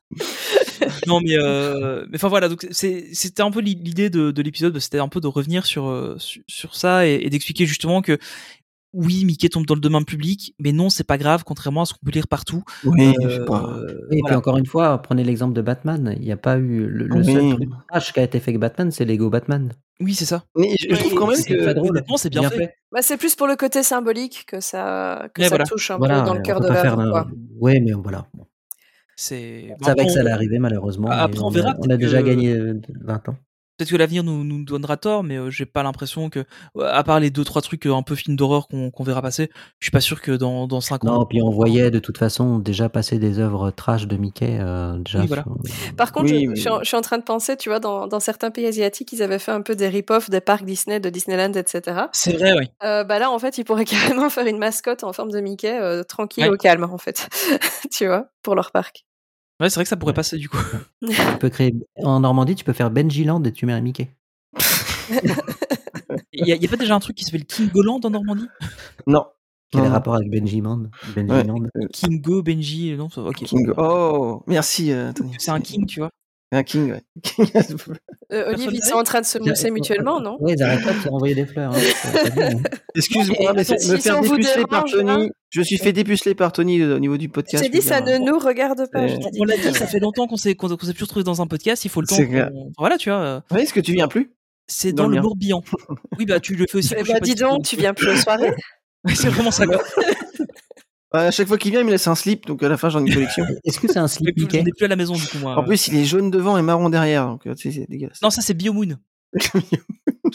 Speaker 1: non mais euh, mais enfin voilà donc c'était un peu l'idée de, de l'épisode bah, c'était un peu de revenir sur sur, sur ça et, et d'expliquer justement que oui, Mickey tombe dans le domaine public, mais non, c'est pas grave, contrairement à ce qu'on peut lire partout.
Speaker 8: Oui, euh, pas...
Speaker 9: Et voilà. puis encore une fois, prenez l'exemple de Batman. Il n'y a pas eu le, le oui. seul tâche qui a été fait avec Batman, c'est Lego Batman.
Speaker 1: Oui, c'est ça.
Speaker 8: Mais je, trouve quand même
Speaker 1: que c'est bien, bien, fait. fait.
Speaker 7: Bah, c'est plus pour le côté symbolique que ça, que ça voilà. touche un voilà, peu dans le cœur de l'œuvre.
Speaker 9: Oui, mais voilà.
Speaker 1: C'est
Speaker 9: ça va que ça allait arriver malheureusement. Ah, après, on, on, verra, on, a, on a déjà que... gagné 20 ans
Speaker 1: peut-être que l'avenir nous, nous donnera tort, mais euh, j'ai pas l'impression que, à part les deux trois trucs euh, un peu films d'horreur qu'on qu verra passer, je suis pas sûr que dans dans cinq ans.
Speaker 9: Non, puis on voyait de toute façon déjà passer des œuvres trash de Mickey. Euh, déjà,
Speaker 1: oui, voilà.
Speaker 7: Par contre, oui, je, mais... je, suis en, je, suis en, train de penser, tu vois, dans, dans certains pays asiatiques, ils avaient fait un peu des rip-off des parcs Disney, de Disneyland, etc.
Speaker 1: C'est vrai, oui.
Speaker 7: bah là, en fait, ils pourraient carrément faire une mascotte en forme de Mickey, euh, tranquille, ouais. au calme, en fait, tu vois, pour leur parc.
Speaker 1: Ouais, c'est vrai que ça pourrait passer du coup.
Speaker 9: Tu peux créer... En Normandie, tu peux faire Benjiland et tu mets un Mickey.
Speaker 1: Il n'y a, a, pas déjà un truc qui s'appelle Kingoland en Normandie
Speaker 8: Non.
Speaker 9: Quel
Speaker 8: Ah.
Speaker 9: non. rapport avec Benjiland Benjiland.
Speaker 1: Ouais. Kingo, Benji, non, ça okay.
Speaker 8: Kingo. Oh, merci euh, Tony.
Speaker 1: C'est un king, tu vois.
Speaker 8: Un king, ouais.
Speaker 7: euh, Olive, ils sont en train de se mousser mutuellement, non
Speaker 9: Oui, ils n'arrêtent pas de se renvoyer des fleurs. Hein.
Speaker 8: Excuse-moi, mais me faire dépuceler par Tony. Je suis fait dépuceler par Tony euh, au niveau du podcast.
Speaker 7: hein. J'ai dit, ça ne nous regarde pas.
Speaker 1: On l'a dit, ça fait longtemps qu'on s'est, qu'on, s'est plus retrouvé dans un podcast. Il faut le temps. Voilà, tu vois. euh,
Speaker 8: Oui, est-ce que tu viens plus
Speaker 1: C'est dans, le Bourbihan. Oui, bah, tu le fais aussi.
Speaker 7: Bah, dis donc, tu viens plus aux soirées.
Speaker 1: C'est vraiment ça,
Speaker 8: Bah, à chaque fois qu'il vient, il me laisse un slip, donc à la fin j'en ai une collection.
Speaker 9: Est-ce que c'est un slip Mickey
Speaker 1: Je plus à la maison du coup moi.
Speaker 8: En plus, il est jaune devant et marron derrière, donc euh, tu sais, c'est dégueulasse.
Speaker 1: Non, ça c'est Biomoon.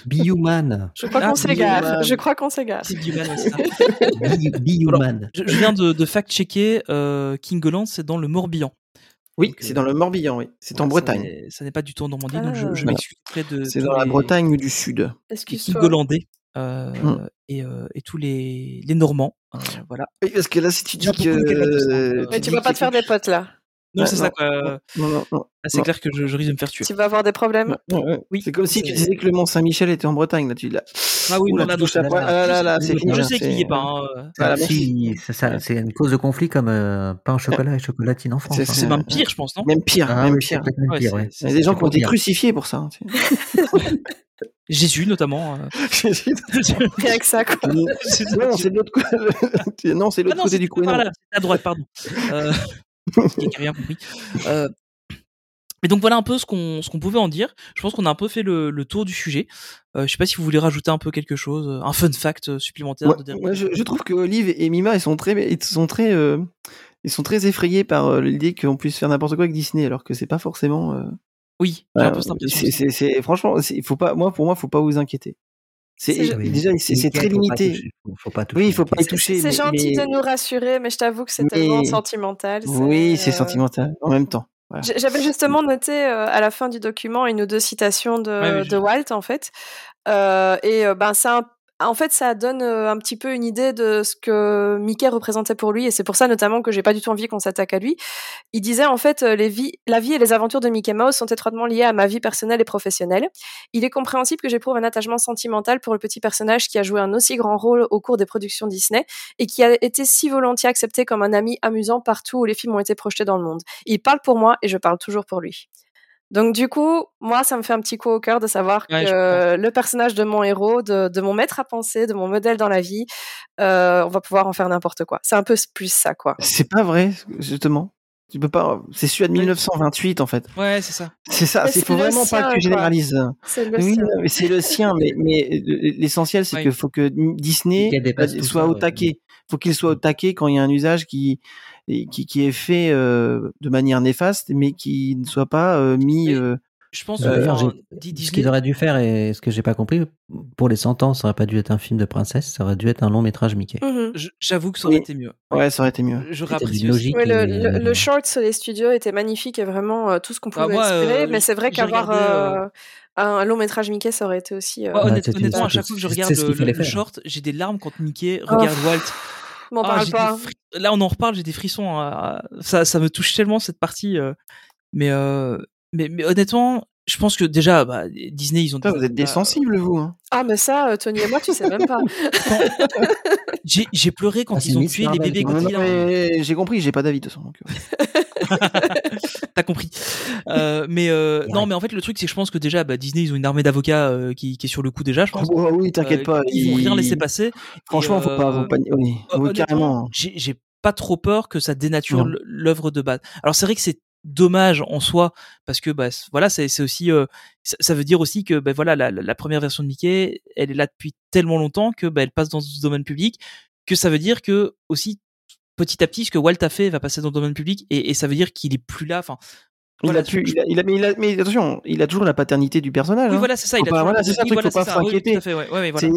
Speaker 9: Bioman.
Speaker 7: Je crois ah, qu'on s'égare. Je crois qu'on s'égare.
Speaker 1: C'est Bioman, ouais, ça.
Speaker 9: Bioman.
Speaker 1: Je, je, viens de, de fact-checker euh, Kingoland, c'est dans le Morbihan.
Speaker 8: Oui, c'est euh, dans le Morbihan, oui. C'est ouais, en Bretagne.
Speaker 1: Ça n'est pas du tout en Normandie, ah, donc je, je m'excuse de.
Speaker 8: C'est dans la les... Bretagne Hmm. du Sud.
Speaker 1: Kingolandais. Euh, mmh. et, euh, et, tous les, les Normands. Euh, voilà.
Speaker 8: Oui, parce que là, si tu dis que.
Speaker 7: Mais tu vas pas te faire des potes là.
Speaker 1: Non, c'est ça. Quoi. Non, non, c'est clair que je, je, risque de me faire tuer.
Speaker 7: Tu vas avoir des problèmes.
Speaker 8: Non, oui. C'est comme si tu disais que le Mont Saint-Michel était en Bretagne. Là, tu là.
Speaker 1: Ah oui,
Speaker 8: là, touche là, Ah là, là, c'est fini.
Speaker 1: Je sais qu'il n'y est pas. euh,
Speaker 9: c'est une cause de conflit comme euh, pain au chocolat et chocolatine en France. hein.
Speaker 1: C'est même pire, je pense, non
Speaker 8: Même pire,
Speaker 9: Ah,
Speaker 8: même pire. Il y a des gens qui ont été crucifiés pour ça. hein,
Speaker 1: Jésus notamment. Euh...
Speaker 8: Jésus.
Speaker 7: Rien que ça quoi.
Speaker 8: Non, c'est l'autre côté. Non, c'est
Speaker 1: Ah
Speaker 8: l'autre côté du couillon.
Speaker 1: à droite, pardon. Euh... J'ai rien compris. Euh... Et donc voilà un peu ce qu'on ce qu'on pouvait en dire. Je pense qu'on a un peu fait le, le tour du sujet. Euh, je sais pas si vous voulez rajouter un peu quelque chose, euh, un fun fact supplémentaire.
Speaker 8: Ouais,
Speaker 1: de
Speaker 8: ouais, je, je, trouve que Olive et Mima ils sont très ils sont très euh, ils sont très effrayés par euh, l'idée qu'on puisse faire n'importe quoi avec Disney alors que c'est pas forcément. euh,
Speaker 1: Oui, j'ai un peu cette impression.
Speaker 8: C'est, franchement, faut pas, moi, pour moi, faut pas vous inquiéter. C'est,
Speaker 9: Ah
Speaker 8: déjà, c'est, très limité.
Speaker 9: Faut pas
Speaker 8: oui, il faut pas y toucher.
Speaker 7: C'est, gentil de nous rassurer, mais je t'avoue que c'est tellement sentimental. euh,
Speaker 8: Oui, c'est sentimental en même temps.
Speaker 7: J'avais justement noté euh, à la fin du document une ou deux citations de, Walt, en fait. Euh, et ben, c'est un en fait, ça donne euh, un petit peu une idée de ce que Mickey représentait pour lui, et c'est pour ça notamment que j'ai pas du tout envie qu'on s'attaque à lui. Il disait en fait, euh, les vies, la vie et les aventures de Mickey Mouse sont étroitement liées à ma vie personnelle et professionnelle. Il est compréhensible que j'éprouve un attachement sentimental pour le petit personnage qui a joué un aussi grand rôle au cours des productions Disney et qui a été si volontiers accepté comme un ami amusant partout où les films ont été projetés dans le monde. Il parle pour moi et je parle toujours pour lui. Donc du coup, moi, ça me fait un petit coup au cœur de savoir ouais, que le personnage de mon héros, de, de, mon maître à penser, de mon modèle dans la vie, euh, on va pouvoir en faire n'importe quoi. C'est un peu plus ça, quoi.
Speaker 8: C'est pas vrai, justement. Tu peux pas. C'est celui de 1928 en fait.
Speaker 1: Ouais, c'est ça.
Speaker 8: C'est ça. C'est faut vraiment sien, pas que tu généralises.
Speaker 7: C'est le, oui,
Speaker 8: c'est le sien, mais, mais l'essentiel c'est oui. que faut que Disney euh, soit ça, au taquet. Ouais. Faut qu'il soit au taquet quand il y a un usage qui qui, qui est fait euh, de manière néfaste, mais qui ne soit pas euh, mis. Euh,
Speaker 1: je pense
Speaker 9: que ce qu'il aurait dû faire et ce que j'ai pas compris pour les 100 ans, ça aurait pas dû être un film de princesse, ça aurait dû être un long métrage Mickey.
Speaker 7: Mmh
Speaker 1: Mm -hmm. J'avoue que ça aurait
Speaker 8: oui. Euh,
Speaker 1: été mieux.
Speaker 8: Ouais, ça aurait été mieux.
Speaker 1: J'aurais
Speaker 7: apprécié. Logique ouais, le, le, le, short sur les studios était magnifique et vraiment tout ce qu'on pouvait ah, moi,
Speaker 8: euh,
Speaker 7: espérer, mais c'est vrai qu'avoir euh, un long métrage Mickey, ça aurait été aussi. euh,
Speaker 8: Oh,
Speaker 1: Ouais, honnêtement, honnêtement à chaque fois que je regarde le, le short, j'ai des larmes quand Mickey regarde oh. Walt.
Speaker 7: Ah, pas.
Speaker 1: Fri... Là, on en reparle, j'ai des frissons. Hein. Ça, ça me touche tellement cette partie. Euh... Mais, euh... mais, mais, honnêtement, je pense que déjà, bah, Disney, ils ont.
Speaker 8: Putain, vous êtes des sensibles, vous. Hein.
Speaker 7: Ah, mais ça, Tony et moi, tu sais même pas.
Speaker 1: j'ai pleuré quand ah, ils ont tué les bébés
Speaker 8: hein. J'ai compris, j'ai pas d'avis de son.
Speaker 1: T'as compris. Euh, mais euh, non, mais en fait, le truc, c'est que je pense que déjà, bah, Disney, ils ont une armée d'avocats euh, qui, qui, est sur le coup déjà, je pense.
Speaker 8: Oh, oui, t'inquiète pas.
Speaker 1: Ils vont rien laisser passer.
Speaker 8: Franchement, faut pas. Faut pas... Oui, euh, oui carrément.
Speaker 1: J'ai pas trop peur que ça dénature l'œuvre de base. Alors, c'est vrai que c'est dommage en soi parce que bah voilà c'est aussi euh, ça, ça, veut dire aussi que bah, voilà la, la, première version de Mickey elle est là depuis tellement longtemps que bah, elle passe dans ce domaine public que ça veut dire que aussi petit à petit ce que Walt a fait va passer dans le domaine public et, et ça veut dire qu'il est plus là enfin
Speaker 8: il, voilà, a tu, il, a, il, a, mais il, a, mais attention, il a toujours la paternité du personnage. hein.
Speaker 1: Oui, voilà, c'est ça.
Speaker 8: Il
Speaker 1: a
Speaker 8: voilà, c'est ça, truc, voilà, faut pas s'inquiéter.
Speaker 1: Oui, ouais, ouais,
Speaker 8: voilà.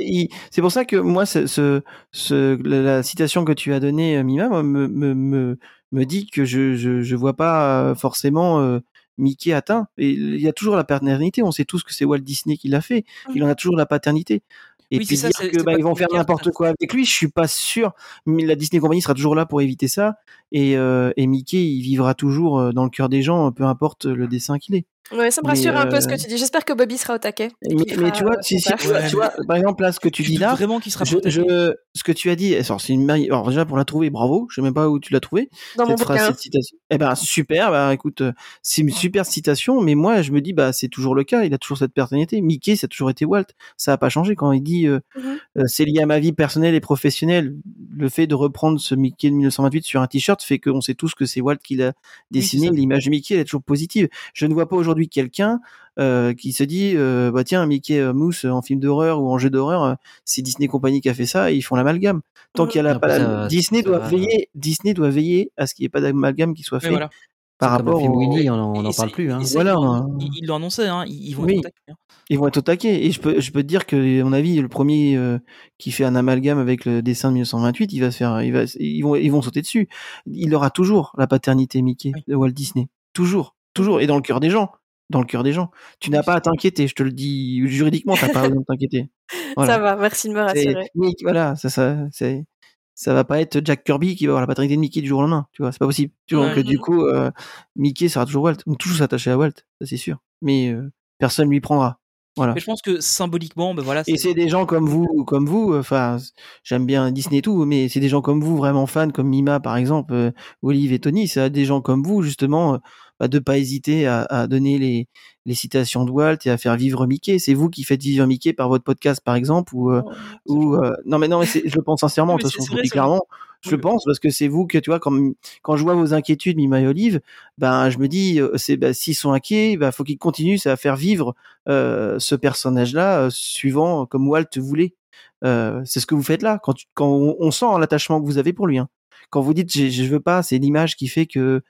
Speaker 8: C'est pour ça que moi, ce, ce, ce, la citation que tu as donnée, euh, Mima, me, me, me, me dit que je, je, je vois pas forcément euh, Mickey atteint. Et il y a toujours la paternité. On sait tous que c'est Walt Disney qui l'a fait. Il en a toujours la paternité. Et oui, puis ça, dire que bah, ils vont faire n'importe quoi avec lui, je suis pas sûr. Mais la Disney Company sera toujours là pour éviter ça, et, euh, et Mickey il vivra toujours euh, dans le cœur des gens, peu importe le dessin qu'il est.
Speaker 7: Ouais, ça me rassure euh... un peu ce que tu dis. J'espère que Bobby sera au taquet.
Speaker 8: Mais, mais tu vois,
Speaker 7: euh,
Speaker 8: si, si, tu, vois, tu vois, par exemple, là, ce que tu
Speaker 1: je
Speaker 8: dis là,
Speaker 1: vraiment qu'il sera
Speaker 8: je, je, ce que tu as dit, c'est une maille. Alors, déjà, pour la trouver, bravo. Je sais même pas où tu l'as trouvé.
Speaker 7: Dans cette mon phrase,
Speaker 8: cette citation. Eh ben, super. Bah, écoute, c'est une super citation. Mais moi, je me dis, bah, c'est toujours le cas. Il a toujours cette personnalité. Mickey, ça a toujours été Walt. Ça a pas changé quand il dit, euh, mm
Speaker 7: Mhm.
Speaker 8: -hmm. euh, c'est lié à ma vie personnelle et professionnelle. Le fait de reprendre ce Mickey de 1928 sur un t-shirt fait qu'on sait tous que c'est Walt qui l'a dessiné. Oui, L'image de Mickey, elle est toujours positive. Je ne vois pas aujourd'hui quelqu'un euh, qui se dit euh, bah tiens Mickey euh, Mouse en film d'horreur ou en jeu d'horreur euh, c'est Disney compagnie qui a fait ça et ils font l'amalgame tant mmh. qu'il y a la, pas, ça, Disney doit va... veiller Disney doit veiller à ce qu'il n'y ait pas d'amalgame qui soit fait voilà. par rapport
Speaker 9: au Winnie on n'en parle plus hein.
Speaker 8: voilà
Speaker 1: ils il l'ont annoncé hein. ils, ils, vont oui. hein.
Speaker 8: ils, vont être au taquet et je peux je peux te dire que à mon avis le premier euh, qui fait un amalgame avec le dessin de 1928 il va se faire il va ils vont ils vont sauter dessus il aura toujours la paternité Mickey oui. de Walt Disney toujours toujours et dans le cœur des gens dans le cœur des gens. Tu n'as pas à t'inquiéter, je te le dis juridiquement, tu n'as pas besoin de t'inquiéter.
Speaker 7: Voilà. Ça va, merci de me rassurer.
Speaker 8: Voilà, ça, ça, c'est, ça va pas être Jack Kirby qui va avoir la paternité de Mickey du jour au lendemain, tu vois, c'est pas possible. Tu vois, ouais, donc, oui. du coup, euh, Mickey sera toujours Walt, donc toujours s'attacher à Walt, ça c'est sûr. Mais euh, personne lui prendra. Voilà.
Speaker 1: Mais je pense que symboliquement, ben voilà.
Speaker 8: Et c'est des gens comme vous, comme vous. euh, Enfin, j'aime bien Disney et tout, mais c'est des gens comme vous, vraiment fans, comme Mima par exemple, euh, Olive et Tony. C'est des gens comme vous justement bah, de pas hésiter à, à donner les, les, citations de Walt et à faire vivre Mickey. C'est vous qui faites vivre Mickey par votre podcast par exemple, ou euh, oh, ou euh, non mais non, mais je le pense sincèrement, de toute façon, clairement. Je le pense parce que c'est vous que tu vois quand quand je vois vos inquiétudes, Mima et Olive, ben je me dis c'est ben, s'ils sont inquiets, ben faut qu'ils continuent à faire vivre euh, ce personnage-là euh, suivant comme Walt voulait. Euh, c'est ce que vous faites là quand tu, quand on, on sent l'attachement que vous avez pour lui. Hein. Quand vous dites je veux pas, c'est l'image qui fait que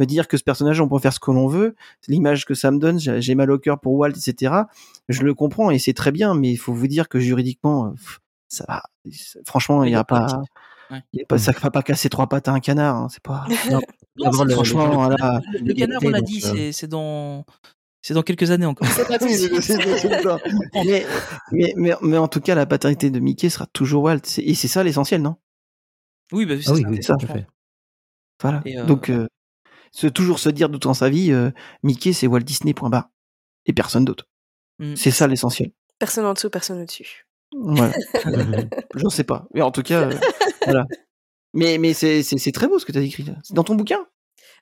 Speaker 8: me dire que ce personnage on peut en faire ce que l'on veut, l'image que ça me donne, j'ai mal au cœur pour Walt, etc. Je le comprends et c'est très bien, mais il faut vous dire que juridiquement euh, ça va. Franchement, il n'y a, a pas. pas... Ouais. Il pas, ça ne va pas casser trois pattes à un canard, hein, c'est pas.
Speaker 1: Non, non, le, franchement, le, là, le, le canard, on l'a dit, euh... c'est dans C'est dans quelques années encore.
Speaker 7: Pas oui,
Speaker 8: mais, mais, mais, mais, en tout cas, la paternité de Mickey sera toujours Walt. Et c'est ça l'essentiel, non
Speaker 1: Oui, bah, c'est ah
Speaker 9: oui, oui, ça. Fait.
Speaker 8: Voilà. Euh... Donc, euh, se, toujours se dire tout en sa vie, euh, Mickey, c'est Walt Disney, point bas. Et personne d'autre.
Speaker 1: Mmh.
Speaker 8: Mm. C'est ça l'essentiel.
Speaker 7: Personne en dessous, personne au-dessus.
Speaker 8: Voilà. J'en sais pas. Mais en tout cas, voilà. Mais, mais c'est très beau ce que tu as écrit. C'est dans ton bouquin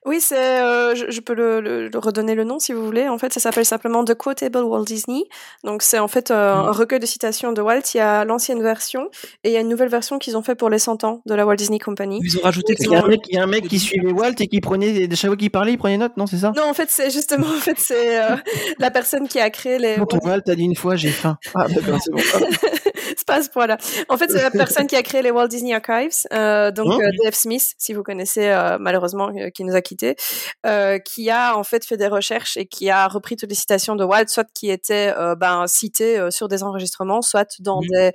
Speaker 7: oui, c'est, euh, je, je, peux le, le, le, redonner le nom si vous voulez. En fait, ça s'appelle simplement The Quotable Walt Disney. Donc, c'est en fait euh, un recueil de citations de Walt. Il y a l'ancienne version et il y a une nouvelle version qu'ils ont fait pour les 100 ans de la Walt Disney Company.
Speaker 1: Ils ont rajouté.
Speaker 8: Il y, a un mec, il y a un mec qui suivait Walt et qui prenait, chaque fois qu'il parlait, il prenait note, non C'est ça
Speaker 7: Non, en fait, c'est justement en fait, c'est euh, la personne qui a créé les.
Speaker 8: Quand on Walt a dit une fois, j'ai faim. Ah, d'accord, c'est bon.
Speaker 7: c'est pas à ce point-là. En fait, c'est la personne qui a créé les Walt Disney Archives, euh, donc oh. euh, Dave Smith, si vous connaissez euh, malheureusement, qui nous a quittés, euh, qui a en fait fait des recherches et qui a repris toutes les citations de Walt, soit qui étaient ben, citées sur des enregistrements, soit dans mm.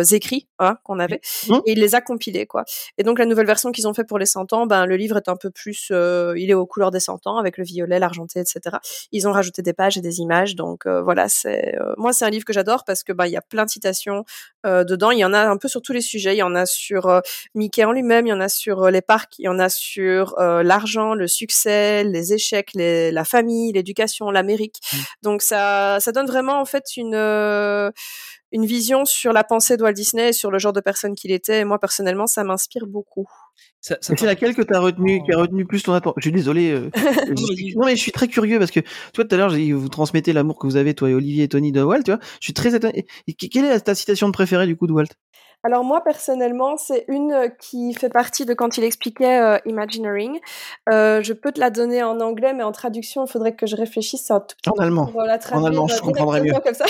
Speaker 7: des écrits hein, qu'on avait, mm. et il les a compilés quoi. Et donc la nouvelle version qu'ils ont fait pour les 100 ans, ben le livre est un peu plus, euh, il est aux couleurs des 100 ans avec le violet, l'argenté, etc. Ils ont rajouté des pages et des images, donc euh, voilà, c'est moi c'est un livre que j'adore parce que ben il y a plein de citations euh, dedans. Il y en a un peu sur tous les sujets. Il y en a sur euh, Mickey en lui-même, il y en a sur euh, les parcs, il y en a sur euh, l'argent, le succès, les échecs, les, la famille, l'éducation, l'Amérique. Mmh. Donc ça, ça donne vraiment en fait une euh, une vision sur la pensée de Walt Disney et sur le genre de personne qu'il était. Et moi personnellement, ça m'inspire beaucoup.
Speaker 8: Ça, ça c'est laquelle que tu as retenu, qui a retenu plus ton attention Je suis désolé. Euh, non mais je suis très curieux parce que toi tout à l'heure vous transmettez l'amour que vous avez toi et Olivier et Tony de Walt. Tu vois, je suis très étonné. Quelle est ta citation préférée du coup de Walt
Speaker 7: alors moi personnellement, c'est une qui fait partie de quand il expliquait euh, Imagineering. Euh, je peux te la donner en anglais, mais en traduction, il faudrait que je réfléchisse un tout petit
Speaker 8: en allemand.
Speaker 7: Pour la
Speaker 8: Oh,
Speaker 7: euh,
Speaker 8: en allemand, je comprendrais mieux.
Speaker 7: Comme ça.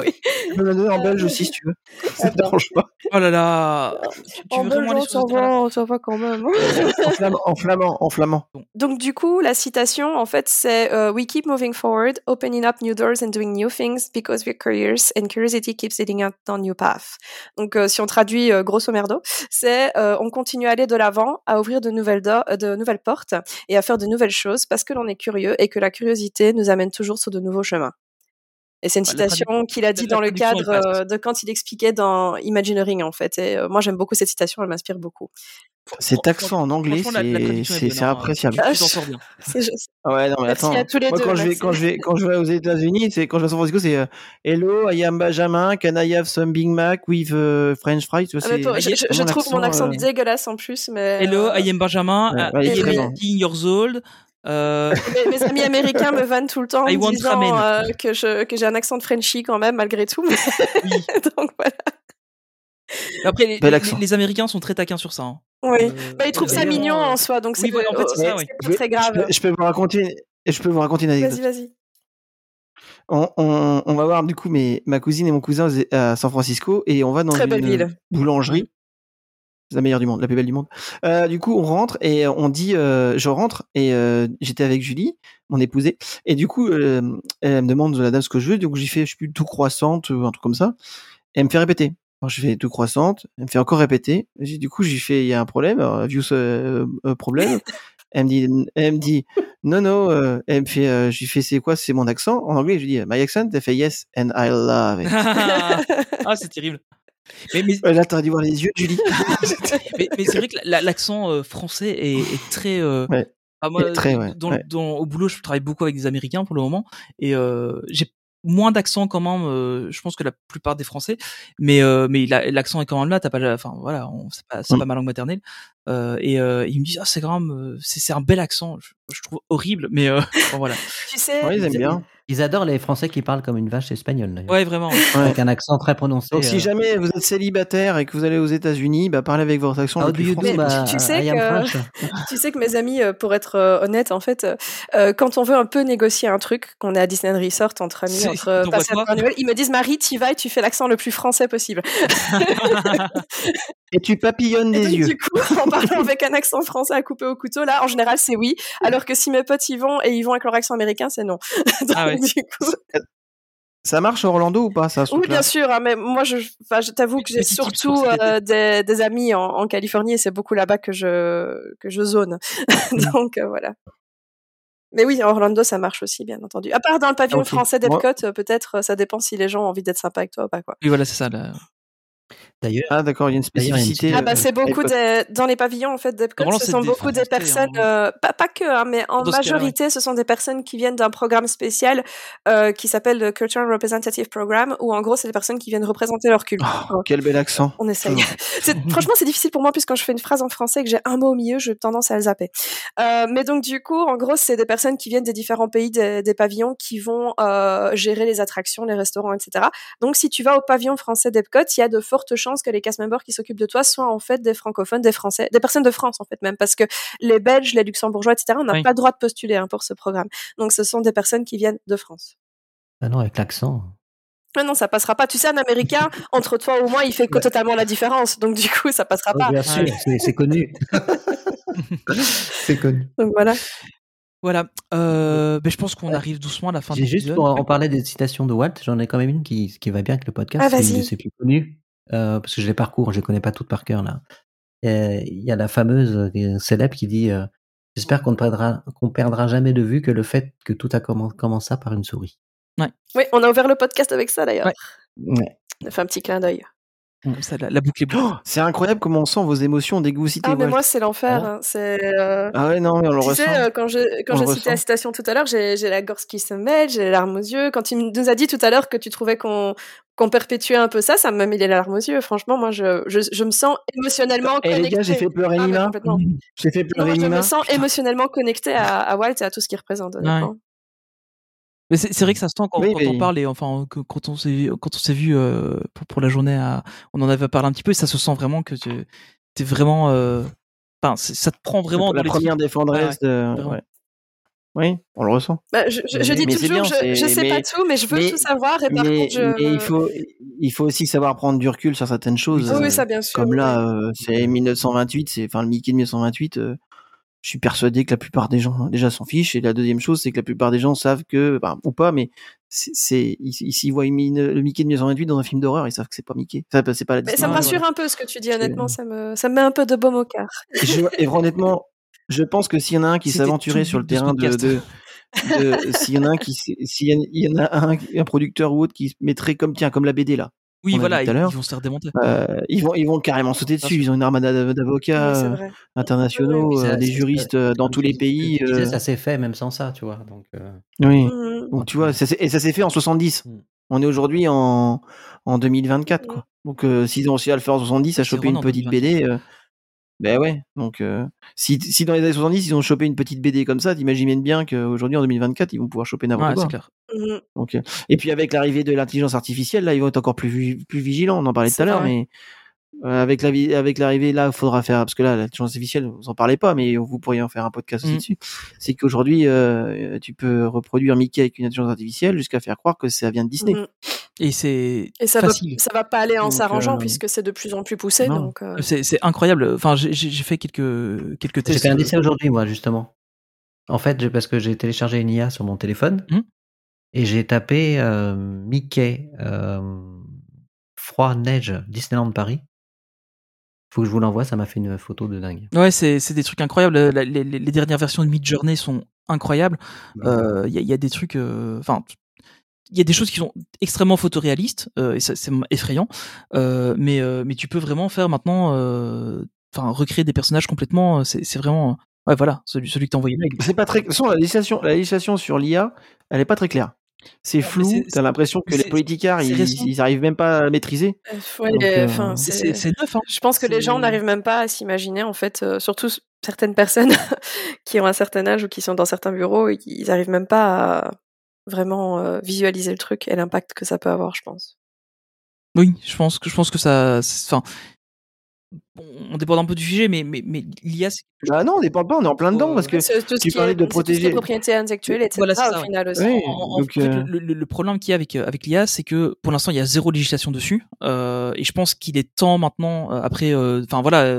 Speaker 7: oui.
Speaker 8: Je peux la donner en belge aussi si tu veux. Ça te dérange pas.
Speaker 1: Oh là là.
Speaker 7: Tu en veux belge, on s'en Oh, va, quand même.
Speaker 8: en, flamand, en flamand, en flamand.
Speaker 7: Donc du coup, la citation, en fait, c'est euh, We keep moving forward, opening up new doors and doing new things because we're curious and curiosity keeps leading us down new paths. Donc si on traduit euh, grosso merdo, c'est euh, on continue à aller de l'avant, à ouvrir de nouvelles, euh, de nouvelles portes et à faire de nouvelles choses parce que l'on est curieux et que la curiosité nous amène toujours sur de nouveaux chemins. Et c'est une citation qu'il a dit dans le cadre euh, de quand il expliquait dans Imagineering en fait. Et euh, moi j'aime beaucoup cette citation, elle m'inspire beaucoup.
Speaker 8: Cet accent en anglais, c'est appréciable.
Speaker 1: Ah, je... bien.
Speaker 8: hein. Ah Ouais, non, mais attends. Moi, quand, deux, je vais, quand, je vais, quand je vais aux États-Unis, c'est quand je vais à San Francisco, c'est euh, Hello, I am Benjamin, can I have some Big Mac with uh, French fries
Speaker 7: ah, mais toi, Je, je mon trouve accent, mon accent euh... dégueulasse en plus. Mais...
Speaker 1: Hello, I am Benjamin, uh, ouais, I am 18 years old.
Speaker 7: Euh... Mes, mes, amis américains me vannent tout le temps en me disant euh, que j'ai que un accent de Frenchie quand même, malgré tout. Mais... Oui. Donc voilà.
Speaker 1: Après, les, les, les, Américains sont très taquins sur ça. Hein.
Speaker 7: Oui, euh... bah, ils trouvent ça mignon en soi, donc c'est oui, voilà, en fait, ça, oui. pas très grave.
Speaker 8: Je peux, je peux, vous raconter, je peux vous raconter une anecdote.
Speaker 7: Vas-y, vas-y.
Speaker 8: On, on, on, va voir du coup mes, ma cousine et mon cousin à San Francisco et on va dans
Speaker 7: très
Speaker 8: une
Speaker 7: belle
Speaker 8: boulangerie la meilleure du monde, la plus belle du monde. Euh, du coup, on rentre et on dit, euh, je rentre et euh, j'étais avec Julie, mon épousée, et du coup, euh, elle, elle me demande la dame ce que je veux, donc j'y fais, je suis plus tout croissante, euh, un truc comme ça, et elle me fait répéter. Alors je fais tout croissante, elle me fait encore répéter. Et du coup, j'y fais, il y a un problème, alors, view ce problème. euh, elle me dit, elle me dit, non non, elle me fait, je lui fais c'est quoi, c'est mon accent en anglais. Je lui dis my accent, elle fait yes and I love it.
Speaker 1: ah c'est terrible.
Speaker 8: Mais, mais... Là, t'aurais dû voir les yeux de Julie.
Speaker 1: mais, mais c'est vrai que l'accent euh, français est, est très. Euh... Ouais. Ah, moi, est très ouais. Dans, ouais. Dans, au boulot, je travaille beaucoup avec des Américains pour le moment, et euh, j'ai moins d'accent quand même. euh, je pense que la plupart des Français, mais euh, mais l'accent la, est quand même là. T'as pas, enfin voilà, c'est pas, mm. pas, ma langue maternelle. et ils me disent, ah, c'est quand même, c'est un bel accent. Je, je trouve horrible, mais euh, enfin, voilà.
Speaker 7: tu sais,
Speaker 8: ils aiment bien.
Speaker 9: Ils adorent les Français qui parlent comme une vache espagnole. d'ailleurs.
Speaker 1: Ouais, vraiment. Ouais.
Speaker 9: Avec un accent très prononcé.
Speaker 8: Donc, si euh... jamais vous êtes célibataire et que vous allez aux États-Unis, bah, parlez avec votre accent. Oh, le plus
Speaker 7: français. Bah, tu, tu, sais que, tu sais que mes amis, euh, pour être honnête, en fait, euh, quand on veut un peu négocier un truc, qu'on est à Disneyland Resort entre amis, entre Noël, ils me disent Marie, tu vas et tu fais l'accent le plus français possible.
Speaker 8: et tu papillonnes
Speaker 7: et
Speaker 8: des
Speaker 7: donc,
Speaker 8: yeux.
Speaker 7: Du coup, en parlant avec un accent français à couper au couteau, là, en général, c'est oui. Alors que si mes potes y vont et ils vont avec leur accent américain, c'est non. donc,
Speaker 1: Mm. ah ouais.
Speaker 7: Du coup.
Speaker 8: Ça marche Orlando ou pas ça
Speaker 7: Oui, bien sûr. Hein, mais moi, je, je t'avoue que j'ai surtout euh, des, des, amis en, en
Speaker 1: Mm.
Speaker 7: Californie et c'est beaucoup là-bas que je que je zone. Donc euh, voilà. Mais oui, en Orlando, ça marche aussi, bien entendu. À part dans le pavillon okay. français d'Epcot, ouais. peut-être, euh, ça dépend si les gens ont envie d'être sympas avec toi ou pas. Quoi.
Speaker 1: Oui, voilà, c'est ça. Là.
Speaker 9: D'ailleurs,
Speaker 8: ah d'accord, il y a une spécificité. euh,
Speaker 7: Ah bah c'est beaucoup de, dans les pavillons en fait d'Epcot, ce sont des, beaucoup des personnes, euh, pas, pas, que, hein, mais en majorité, cas, ouais. ce sont des personnes qui viennent d'un programme spécial euh, qui s'appelle le Cultural Representative Program, où en gros c'est des personnes qui viennent représenter leur culture.
Speaker 8: Oh, ouais. quel bel accent.
Speaker 7: On essaye. franchement, c'est difficile pour moi puisque quand je fais une phrase en français et que j'ai un mot au milieu, j'ai tendance à le zapper. Euh, mais donc du coup, en gros, c'est des personnes qui viennent des différents pays des, des pavillons qui vont euh, gérer les attractions, les restaurants, etc. Donc si tu vas au pavillon français d'Epcot, il y a de fortes chances que les cast members qui s'occupent de toi soient en fait des francophones, des français, des personnes de France en fait même, parce que les Belges, les Luxembourgeois, etc. On n'a oui. pas le droit de postuler hein, pour ce programme. Donc ce sont des personnes qui viennent de France.
Speaker 9: Ah non, avec l'accent.
Speaker 7: Ah non, ça passera pas. Tu sais, un Américain, entre toi ou moi, il fait totalement la différence. Donc du coup, ça passera pas.
Speaker 9: Oh, bien sûr, c'est connu. c'est connu.
Speaker 7: Donc voilà.
Speaker 1: Voilà, euh, ben je pense qu'on arrive doucement à la fin du
Speaker 9: Juste pour en parler des citations de Walt, j'en ai quand même une qui, qui, va bien avec le podcast,
Speaker 7: ah,
Speaker 9: c'est une de ses plus connues, euh, parce que je les parcours, je les connais pas toutes par cœur là. Il y a la fameuse célèbre qui dit euh, J'espère qu'on ne perdra, qu'on perdra jamais de vue que le fait que tout a comm commencé par une souris.
Speaker 1: Ouais.
Speaker 7: Oui, on a ouvert le podcast avec ça d'ailleurs.
Speaker 9: Ouais. ouais.
Speaker 7: On a fait un petit clin d'œil.
Speaker 1: Ça, la, la, boucle est
Speaker 8: oh, C'est incroyable comment on sent vos émotions dégoûtées.
Speaker 7: Ah, mais
Speaker 8: Walt.
Speaker 7: moi, c'est l'enfer. Ah, hein. C'est. Euh...
Speaker 8: Ah ouais, non, on
Speaker 7: tu
Speaker 8: le
Speaker 7: sais, euh,
Speaker 8: ressent.
Speaker 7: quand j'ai quand j'ai cité la citation tout à l'heure, j'ai la gorge qui se mêle, j'ai les larmes aux yeux. Quand il nous a dit tout à l'heure que tu trouvais qu'on qu'on perpétuait un peu ça, ça me met les larmes aux yeux. Franchement, moi, je, je, je me sens émotionnellement
Speaker 8: connectée. Et Eh, les gars, j'ai fait pleurer Nina. Ah, j'ai fait pleurer
Speaker 7: non,
Speaker 8: Nina.
Speaker 7: Je me sens émotionnellement connectée à, à Walt et à tout ce qu'il représente, honnêtement. Ouais.
Speaker 1: Mais c'est vrai que ça se tend quand, oui, quand mais... on parle et enfin que, quand on s'est quand on s'est vu euh, pour, pour, la journée à, on en avait parlé un petit peu et ça se sent vraiment que tu es vraiment euh, enfin ça te prend vraiment
Speaker 8: la première défendresse Ah ouais, de ouais. Oui, on le ressent.
Speaker 7: Bah, je, je, je, dis toujours, bien, je, ne sais mais, pas tout, mais je veux mais, tout savoir. Et par
Speaker 8: mais,
Speaker 7: contre, je...
Speaker 8: il faut, il faut aussi savoir prendre du recul sur certaines choses.
Speaker 7: Oui, euh, ça, bien sûr.
Speaker 8: Comme là, euh, c'est 1928, c'est enfin le Mickey de 1928 euh, je suis persuadé que la plupart des gens déjà s'en fichent. Et la deuxième chose, c'est que la plupart des gens savent que, ben, ou pas, mais c'est s'ils voient une, le Mickey de 1928 dans un film d'horreur, ils savent que c'est pas Mickey. Ça, c'est pas la
Speaker 7: mais ça me rassure voilà. un peu ce que tu dis, honnêtement. Ça me, ça me met un peu de baume au cœur.
Speaker 8: Je, et honnêtement, je pense que s'il y en a un qui s'aventurait sur le terrain de. de, de s'il y en a un qui, s'il y en a un, un producteur ou autre qui se mettrait comme tiens comme la BD là,
Speaker 1: oui, voilà, ils, ils, vont se faire démonter.
Speaker 8: Euh, ils, vont, ils vont carrément sauter dessus. Ils ont une armada
Speaker 7: Euh,
Speaker 8: d'avocats oui, internationaux, oui, oui, des juristes dans tous les pays.
Speaker 9: Euh... Ça s'est fait même sans ça, tu vois. Donc, euh...
Speaker 8: Oui. Mmh. Donc, tu vois, ça et ça s'est fait en 70. Mmh. On est aujourd'hui en, en 2024, mmh. quoi. Donc, s'ils ont réussi à le faire en 70, à choper une petite BD. ben ouais, donc si, si, dans les années 70 ils ont chopé une petite BD comme ça, t'imagines bien qu'aujourd'hui en 2024 ils vont pouvoir choper n'importe ouais, quoi.
Speaker 1: Clair.
Speaker 7: mmh,
Speaker 8: Okay. et puis avec l'arrivée de l'intelligence artificielle, là, ils vont être encore plus, plus vigilants. On en parlait tout à l'heure, mais euh, avec l'arrivée, avec l'arrivée, là, il faudra faire parce que là, l'intelligence artificielle, vous en parlez pas, mais vous pourriez en faire un podcast aussi mmh. dessus. C'est qu'aujourd'hui, euh, tu peux reproduire Mickey avec une intelligence artificielle jusqu'à faire croire que ça vient de Disney. Mmh.
Speaker 1: Et c'est
Speaker 7: et ça
Speaker 1: facile.
Speaker 7: Va, ça va pas aller en s'arrangeant euh... puisque c'est de plus en plus poussé. Non. Donc euh...
Speaker 1: c'est, incroyable. Enfin, j'ai, fait quelques quelques tests. euh,
Speaker 9: J'ai fait un essai aujourd'hui, moi, justement. En fait, parce que j'ai téléchargé une IA sur mon téléphone. Mmh et j'ai tapé euh, Mickey euh, froid neige Disneyland Paris. Faut que je vous l'envoie, ça m'a fait une photo de dingue.
Speaker 1: Ouais, c'est des trucs incroyables. La, les, les, dernières versions de Midjourney sont incroyables. Il euh, y, y, a des trucs, euh, enfin, il y a des choses qui sont extrêmement photoréalistes euh, et c'est effrayant. Euh, mais mais tu peux vraiment faire maintenant, euh, enfin, recréer des personnages complètement. euh, C'est vraiment Ouais, voilà, celui, celui que t'as envoyé là.
Speaker 8: C'est pas très. De toute façon, la législation, la législation sur l'IA, elle est pas très claire. C'est flou. T'as l'impression que les politicards, ils, ils, arrivent même pas à la maîtriser.
Speaker 7: Ouais, euh, c'est neuf. Hein. Je pense que les gens n'arrivent même pas à s'imaginer, en fait, euh, surtout certaines personnes qui ont un certain âge ou qui sont dans certains bureaux, et ils arrivent même pas à vraiment euh, visualiser le truc et l'impact que ça peut avoir, je pense.
Speaker 1: Oui, je pense que je pense que ça. Enfin, on dépend un peu du sujet, mais, mais, mais l'IA.
Speaker 8: Ah non, on dépend pas, on est en plein dedans parce que tu parlais de protéger.
Speaker 7: les propriétés intellectuelles, etc. Voilà, ça, au final aussi.
Speaker 8: Oui,
Speaker 1: en, donc, en fait, euh... le, le, problème qu'il y a avec, euh, avec l'IA, c'est que pour l'instant, il y a zéro législation dessus. Euh, et je pense qu'il est temps maintenant, après, enfin euh, voilà,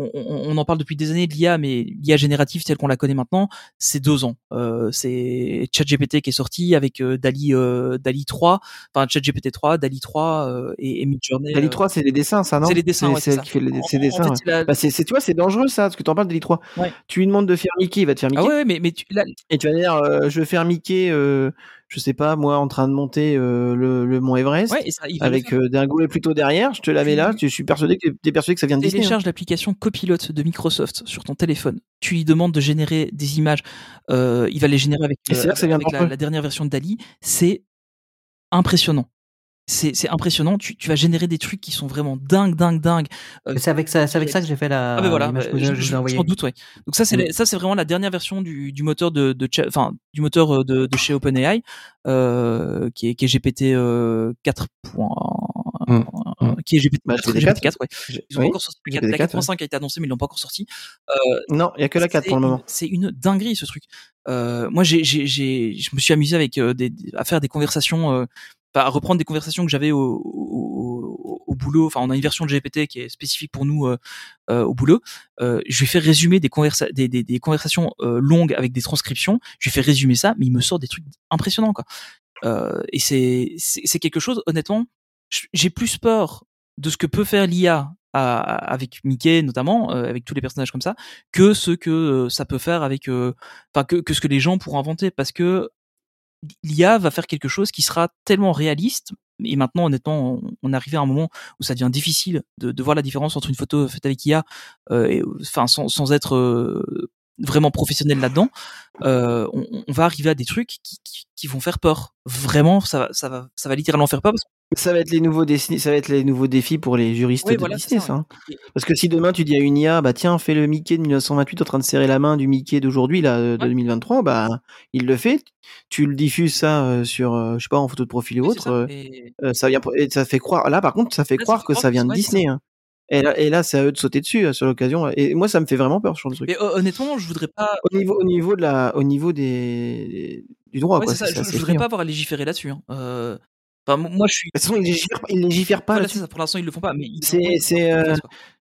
Speaker 1: on, on, en parle depuis des années de l'IA, mais l'IA générative telle qu'on la connaît maintenant, c'est deux ans. Euh, c'est ChatGPT qui est sorti avec euh, Dali, euh, Dali 3, enfin ChatGPT 3, Dali 3 et, et Midjourney. euh,
Speaker 8: Dali 3, bah, euh, c'est les dessins, ça, non
Speaker 1: C'est les dessins,
Speaker 8: c'est
Speaker 1: ouais,
Speaker 8: qui fait les dessins. En fait, ouais. la... bah, c'est, tu vois, c'est dangereux ça, parce que t'en parles Dali 3. Ouais. Tu lui demandes de faire Mickey, il va te faire Mickey.
Speaker 1: Ah ouais, mais, mais tu, là...
Speaker 8: Et tu vas dire, euh, je veux faire Mickey euh, je sais pas, moi, en train de monter euh, le, le, mont Everest ouais, ça, Mmh. avec euh, Dingo et plutôt derrière, je te la mets là, tu, je suis persuadé que t'es persuadé que ça vient de Disney.
Speaker 1: Télécharge hein. l'application Copilote de Microsoft sur ton téléphone. Tu lui demandes de générer des images, euh, il va les générer avec, euh, avec la, la, dernière version de Dali. C'est impressionnant. C'est impressionnant. Tu, tu, vas générer des trucs qui sont vraiment dingues, dingues, dingues.
Speaker 9: c'est avec ça, avec ça que j'ai fait la.
Speaker 1: Ah ben voilà. Que je, Mm. je, je doute, ouais. Donc ça, c'est oui. ça, c'est vraiment la dernière version du, du moteur de, de, de enfin, du moteur euh, de, de chez OpenAI, euh, qui est, qui est GPT euh, 4. Mmh. Euh, qui est GPT, bah, 4, GPT 4, 4, ouais.
Speaker 8: hein.
Speaker 1: Ils ont oui, encore sorti la 4.5 ouais. a été annoncée, mais ils l'ont pas encore sorti.
Speaker 8: non, il y a que la 4 pour le moment.
Speaker 1: C'est une dinguerie ce truc. Euh, moi, j'ai, je me suis amusé avec euh, des, à faire des conversations euh, à reprendre des conversations que j'avais au, au, au, boulot. Enfin, on a une version de GPT qui est spécifique pour nous euh, euh, au boulot. Euh, je lui fais résumer des, conversa des, des, des, conversations euh, longues avec des transcriptions. Je lui fais résumer ça, mais il me sort des trucs impressionnants, quoi. Euh, et c'est c'est quelque chose. Honnêtement, j'ai plus peur de ce que peut faire l'IA avec Mickey notamment, euh, avec tous les personnages comme ça, que ce que euh, ça peut faire avec, enfin que, que ce que les gens pourront inventer, parce que l'IA va faire quelque chose qui sera tellement réaliste. Et maintenant, honnêtement, on est arrivé à un moment où ça devient difficile de, de voir la différence entre une photo faite avec IA, euh, et, enfin sans, sans être euh, vraiment professionnel là-dedans. Euh, on, on, va arriver à des trucs qui, qui, qui, vont faire peur. Vraiment, ça, ça va, ça va littéralement faire peur. Parce
Speaker 8: ça va être les nouveaux défis, ça va être les nouveaux défis pour les juristes oui, de voilà, Disney, ça. ça hein. Parce que si demain tu dis à une IA, bah tiens, fais le Mickey de 1928 en train de serrer la main du Mickey d'aujourd'hui là euh, de ouais. 2023, bah il le fait. Tu le diffuses ça euh, sur, je sais pas, en photo de profil ou oui, autre. Ça, et... Euh, ça vient, et ça fait croire. Là, par contre, Ah, ça fait là, croire ça fait que croire ça vient de Disney. Hein. Et là, et là c'est à eux de sauter dessus euh, sur l'occasion. Et moi, ça me fait vraiment peur sur le truc.
Speaker 1: Mais honnêtement, je voudrais pas.
Speaker 8: Au niveau, au niveau de la, au niveau des, du droit.
Speaker 1: Ouais,
Speaker 8: quoi,
Speaker 1: ça. je, je voudrais pas avoir à légiférer là-dessus. Hein. Euh... Enfin, moi, je suis.
Speaker 8: De toute façon, ils légifèrent, ils légifèrent pas.
Speaker 1: Voilà, ça, pour l'instant, ils le font pas. Mais
Speaker 8: c'est, euh...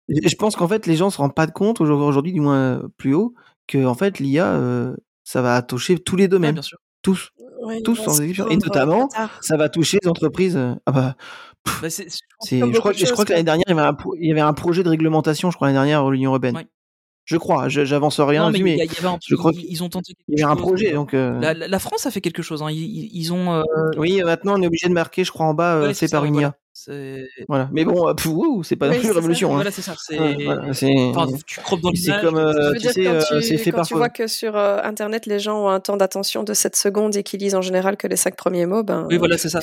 Speaker 8: je pense qu'en fait, les gens se rendent pas de compte aujourd'hui, du moins plus haut, que en fait, l'IA, euh, ça va toucher tous les domaines, ouais, bien sûr. tous, ouais, tous sans exception, et notamment, ça va toucher les entreprises. Ah bah. Pff, bah c est, c est... je, crois, je crois que l'année dernière, il y, avait un, il y, avait un, projet de réglementation, je crois, l'année dernière, à l'Union Européenne. Ouais. Je crois, j'avance rien.
Speaker 1: hein. Non, mais,
Speaker 8: mais
Speaker 1: y a, y avait un,
Speaker 8: je crois
Speaker 1: ils ont tenté.
Speaker 8: Il y a un projet, donc. Euh...
Speaker 1: La, la, France a fait quelque chose. Hein. Ils, ils, ont. Euh...
Speaker 8: Oui, maintenant on est obligé de marquer, je crois, en bas, ouais, c'est par une IA. Voilà. Mais bon, euh, c'est pas non plus une révolution. Ah,
Speaker 1: Hein. Voilà, c'est ça. Ouais, voilà, enfin, tu croppes dans
Speaker 8: C'est comme, euh, tu sais, c'est hein. fait
Speaker 7: quand
Speaker 8: par.
Speaker 7: Tu vois que sur euh, Internet, les gens ont un temps d'attention de 7 secondes et qu'ils lisent en général que les 5 premiers mots.
Speaker 8: euh,
Speaker 7: Ben.
Speaker 1: Oui, voilà, c'est ça.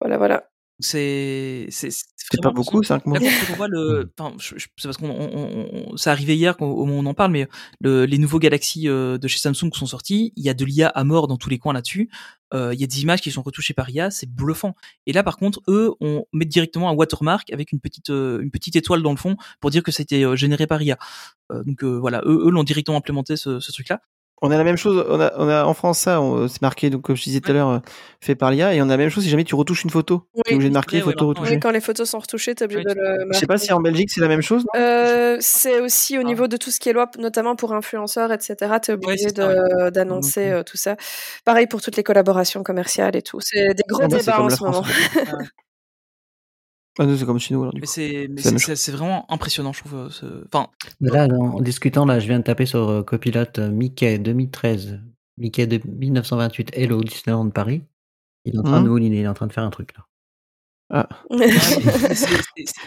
Speaker 7: Voilà, voilà
Speaker 1: c'est c'est
Speaker 8: pas beaucoup cinq mois
Speaker 1: on voit le enfin c'est parce qu'on on, on, ça arrivait hier au moment on en parle mais le, les nouveaux Galaxy euh, de chez Samsung qui sont sortis il y a de l'IA à mort dans tous les coins là-dessus euh, il y a des images qui sont retouchées par IA c'est bluffant et là par contre eux on met directement un watermark avec une petite euh, une petite étoile dans le fond pour dire que ça a été généré par IA euh, donc voilà eux eux l'ont directement implémenté ce, ce truc là
Speaker 8: on a la même chose, on a, on a en France ça, c'est marqué, donc comme je disais tout à l'heure, euh, fait par l'IA, et on a la même chose si jamais tu retouches une photo. Oui, tu es obligé de marquer oui, photo
Speaker 7: oui,
Speaker 8: retouchée.
Speaker 7: quand les photos sont retouchées, tu es obligé de le marquer.
Speaker 8: Je sais pas si en Belgique c'est la même chose.
Speaker 7: Euh, c'est aussi
Speaker 1: Ah.
Speaker 7: au niveau de tout ce qui est loi, notamment pour influenceurs, etc. Tu es obligé
Speaker 1: Mm,
Speaker 7: d'annoncer euh, tout ça. Pareil pour toutes les collaborations commerciales et tout. C'est des
Speaker 8: bah,
Speaker 7: gros ah, débats en ce moment.
Speaker 8: Ah non, c'est comme chez nous. Alors,
Speaker 1: mais c'est vraiment impressionnant, je trouve. euh, Ce... Enfin,
Speaker 9: là, en discutant, là, je viens de taper sur euh, copilote Mickey 2013, Mickey de 1928, Hello Disneyland de Paris. Il est en train mmh. de il est en train de faire un truc là.
Speaker 1: Ah. Ouais, c'est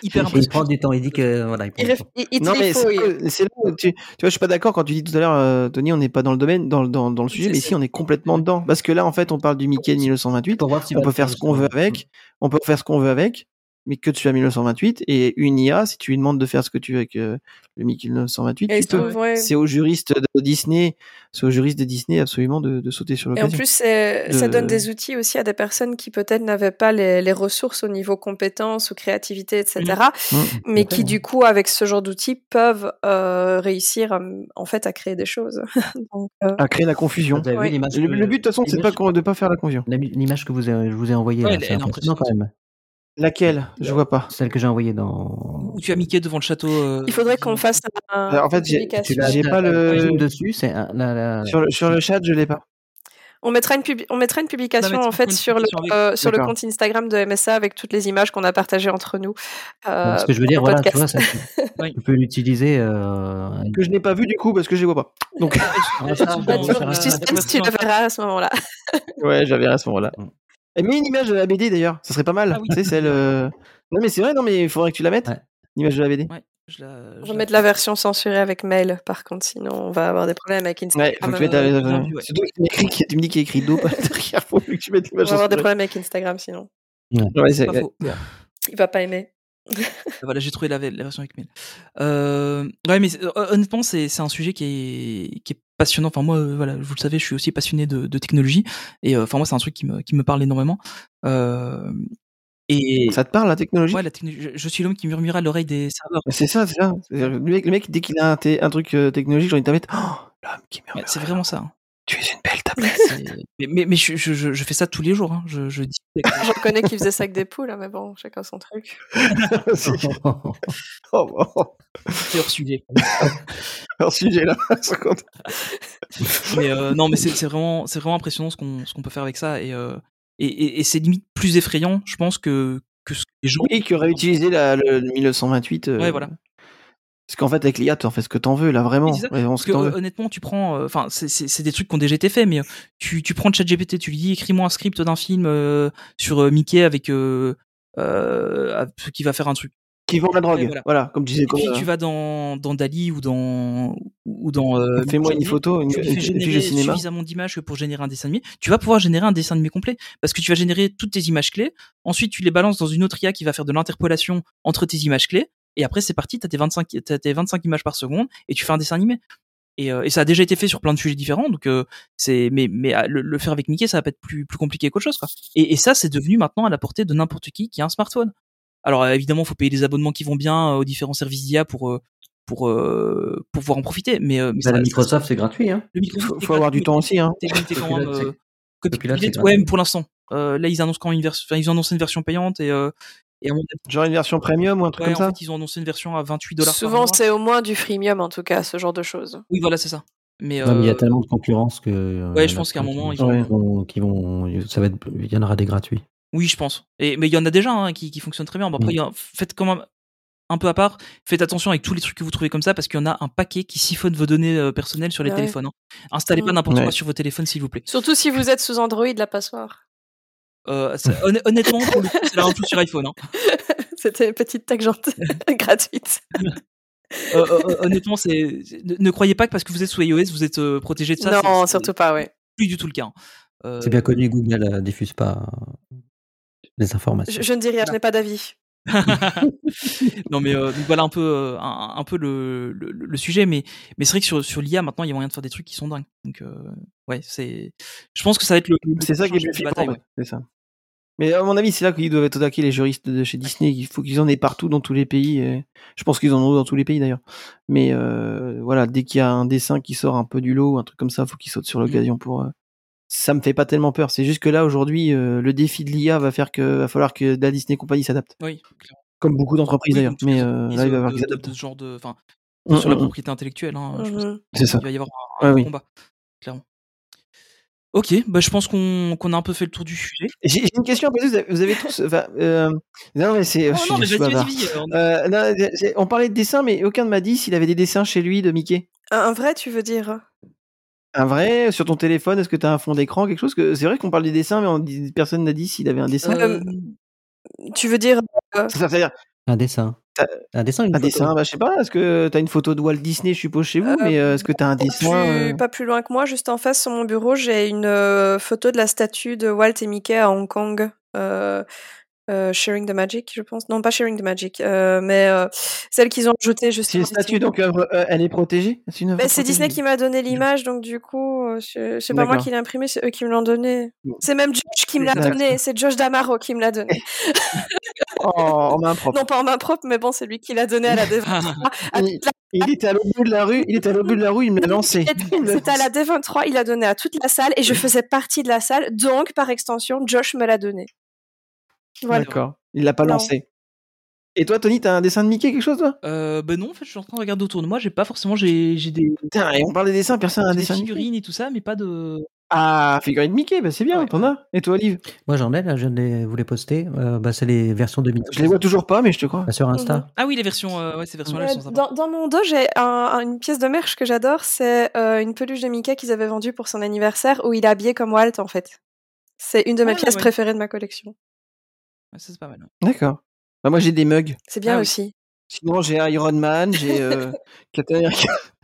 Speaker 1: hyper
Speaker 9: Il prend du temps, il dit que voilà, il prend du temps.
Speaker 7: Il, il, il non mais
Speaker 8: c'est là où tu, tu vois, je suis pas d'accord quand tu dis tout à l'heure, euh, Tony, on n'est pas dans le domaine, dans, dans, dans le sujet, mais si on est complètement dedans, parce que là en fait, on parle du Mickey de 1928. On, on peut faire ce qu'on veut avec, on peut faire ce qu'on veut avec, mais que tu as 1928 et une IA si tu lui demandes de faire ce que tu veux avec euh, le 1928 c'est aux juristes de Disney c'est aux juristes de Disney absolument de, de sauter sur l'occasion
Speaker 7: et en plus de... ça donne des outils aussi à des personnes qui peut-être n'avaient pas les, les, ressources au niveau compétences ou créativité etc mmh. mais mmh. qui ouais. du coup avec ce genre d'outils peuvent euh, réussir en fait à créer des choses
Speaker 8: Donc, euh... à créer la confusion
Speaker 9: ah, oui.
Speaker 8: le, le, but de toute façon c'est pas de pas faire la confusion
Speaker 9: euh, l'image que vous avez, je vous ai envoyée ouais, c'est impressionnant quand même
Speaker 8: Laquelle Je vois pas.
Speaker 9: Celle que j'ai envoyée dans.
Speaker 1: Où tu as Mickey devant le château. euh,
Speaker 7: Il faudrait qu'on fasse un.
Speaker 8: Alors, en fait, j'ai-
Speaker 7: publication.
Speaker 8: tu l'as- J'ai pas le-
Speaker 9: zoom dessus, c'est un- la- la-
Speaker 8: Sur le, sur le chat, je l'ai pas.
Speaker 7: On mettra une, pub- on mettra une
Speaker 1: Non,
Speaker 7: publication
Speaker 1: mais
Speaker 7: en
Speaker 1: tu
Speaker 7: fait
Speaker 1: prends une
Speaker 7: sur le,
Speaker 1: publication
Speaker 7: euh, sur le
Speaker 8: D'accord.
Speaker 7: compte Instagram de MSA avec toutes les images qu'on a partagées entre nous. Euh,
Speaker 9: ce que je veux dire,
Speaker 7: pour le
Speaker 9: voilà, tu vois,
Speaker 7: podcast.
Speaker 9: ça, tu,
Speaker 1: Oui.
Speaker 9: tu peux l'utiliser. euh,
Speaker 8: Que je n'ai pas vu du coup parce que je les vois pas. Donc,
Speaker 9: Ouais, ça,
Speaker 1: Bah,
Speaker 7: Bah,
Speaker 1: on
Speaker 7: tu
Speaker 1: va
Speaker 7: vois,
Speaker 1: faire un-
Speaker 7: suspense, tu
Speaker 1: un-
Speaker 7: le verras à ce moment-là.
Speaker 8: ouais, j'avais à ce moment-là.
Speaker 9: Mm.
Speaker 8: Et mets une image de la BD d'ailleurs, ça serait pas mal.
Speaker 1: Ah oui.
Speaker 8: Tu sais, celle. euh, Non, mais c'est vrai, non, mais il faudrait que tu la mettes.
Speaker 9: Ouais.
Speaker 8: L'image de la BD.
Speaker 1: Ouais, je la.
Speaker 7: Je vais mettre la version censurée avec mail, par contre, sinon on va avoir des problèmes avec Instagram.
Speaker 8: Ouais, faut que tu
Speaker 1: bah,
Speaker 8: mettes la.
Speaker 1: euh,
Speaker 8: la-
Speaker 1: ouais.
Speaker 8: C'est toi qui m'écris, qui- tu me dis qu'il y a écrit d'eau derrière, faut que tu mettes
Speaker 7: on
Speaker 8: l'image.
Speaker 7: va avoir des
Speaker 8: en-
Speaker 7: problèmes avec Instagram, sinon
Speaker 8: Ouais, c'est-
Speaker 1: Pas
Speaker 8: ouais.
Speaker 1: faux. Euh,
Speaker 7: il va pas aimer.
Speaker 1: Voilà, j'ai trouvé la, la version avec mail. Euh, ouais, mais c'est- euh, honnêtement, c'est c'est un sujet qui est, qui est passionnant. Enfin, moi, euh, voilà, vous le savez, je suis aussi passionné de, de technologie. Et euh, enfin, moi, c'est un truc qui me, qui me parle énormément. Euh, et
Speaker 8: Ça te parle la technologie
Speaker 1: ouais, la technologie- je, je suis l'homme qui murmure à l'oreille des serveurs.
Speaker 8: C'est ça, c'est ça. C'est-à-dire, Le mec, le mec, dès qu'il a un, t- un truc euh, technologique, j'ai envie de taper. Oh, l'homme qui
Speaker 1: Ouais,
Speaker 8: murmure.
Speaker 1: c'est vraiment ça. hein.
Speaker 8: Tu es une belle tablette.
Speaker 1: C'est- Mais, mais, mais je, je- je- je fais ça tous les jours. hein. Je, je dis.
Speaker 7: Je reconnais qu'il faisait ça avec des poules, hein, mais bon, chacun son truc.
Speaker 9: Bah,
Speaker 8: Oh, oh, oh.
Speaker 1: C'est hors sujet.
Speaker 8: Alors, sujet là, ça compte.
Speaker 1: mais euh, non mais c'est c'est vraiment c'est vraiment impressionnant ce qu'on ce qu'on peut faire avec ça et euh, et, et, et c'est limite plus effrayant je pense que que ce que les gens
Speaker 8: Oui, qui aurait utilisé la, le, le 1928. euh,
Speaker 1: Ouais, voilà.
Speaker 8: Parce qu'en fait, avec l'IA, tu en fais ce que t'en veux, là, vraiment.
Speaker 1: Mais c'est ça,
Speaker 8: Vraiment ce
Speaker 1: parce que
Speaker 8: que t'en
Speaker 1: euh,
Speaker 8: veux.
Speaker 1: honnêtement tu prends euh, enfin c'est- c'est c'est des trucs qui ont déjà été faits mais euh, tu tu prends ChatGPT tu lui dis écris-moi un script d'un film euh, sur euh, Mickey avec euh, euh, qui va faire un truc
Speaker 8: Qui vend la drogue.
Speaker 1: Ouais, voilà.
Speaker 8: voilà. comme tu disais.
Speaker 1: et puis
Speaker 8: comme,
Speaker 1: tu vas dans dans Dali ou dans ou dans
Speaker 8: euh,
Speaker 1: euh,
Speaker 8: Fais-moi une
Speaker 1: Midjourney,
Speaker 8: photo, une,
Speaker 1: tu lui fais
Speaker 8: une fiche
Speaker 1: générer
Speaker 8: de cinéma.
Speaker 1: suffisamment d'images que pour générer un dessin animé, tu vas pouvoir générer un dessin animé complet parce que tu vas générer toutes tes images clés. Ensuite, tu les balances dans une autre IA qui va faire de l'interpolation entre tes images clés. Et après, c'est parti, t'as tes 25, t'as tes 25 images par seconde et tu fais un dessin animé. Et, euh, et ça a déjà été fait sur plein de sujets différents, donc euh, c'est mais mais ah, le, le faire avec Mickey, ça va pas être plus plus compliqué qu'autre chose quoi. Et, et ça, c'est devenu maintenant à la portée de n'importe qui qui a un smartphone. Alors euh, évidemment, faut payer les abonnements qui vont bien euh, aux différents services d'IA pour euh, pour euh, pour pouvoir en profiter. Mais, euh, mais
Speaker 9: Bah,
Speaker 1: ça-
Speaker 9: la
Speaker 1: ça-
Speaker 9: Microsoft, c'est gratuit. Hein.
Speaker 1: le micro,
Speaker 8: Faut,
Speaker 1: c'est
Speaker 8: faut avoir du
Speaker 1: gratuit,
Speaker 8: temps aussi. Hein.
Speaker 1: mais t'es limité quand même.
Speaker 9: Copilot, c'est-
Speaker 1: euh, copilot,
Speaker 9: Copilot,
Speaker 1: il est-
Speaker 9: c'est
Speaker 1: ouais,
Speaker 9: gratuit.
Speaker 1: mais pour l'instant. Euh, là, ils annoncent quand même une version. Enfin, ils ont annoncé une version payante et, euh, et à mon avis,
Speaker 8: Genre une version premium ou un truc
Speaker 1: ouais, en
Speaker 8: comme ça.
Speaker 1: fait, ils ont annoncé une version à 28 dollars.
Speaker 7: Souvent, c'est au moins du freemium, en tout cas, ce genre de choses.
Speaker 1: Oui, voilà, c'est ça. Mais,
Speaker 9: Non, mais il y a
Speaker 1: euh,
Speaker 9: tellement de concurrence que. euh,
Speaker 1: Ouais, je
Speaker 9: la
Speaker 1: pense qu'à un
Speaker 9: plupart
Speaker 1: moment,
Speaker 9: qui-
Speaker 1: ils
Speaker 8: vont-
Speaker 9: qui vont, qui vont- ça va être, il y en aura des gratuits.
Speaker 1: Oui, je pense. Et, mais il y en a déjà hein, qui, qui fonctionnent très bien. Bon, après,
Speaker 9: Mm.
Speaker 1: il y en- faites quand même un peu à part. Faites attention avec tous les trucs que vous trouvez comme ça parce qu'il y en a un paquet qui siphonne vos données euh, personnelles sur les
Speaker 7: Ah ouais.
Speaker 1: téléphones. hein. Installez pas
Speaker 7: Mm.
Speaker 1: n'importe
Speaker 8: Ouais.
Speaker 1: quoi sur vos téléphones, s'il vous plaît.
Speaker 7: Surtout si vous êtes sous Android, la passoire.
Speaker 1: Euh, c'est- honn- honnêtement, pour le coup, c'est la même chose sur iPhone. hein.
Speaker 7: C'était une petite tech gentille, gratuite.
Speaker 1: Euh, euh, euh, honnêtement, c'est c'est- ne, ne croyez pas que parce que vous êtes sous iOS, vous êtes euh, protégé de ça.
Speaker 7: non,
Speaker 1: c'est-
Speaker 7: surtout pas, oui.
Speaker 1: C'est plus du tout le cas. hein. Euh,
Speaker 9: C'est bien connu, Google ne diffuse pas euh, les informations.
Speaker 7: Je, je ne dis rien, je n'ai pas d'avis.
Speaker 1: non, mais euh, donc voilà un peu euh, un, un peu le, le, le sujet, mais mais c'est vrai que sur sur l'IA maintenant, il y a moyen de faire des trucs qui sont dingues. Donc euh, ouais, c'est. Je pense que ça va être le. le
Speaker 8: C'est ça qui
Speaker 1: prochain
Speaker 8: est plus
Speaker 1: champ de
Speaker 8: flippant.
Speaker 1: bataille,
Speaker 8: en fait. C'est ça. Mais à mon avis, c'est là qu'ils doivent être attaqués les juristes de chez Disney. Il faut qu'ils en aient partout dans tous les pays. euh, Je pense qu'ils en ont dans tous les pays d'ailleurs. Mais euh, voilà, dès qu'il y a un dessin qui sort un peu du lot ou un truc comme ça, faut qu'ils sautent sur
Speaker 1: Mmh.
Speaker 8: l'occasion pour. euh, Ça me fait pas tellement peur. C'est juste que là aujourd'hui, euh, le défi de l'IA va faire que va falloir que la Disney compagnie s'adapte,
Speaker 1: ouais. Oui. clairement.
Speaker 8: comme beaucoup d'entreprises
Speaker 1: Oui,
Speaker 8: d'ailleurs.
Speaker 1: donc toutes
Speaker 8: Mais
Speaker 1: les
Speaker 8: euh,
Speaker 1: entreprises,
Speaker 8: là, il
Speaker 1: euh,
Speaker 8: va falloir
Speaker 1: de-
Speaker 8: qu'ils
Speaker 1: de-
Speaker 8: s'adaptent.
Speaker 1: de ce genre de. Enfin,
Speaker 8: Hum,
Speaker 1: sur la
Speaker 8: hum,
Speaker 1: propriété intellectuelle. hein, je pense
Speaker 7: Mhm.
Speaker 8: C'est ça.
Speaker 1: Il va y avoir un,
Speaker 8: Ouais,
Speaker 1: un
Speaker 8: oui.
Speaker 1: combat, clairement. Ok, bah je pense qu'on qu'on a un peu fait le tour du sujet.
Speaker 8: J'ai j'ai une question à poser. Vous avez, vous avez tous. enfin, euh, Non, mais c'est.
Speaker 1: Oh
Speaker 8: je suis-
Speaker 1: non, mais
Speaker 8: je suis
Speaker 1: vas-y, vas-y,
Speaker 8: bavard.
Speaker 1: vas-y, euh, on-
Speaker 8: Euh, non, j'ai- j'ai- on parlait de dessin, mais aucun ne m'a dit s'il avait des dessins chez lui de Mickey.
Speaker 7: Un, un vrai, tu veux dire
Speaker 8: Un vrai Sur ton téléphone, est-ce que tu as un fond d'écran Quelque chose que... C'est vrai qu'on parle des dessins, mais on dit- personne n'a dit s'il avait un dessin.
Speaker 7: Euh, Tu veux dire
Speaker 8: C'est ça, C'est-à-dire
Speaker 9: Un dessin.
Speaker 8: Euh,
Speaker 9: Un dessin, ou une
Speaker 8: un
Speaker 9: photo
Speaker 8: dessin, bah, je sais pas, est-ce que tu as une photo de Walt Disney, je suppose, chez vous,
Speaker 7: Euh,
Speaker 8: mais euh, est-ce que tu as un
Speaker 7: Pas
Speaker 8: dessin
Speaker 7: plus-
Speaker 8: euh,
Speaker 7: Pas plus loin que moi, juste en face sur mon bureau, j'ai une euh, photo de la statue de Walt et Mickey à Hong Kong. euh, euh, Sharing the Magic, je pense. Non, pas Sharing the Magic, euh, mais euh, celle qu'ils ont ajoutée
Speaker 8: C'est
Speaker 7: justement.
Speaker 8: une statue, donc œuvre, euh, elle est protégée C'est une œuvre
Speaker 7: Mais Bah, c'est Disney
Speaker 8: protégée.
Speaker 7: qui m'a donné l'image, donc du coup, euh, je- c'est pas moi
Speaker 8: D'accord.
Speaker 7: qui l'ai imprimée, c'est eux qui me l'ont donné.
Speaker 8: Bon.
Speaker 7: C'est même Josh qui me l'a
Speaker 8: D'accord.
Speaker 7: donné, c'est Josh Damaro qui me l'a donné.
Speaker 8: Oh, en main propre.
Speaker 7: Non, pas en main propre, mais bon, c'est lui qui l'a donné à la D23. à
Speaker 8: Il, il était à l'autre bout de la rue, il était à l'autre bout de la rue, il me l'a lancé. Il me l'a
Speaker 7: C'était à la D23, il l'a donné à toute la salle et je faisais partie de la salle, donc par extension, Josh me l'a donné.
Speaker 8: Voilà. D'accord. Il l'a pas non. lancé. Et toi, Tony, t'as un dessin de Mickey, quelque chose, toi
Speaker 1: euh, Ben non, en fait, je suis en train de regarder autour de moi. J'ai pas forcément. J'ai des.
Speaker 8: Putain, et on parle des dessins, personne n'a un dessin.
Speaker 1: Des figurines de et tout ça, mais pas de.
Speaker 8: Ah, figurines de Mickey, bah c'est bien, ouais. t'en as. Et toi, Olive
Speaker 9: Moi, j'en ai, là, je les, vous les poster. Euh, bah, c'est les versions 2000.
Speaker 8: Je les vois toujours pas, mais je te crois.
Speaker 9: Bah, sur Insta. Mmh.
Speaker 1: Ah oui, les versions, euh, ouais, ces versions-là, sont
Speaker 7: dans, dans, mon dos, j'ai un, une pièce de merch que j'adore. C'est euh, une peluche de Mickey qu'ils avaient vendue pour son anniversaire, où il est habillé comme Walt, en fait. C'est une de mes ah, pièces ouais. préférées de ma collection.
Speaker 1: Ça, c'est pas mal.
Speaker 8: D'accord. Bah moi j'ai des mugs.
Speaker 7: C'est bien ah, aussi. Oui.
Speaker 8: Sinon j'ai Iron Man, j'ai euh,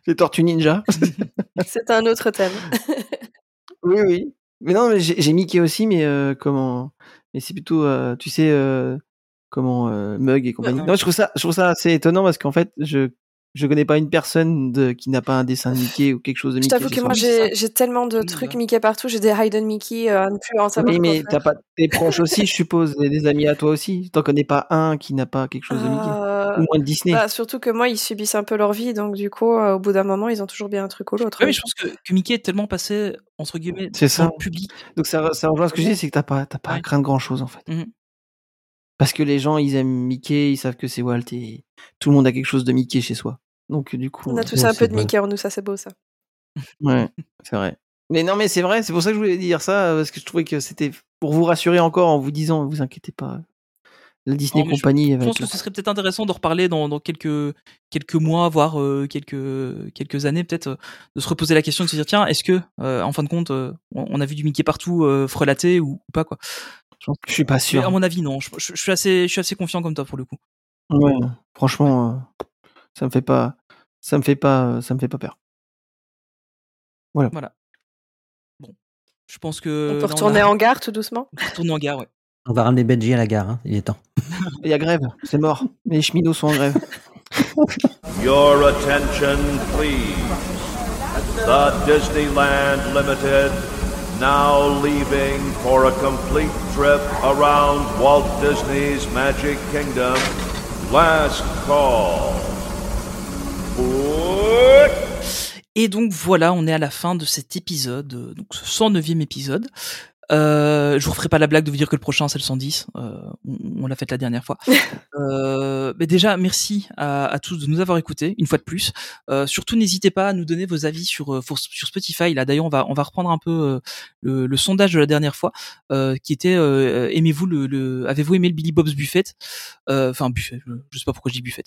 Speaker 8: les Tortues Ninja.
Speaker 7: C'est un autre thème.
Speaker 8: oui oui. Mais non mais j'ai Mickey aussi mais euh, comment Mais c'est plutôt euh, tu sais comment euh, mug et compagnie. Ouais, non, je trouve ça je trouve ça assez étonnant parce qu'en fait je je connais pas une personne de, qui n'a pas un dessin de Mickey ou quelque chose de Mickey.
Speaker 7: Je t'avoue que moi j'ai tellement de trucs Mickey partout, j'ai des Hayden Mickey euh, plus en
Speaker 8: Oui, mais t'as pas tes proches aussi, je suppose, et des amis à toi aussi. T'en connais pas un qui n'a pas quelque chose de Mickey euh...
Speaker 1: Ah,
Speaker 8: ou moins de Disney.
Speaker 7: Bah, surtout que moi ils subissent un peu leur vie, donc du coup euh, au bout d'un moment ils ont toujours bien un truc ou l'autre.
Speaker 1: Ouais, mais je pense que, que, Mickey est tellement passé entre guillemets dans ça. le public.
Speaker 8: Donc ça, ça rejoint ce que je dis, c'est que t'as pas t'as pas ouais. à craindre grand chose en fait.
Speaker 1: Mmh
Speaker 8: Mm -hmm. Parce que les gens, ils aiment Mickey, ils savent que c'est Walt et tout le monde a quelque chose de Mickey chez soi. Donc du coup,
Speaker 7: on a tous un peu de Mickey en nous, ça c'est beau ça.
Speaker 8: Ouais, c'est vrai. Mais non, mais c'est vrai, c'est pour ça que je voulais dire ça parce que je trouvais que c'était pour vous rassurer encore en vous disant, vous inquiétez pas. La Disney non, Company.
Speaker 1: Je, je pense que ce serait peut-être intéressant d'en reparler dans, dans, quelques quelques mois, voire euh, quelques quelques années peut-être, euh, de se reposer la question de se dire tiens, est-ce que euh, en fin de compte, on a vu du Mickey partout euh, frelaté ou, ou pas quoi.
Speaker 8: Je suis pas sûr.
Speaker 1: Mais à mon avis, non. Je, je, je, suis assez, je suis assez confiant comme toi pour le coup.
Speaker 8: Ouais, franchement, euh, ça me fait pas, ça me fait pas, euh, ça me fait pas peur. Voilà.
Speaker 1: Voilà. Bon, je pense que.
Speaker 7: On peut retourner
Speaker 1: on a...
Speaker 7: en gare tout doucement.
Speaker 1: On peut retourner en gare, ouais.
Speaker 9: On va ramener Benji à la gare, hein. il est temps.
Speaker 8: Il y a grève, c'est mort. Les cheminots sont en grève.
Speaker 10: Your attention, please. The Disneyland Limited now leaving for a complete trip around Walt Disney's Magic Kingdom. Last call.
Speaker 1: Et donc voilà, on est à la fin de cet épisode, euh, donc ce 109e épisode. Euh, je vous referai pas la blague de vous dire que le prochain c'est le 110. Euh, on, on l'a fait la dernière fois. euh, mais déjà, merci à, à, tous de nous avoir écoutés une fois de plus. Euh, surtout, n'hésitez pas à nous donner vos avis sur sur Spotify. Là, d'ailleurs, on va on va reprendre un peu euh, le, le, sondage de la dernière fois, euh, qui était aimez-vous le, le avez-vous aimé le Billy Bob's Buffet Euh, Enfin, buffet. Je, je, sais pas pourquoi je dis buffet.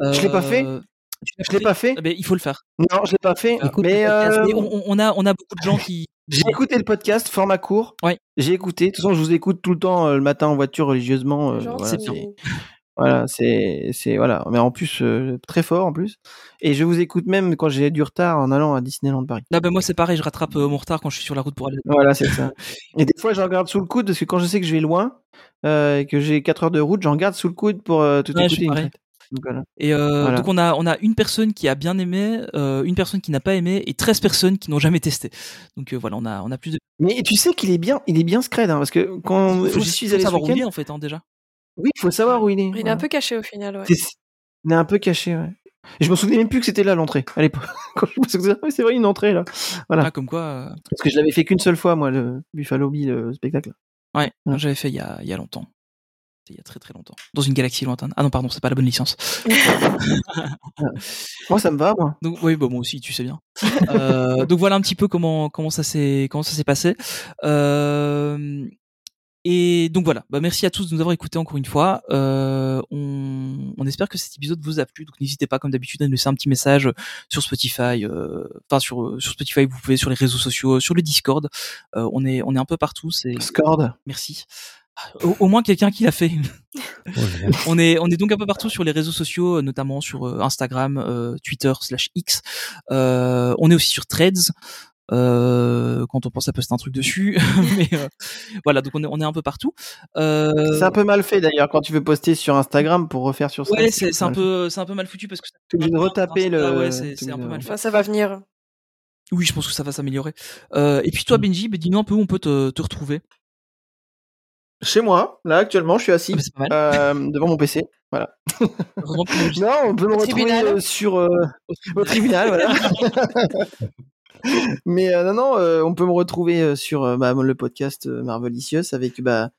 Speaker 1: Euh,
Speaker 8: je l'ai pas fait. Je l'ai pas fait.
Speaker 1: Eh bien, il faut le faire.
Speaker 8: Non, je l'ai pas fait.
Speaker 1: Écoute, euh,
Speaker 8: mais, euh,
Speaker 1: mais on, on a on a beaucoup de gens qui
Speaker 8: J'ai écouté le podcast, format court.
Speaker 1: Ouais.
Speaker 8: J'ai écouté. De toute façon, je vous écoute tout le temps euh, le matin en voiture religieusement. Euh,
Speaker 1: voilà, c'est
Speaker 8: Voilà, c'est, c'est, voilà. Mais en plus, euh, très fort en plus. Et je vous écoute même quand j'ai du retard en allant à Disneyland Paris.
Speaker 1: Là, ben moi, c'est pareil. Je rattrape mon retard quand je suis sur la route pour aller.
Speaker 8: Voilà, c'est ça. Et des fois, j'en garde sous le coude parce que quand je sais que je vais loin, euh, et que j'ai 4 heures de route, j'en garde sous le coude pour euh, tout ouais, écouter.
Speaker 1: Donc, voilà. Et euh, voilà. donc on a on a une personne qui a bien aimé, euh, une personne qui n'a pas aimé et 13 personnes qui n'ont jamais testé. Donc euh, voilà, on a on a plus de
Speaker 8: Mais tu sais qu'il est bien, il est bien scred hein, parce que quand
Speaker 1: faut,
Speaker 8: je suis allé
Speaker 1: savoir où il est en fait hein, déjà.
Speaker 8: Oui, il faut savoir où il est.
Speaker 7: Il est voilà. un peu caché au final, ouais.
Speaker 8: Est... Il est un peu caché, ouais. Et je me souvenais même plus que c'était là l'entrée à l'époque. Quand je me ah, c'est vrai une entrée là. Voilà.
Speaker 1: Ah, comme quoi.
Speaker 8: Parce que je l'avais fait qu'une seule fois moi le Buffalo Bill le spectacle.
Speaker 1: Ouais, ouais. j'avais fait il y a il y a longtemps il y a très très longtemps. Dans une galaxie lointaine. Ah non, pardon, c'est pas la bonne licence.
Speaker 8: moi, ça me va, moi.
Speaker 1: Donc, oui, bah, moi aussi, tu sais bien. euh, donc voilà un petit peu comment, comment ça s'est passé. Euh, et donc voilà, bah, merci à tous de nous avoir écoutés encore une fois. Euh, on, on, espère que cet épisode vous a plu. Donc n'hésitez pas, comme d'habitude, à nous laisser un petit message sur Spotify. euh, Enfin sur, sur Spotify, vous pouvez sur les réseaux sociaux, sur le Discord. Euh, on est on est un peu partout. C'est
Speaker 8: Discord.
Speaker 1: Merci. Ah, Au, au, moins quelqu'un qui l'a fait. on est on est donc un peu partout sur les réseaux sociaux, euh, notamment sur Instagram, euh, Twitter slash X. Euh, on est aussi sur Threads. Euh, quand on pense à poster un truc dessus, mais euh, voilà, donc on est, on est un peu partout. Euh,
Speaker 8: C'est un peu mal fait d'ailleurs quand tu veux poster sur Instagram pour refaire sur.
Speaker 1: Ouais, c'est un peu, c'est un peu mal foutu parce que.
Speaker 8: Tu obligé de retaper le.
Speaker 1: Ouais, c'est un peu mal fait.
Speaker 7: Ça va venir.
Speaker 1: Oui, je pense que ça va s'améliorer. et puis toi,
Speaker 8: Mm.
Speaker 1: Benji, ben, dis-nous un peu où on peut te, te retrouver
Speaker 8: chez moi, là actuellement, je suis assis
Speaker 1: ah bah
Speaker 8: euh, devant mon PC. Voilà. non, on peut me retrouver euh, sur euh, au tribunal. voilà. euh, Mais non, non, on peut me retrouver sur bah, le podcast Marvelicious euh, avec bah,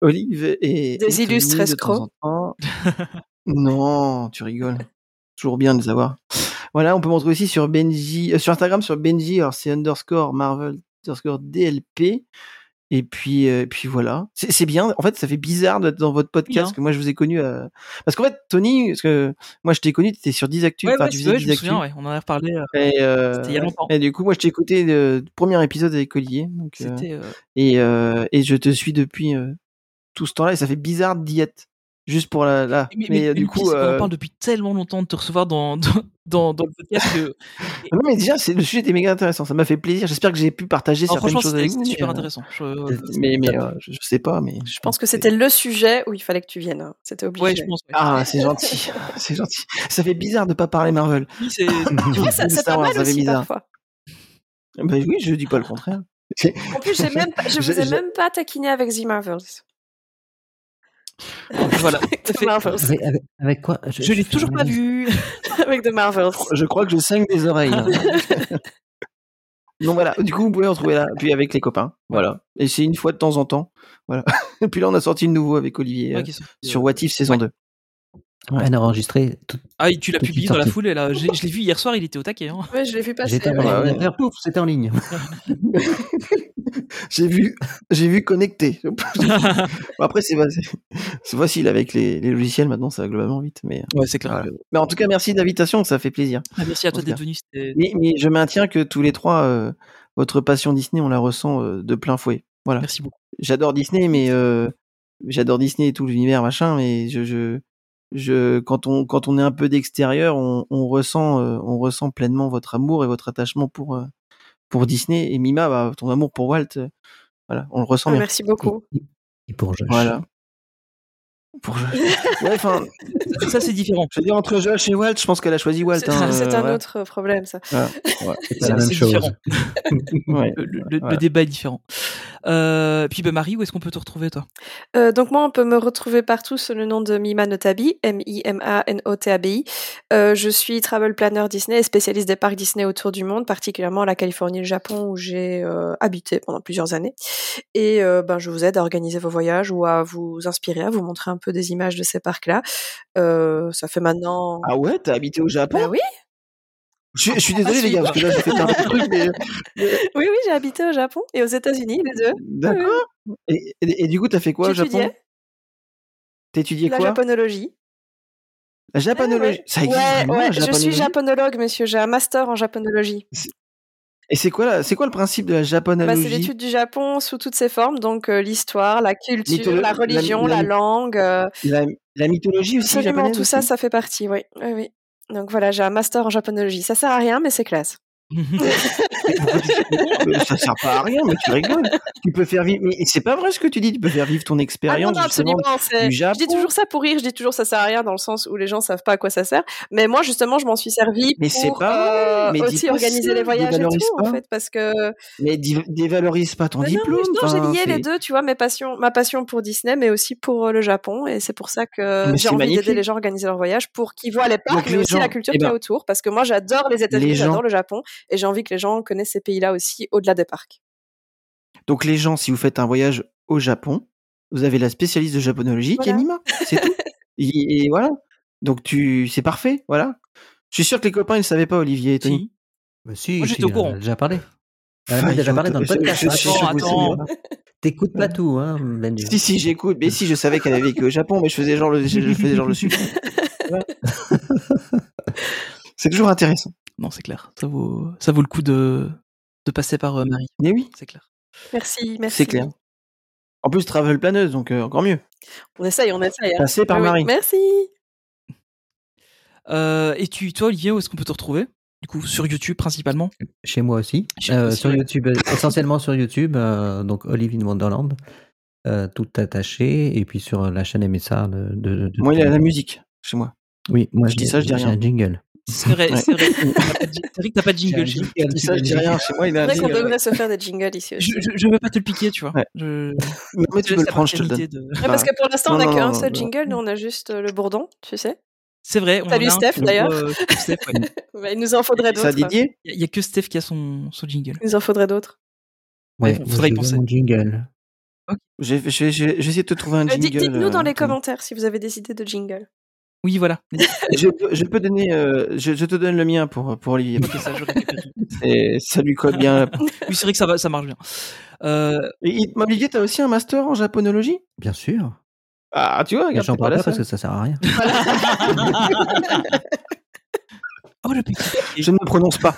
Speaker 8: Olive et.
Speaker 7: Des
Speaker 8: et
Speaker 7: illustres
Speaker 8: Tony de
Speaker 7: escrocs.
Speaker 8: temps en temps. non, tu rigoles. Toujours bien de les avoir. Voilà, on peut me retrouver aussi sur Benji, euh, sur Instagram, sur Benji, alors c'est underscore Marvel underscore DLP. Et puis, euh, et puis voilà. C'est c'est bien. En fait, ça fait bizarre d'être dans votre podcast
Speaker 1: Oui, hein.
Speaker 8: parce que moi je vous ai connu. euh, Parce qu'en fait, Tony, parce que moi je t'ai connu, t'étais sur 10 actus.
Speaker 1: Ouais,
Speaker 8: enfin,
Speaker 1: ouais,
Speaker 8: tu
Speaker 1: c'est
Speaker 8: faisais
Speaker 1: vrai, je
Speaker 8: 10
Speaker 1: me
Speaker 8: actus.
Speaker 1: souviens, ouais, on en a reparlé. euh,
Speaker 8: Et, euh,
Speaker 1: C'était il y a longtemps.
Speaker 8: et du coup, moi, je t'ai écouté le premier épisode avec Collier. Donc, euh,
Speaker 1: C'était. euh,
Speaker 8: et, euh, et je te suis depuis euh, tout ce temps-là. Et ça fait bizarre d'y être. Juste pour la. la.
Speaker 1: Mais,
Speaker 8: Mais,
Speaker 1: mais-
Speaker 8: euh,
Speaker 1: mais
Speaker 8: du
Speaker 1: le pire,
Speaker 8: coup.
Speaker 1: c'est qu'on en
Speaker 8: euh,
Speaker 1: parle depuis tellement longtemps de te recevoir dans, dans, dans, dans le podcast que.
Speaker 8: Non, mais déjà, c'est- le sujet était méga intéressant. Ça m'a fait plaisir. J'espère que j'ai pu partager
Speaker 1: Alors,
Speaker 8: certaines
Speaker 1: Ah, franchement,
Speaker 8: choses
Speaker 1: c'était
Speaker 8: avec vous.
Speaker 1: c'était super
Speaker 8: mais, euh,
Speaker 1: intéressant. Je-
Speaker 8: Mais, mais euh, je, je sais pas, mais.
Speaker 7: Je pense que c'était le sujet où il fallait que tu viennes. hein. C'était obligé.
Speaker 1: Ouais, je pense. ouais.
Speaker 8: Ah, c'est gentil, c'est gentil. Ça fait bizarre de pas parler Marvel.
Speaker 1: Oui, c'est-
Speaker 7: Tu vois, ça,
Speaker 8: De
Speaker 7: c'est
Speaker 8: Star
Speaker 7: pas
Speaker 8: Wars,
Speaker 7: mal
Speaker 8: ça fait
Speaker 7: aussi
Speaker 8: bizarre.
Speaker 7: parfois.
Speaker 8: Bah oui, je dis pas le contraire.
Speaker 7: En plus, j'ai même pas- je vous ai
Speaker 8: Je- je-
Speaker 7: même pas taquiné avec The Marvels.
Speaker 1: voilà.
Speaker 7: The
Speaker 1: fait.
Speaker 7: Marvels.
Speaker 9: Avec, avec- avec quoi
Speaker 1: Je l'ai toujours pas vu.
Speaker 7: avec The Marvels.
Speaker 8: Je crois que je saigne des oreilles. hein. là. Donc voilà, du coup, vous pouvez en trouver là, puis avec les copains. Voilà. Et c'est une fois de temps en temps. Voilà. Et puis là, on a sorti le nouveau avec Olivier euh,
Speaker 1: Ouais, qui sont-
Speaker 8: sur What If saison 2.
Speaker 9: À peine enregistré. tout-
Speaker 1: Ah, et tu l'as
Speaker 9: Petite
Speaker 1: publié dans la
Speaker 9: sortie.
Speaker 1: foulée là. J'ai- Je l'ai vu hier soir, il était au taquet. hein.
Speaker 7: Ouais, je l'ai vu passer.
Speaker 9: J'étais à
Speaker 7: ouais.
Speaker 9: mon
Speaker 8: ouais.
Speaker 9: ordinateur, pouf, c'était en ligne.
Speaker 8: J'ai vu, j'ai vu connecté. Après, c'est c'est- c'est facile avec les, les logiciels maintenant, ça va globalement vite. Mais,
Speaker 1: Ouais, c'est clair.
Speaker 8: voilà. mais en tout cas, merci de l'invitation, ça fait plaisir.
Speaker 1: Ah, merci à toi
Speaker 8: En tout
Speaker 1: d'être
Speaker 8: cas.
Speaker 1: venu. c'était-
Speaker 8: Mais, mais je maintiens que tous les trois, euh, votre passion Disney, on la ressent euh, de plein fouet. Voilà.
Speaker 1: Merci beaucoup.
Speaker 8: J'adore Disney, mais euh, j'adore Disney et tout l'univers machin, mais je, je, je, quand on, quand on est un peu d'extérieur, on, on ressent, euh, on ressent pleinement votre amour et votre attachement pour, euh, pour Disney et Mima, bah, ton amour pour Walt, euh, voilà, on le ressent
Speaker 7: Ah,
Speaker 8: bien.
Speaker 7: merci beaucoup.
Speaker 9: Et, et pour Josh.
Speaker 8: Voilà. Pour Josh. Ouais, enfin,
Speaker 1: Ça, c'est différent.
Speaker 8: je veux dire entre Josh et Walt, je pense qu'elle a choisi Walt.
Speaker 7: C'est
Speaker 8: hein, euh,
Speaker 7: c'est un
Speaker 8: voilà.
Speaker 7: autre problème, ça.
Speaker 9: C'est pas la
Speaker 1: C'est-
Speaker 9: même
Speaker 1: c'est
Speaker 9: chose.
Speaker 1: différent.
Speaker 8: Ouais.
Speaker 1: Le, le- le
Speaker 8: Voilà.
Speaker 1: débat est différent. Euh, puis, bah, Marie, où est-ce qu'on peut te retrouver, toi
Speaker 7: Euh, donc moi, on peut me retrouver partout sous le nom de Mima Notabi, M-I-M-A-N-O-T-A-B-I. Euh, je suis travel planner Disney et spécialiste des parcs Disney autour du monde, particulièrement la Californie et le Japon où j'ai euh, habité pendant plusieurs années. Et euh, ben, je vous aide à organiser vos voyages ou à vous inspirer, à vous montrer un peu des images de ces parcs-là. Euh, ça fait maintenant...
Speaker 8: Ah ouais, t'as habité au Japon?
Speaker 7: Bah oui,
Speaker 8: Je, je suis désolé,
Speaker 7: Ah,
Speaker 8: les
Speaker 7: si.
Speaker 8: gars, parce que là, j'ai fait plein de trucs, mais.
Speaker 7: oui, oui, j'ai habité au Japon et aux États-Unis, les deux.
Speaker 8: D'accord. Et, et- et du coup, t'as fait quoi au Japon
Speaker 7: J'étudiais
Speaker 8: T'étudiais
Speaker 7: la
Speaker 8: quoi
Speaker 7: japonologie.
Speaker 8: La japonologie.
Speaker 7: Ouais,
Speaker 8: Ça existe
Speaker 7: ouais,
Speaker 8: vraiment, la
Speaker 7: ouais, Je suis
Speaker 8: japonologie
Speaker 7: japonologue, monsieur. J'ai un master en japonologie.
Speaker 8: Et c'est quoi, la- c'est quoi le principe de la
Speaker 7: Bah, c'est
Speaker 8: japonologie
Speaker 7: l'étude du Japon sous toutes ses formes, donc euh, l'histoire, la culture,
Speaker 8: Mytholo-
Speaker 7: la
Speaker 8: la-
Speaker 7: religion, la,
Speaker 8: la-
Speaker 7: langue, euh,
Speaker 8: la, la mythologie aussi
Speaker 7: absolument
Speaker 8: japonaise
Speaker 7: tout ça,
Speaker 8: aussi
Speaker 7: ça fait partie. Oui, oui, oui. Donc voilà, j'ai un master en japonologie. Ça sert à rien, mais c'est classe.
Speaker 8: Mais ça sert pas à rien, mais tu rigoles. Tu peux faire vivre. Mais c'est pas vrai ce que tu dis, tu peux faire vivre ton
Speaker 7: Ah non,
Speaker 8: expérience
Speaker 7: non,
Speaker 8: justement.
Speaker 7: absolument. c'est-
Speaker 8: du
Speaker 7: Je dis
Speaker 8: Japon.
Speaker 7: toujours ça pour rire. Je dis toujours ça sert à rien dans le sens où les gens savent pas à quoi ça sert. Mais moi, justement, je m'en suis servi
Speaker 8: Mais c'est
Speaker 7: pour
Speaker 8: pas vrai,
Speaker 7: euh,
Speaker 8: mais dis
Speaker 7: aussi
Speaker 8: pas
Speaker 7: organiser
Speaker 8: ça,
Speaker 7: les voyages et tout,
Speaker 8: dévalorise
Speaker 7: en
Speaker 8: pas.
Speaker 7: fait, parce que
Speaker 8: Mais dé- dévalorise pas ton
Speaker 7: Mais Bah non,
Speaker 8: diplôme.
Speaker 7: mais Non,
Speaker 8: enfin,
Speaker 7: j'ai lié
Speaker 8: c'est-
Speaker 7: les deux, tu vois, mes passions, ma passion pour Disney, mais aussi pour euh, le Japon, et c'est pour ça que
Speaker 8: Mais
Speaker 7: j'ai
Speaker 8: c'est
Speaker 7: envie d'aider
Speaker 8: magnifique.
Speaker 7: les gens à organiser leur voyage pour qu'ils voient les parcs,
Speaker 8: Donc,
Speaker 7: mais
Speaker 8: les
Speaker 7: aussi
Speaker 8: gens,
Speaker 7: la culture
Speaker 8: eh
Speaker 7: qu'il y a
Speaker 8: ben,
Speaker 7: autour, parce que moi j'adore les États-Unis,
Speaker 8: les gens-
Speaker 7: j'adore le Japon, et j'ai envie que les gens connaissent ces pays-là aussi au-delà des parcs.
Speaker 8: Donc les gens, si vous faites un voyage au Japon, vous avez la spécialiste de japonologie qui est
Speaker 7: Voilà.
Speaker 8: Mima, c'est tout. Et, et voilà. Donc tu, c'est parfait, voilà. Je suis sûr que les copains ils ne savaient pas Olivier et Tony.
Speaker 1: Si.
Speaker 9: Mais Bah, si, Ah,
Speaker 1: Moi,
Speaker 9: si,
Speaker 1: j'étais au
Speaker 9: elle
Speaker 1: courant.
Speaker 9: en a déjà parlé. Elle en a déjà parlé dans le
Speaker 8: Je- je-
Speaker 9: podcast. hein.
Speaker 8: je- je-
Speaker 9: Attends,
Speaker 8: je- je-
Speaker 1: attends.
Speaker 9: T'écoutes pas tout, hein, Benji.
Speaker 8: Si si j'écoute, mais si je savais qu'elle avait vécu au Japon, mais je faisais genre le, je, je faisais genre le sucre. Voilà. c'est toujours intéressant.
Speaker 1: Non, c'est clair. Ça vaut, ça vaut le coup de, de passer par euh, Marie.
Speaker 8: Mais oui,
Speaker 1: C'est clair.
Speaker 7: Merci, merci.
Speaker 8: c'est clair. En plus travel planeuse, donc euh, encore mieux.
Speaker 7: On essaye, on essaye. hein.
Speaker 8: Passez Ah, par
Speaker 7: Oui, oui.
Speaker 8: Marie.
Speaker 7: Merci.
Speaker 1: Euh, et tu, toi, Olivier, où est-ce qu'on peut te retrouver Du coup, sur YouTube principalement.
Speaker 9: Chez moi aussi.
Speaker 1: Chez
Speaker 9: Euh,
Speaker 1: moi aussi,
Speaker 9: sur
Speaker 1: ouais.
Speaker 9: YouTube, euh, essentiellement sur YouTube, euh, donc Olive in Wonderland, euh, tout attaché, et puis sur la chaîne MSR de. de, de-
Speaker 8: Moi il y a la musique chez moi.
Speaker 9: Oui, moi
Speaker 8: Je dis ça, je dis
Speaker 9: j'ai
Speaker 8: rien.
Speaker 9: un jingle.
Speaker 1: C'est vrai,
Speaker 8: Ouais.
Speaker 1: c'est vrai. T'as pas de- C'est vrai que t'as pas de jingle. chez-
Speaker 8: Je dis ça, je dis rien. Chez moi il
Speaker 7: C'est
Speaker 8: a un
Speaker 7: vrai qu'on
Speaker 8: jingle.
Speaker 7: devrait se faire des jingles ici aussi.
Speaker 1: Je, je, je veux pas te le piquer, tu vois.
Speaker 8: Ouais.
Speaker 1: Je,
Speaker 8: Non,
Speaker 1: je
Speaker 8: mais tu peux
Speaker 1: laisse
Speaker 8: le prendre, je te le donne.
Speaker 1: paternité de-
Speaker 7: Ouais, Ah, parce que pour l'instant, on n'a
Speaker 8: Non, non,
Speaker 7: qu'un
Speaker 8: non,
Speaker 7: seul
Speaker 8: non.
Speaker 7: jingle, nous on a juste euh, le bourdon, tu sais.
Speaker 1: C'est vrai. on
Speaker 7: Salut,
Speaker 1: en a un
Speaker 7: Steph,
Speaker 1: qui est,
Speaker 7: d'ailleurs.
Speaker 1: euh, Steph, ouais.
Speaker 7: Mais il nous en faudrait
Speaker 8: Ça
Speaker 7: d'autres. euh. Il
Speaker 8: Didier
Speaker 1: Il y a que Steph qui a son, son jingle.
Speaker 7: nous en faudrait d'autres.
Speaker 1: Ouais, faudrait y penser.
Speaker 9: Mon jingle.
Speaker 8: Okay. Je, je, je, je, vais essayer de te trouver un jingle.
Speaker 7: Euh,
Speaker 8: euh,
Speaker 7: Dites-nous dans les commentaires si vous avez des idées de jingle.
Speaker 1: Oui, voilà.
Speaker 8: je, je, peux donner, euh, je, je, te donne le mien pour, pour Olivier. Parce que ça, je ça lui colle bien.
Speaker 1: oui, c'est vrai que ça, va, ça marche bien.
Speaker 8: Euh... Et, Olivier, t'as aussi un master en japonologie
Speaker 9: Bien sûr.
Speaker 8: Ah, tu vois, regarde,
Speaker 9: j'en parle pas, parce que ça sert à rien. Voilà.
Speaker 1: oh le petit.
Speaker 8: Je ne me prononce pas.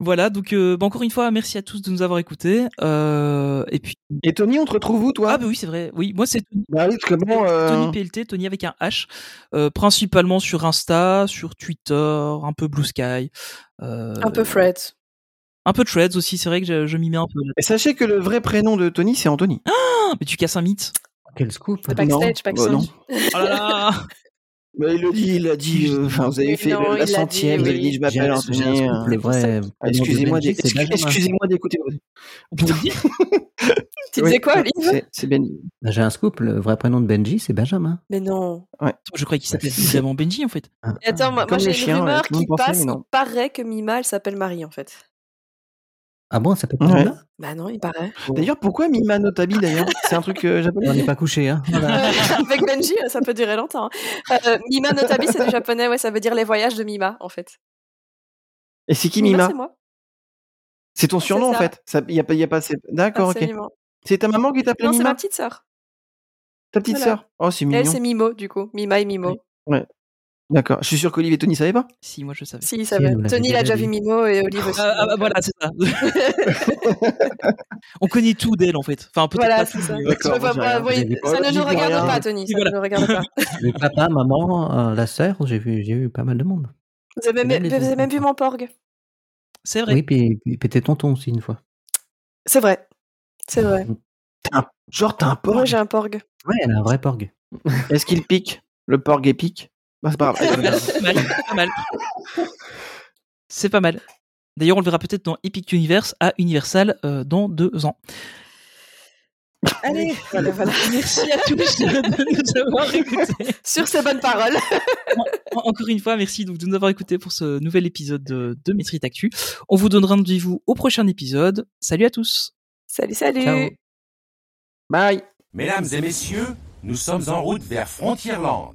Speaker 1: Voilà, donc euh, bah encore une fois, merci à tous de nous avoir écoutés. Euh, et puis.
Speaker 8: Et Tony, on te retrouve où, toi
Speaker 1: Ah, bah oui, c'est vrai. Oui, moi, c'est Tony.
Speaker 8: Bah oui, comment, euh...
Speaker 1: Tony PLT, Tony avec un H. euh, principalement sur Insta, sur Twitter, un peu Blue Sky. euh,
Speaker 7: un peu Threads.
Speaker 1: Un peu Threads aussi, c'est vrai que je, je m'y mets un peu.
Speaker 8: Et sachez que le vrai prénom de Tony, c'est Anthony.
Speaker 1: Ah Mais tu casses un mythe.
Speaker 9: Quel scoop
Speaker 7: hein. Backstage, backstage.
Speaker 8: non.
Speaker 1: Oh là là
Speaker 8: Bah, il le dit, il l'a dit. Euh, enfin, vous avez Mais fait non, le, la centième. Dit, oui. dit, je m'appelle Anthony. euh, ah,
Speaker 9: Les vrais.
Speaker 8: Excusez-moi d'écouter.
Speaker 7: Tu disais quoi, Olive
Speaker 8: C'est Ben. Benji.
Speaker 9: J'ai un scoop. Le vrai prénom de Benji, c'est Benjamin.
Speaker 7: Mais non.
Speaker 8: Ouais.
Speaker 1: Je croyais qu'il s'appelait vraiment Benji, en fait.
Speaker 7: Ah, Et attends, moi, moi j'ai une chiens, rumeur ouais, qui passe. Il paraît que Mima, elle s'appelle Marie, en fait.
Speaker 9: Ah bon, elle s'appelle Mima ouais.
Speaker 7: Bah non, il paraît.
Speaker 8: D'ailleurs, pourquoi Mima Notabi d'ailleurs C'est un truc euh, japonais.
Speaker 9: On n'est pas couché. Hein.
Speaker 7: Voilà. Avec Benji, ça peut durer longtemps. Hein. Euh, Mima Notabi, c'est du japonais, ouais, ça veut dire les voyages de Mima en fait.
Speaker 8: Et c'est qui Mima,
Speaker 7: C'est moi.
Speaker 8: C'est ton surnom en fait. Il y a, y a pas. D'accord, ok. C'est ta maman qui t'appelle Mima
Speaker 7: Ah, Non, c'est ma petite sœur.
Speaker 8: Ta petite voilà. sœur Oh, c'est mignon.
Speaker 7: Elle, c'est Mimo du coup. Mima et Mimo.
Speaker 8: Oui. Ouais. D'accord. Je suis sûr qu'Olive et Tony ne savaient pas.
Speaker 1: Si, moi je savais.
Speaker 7: Si, ils savaient. Si, Tony l'a déjà vu Mimo et Olive aussi.
Speaker 1: Ah, ah, voilà, c'est ça. on connaît tout d'elle en fait. Enfin, peut-être
Speaker 7: voilà,
Speaker 1: pas
Speaker 7: c'est ça. Pas, oui, ça ne nous regarde rien. pas, Tony. Ça voilà. ne nous regarde pas.
Speaker 9: Le papa, maman, euh, la sœur, j'ai vu, j'ai vu pas mal de monde.
Speaker 7: Vous avez même, vous avez même vu mon porg.
Speaker 1: C'est vrai.
Speaker 9: Oui, puis, puis t'es tonton aussi une fois.
Speaker 7: C'est vrai. C'est vrai.
Speaker 8: Un, genre, t'as un porg.
Speaker 7: Moi, j'ai un porg.
Speaker 9: Ouais, elle a un vrai porg.
Speaker 8: Est-ce qu'il pique Le porg pique bah, c'est pas grave.
Speaker 1: c'est pas mal. C'est pas mal. D'ailleurs, on le verra peut-être dans Epic Universe à Universal euh, dans deux ans.
Speaker 7: Allez, voilà, voilà.
Speaker 1: merci à tous de nous avoir écoutés.
Speaker 7: Sur ces bonnes paroles.
Speaker 1: Encore une fois, merci donc de nous avoir écoutés pour ce nouvel épisode de, de Maîtrise Actu. On vous donne rendez-vous au prochain épisode. Salut à tous.
Speaker 7: Salut, salut. Ciao.
Speaker 8: Bye.
Speaker 11: Mesdames et messieurs, nous sommes en route vers Frontierland.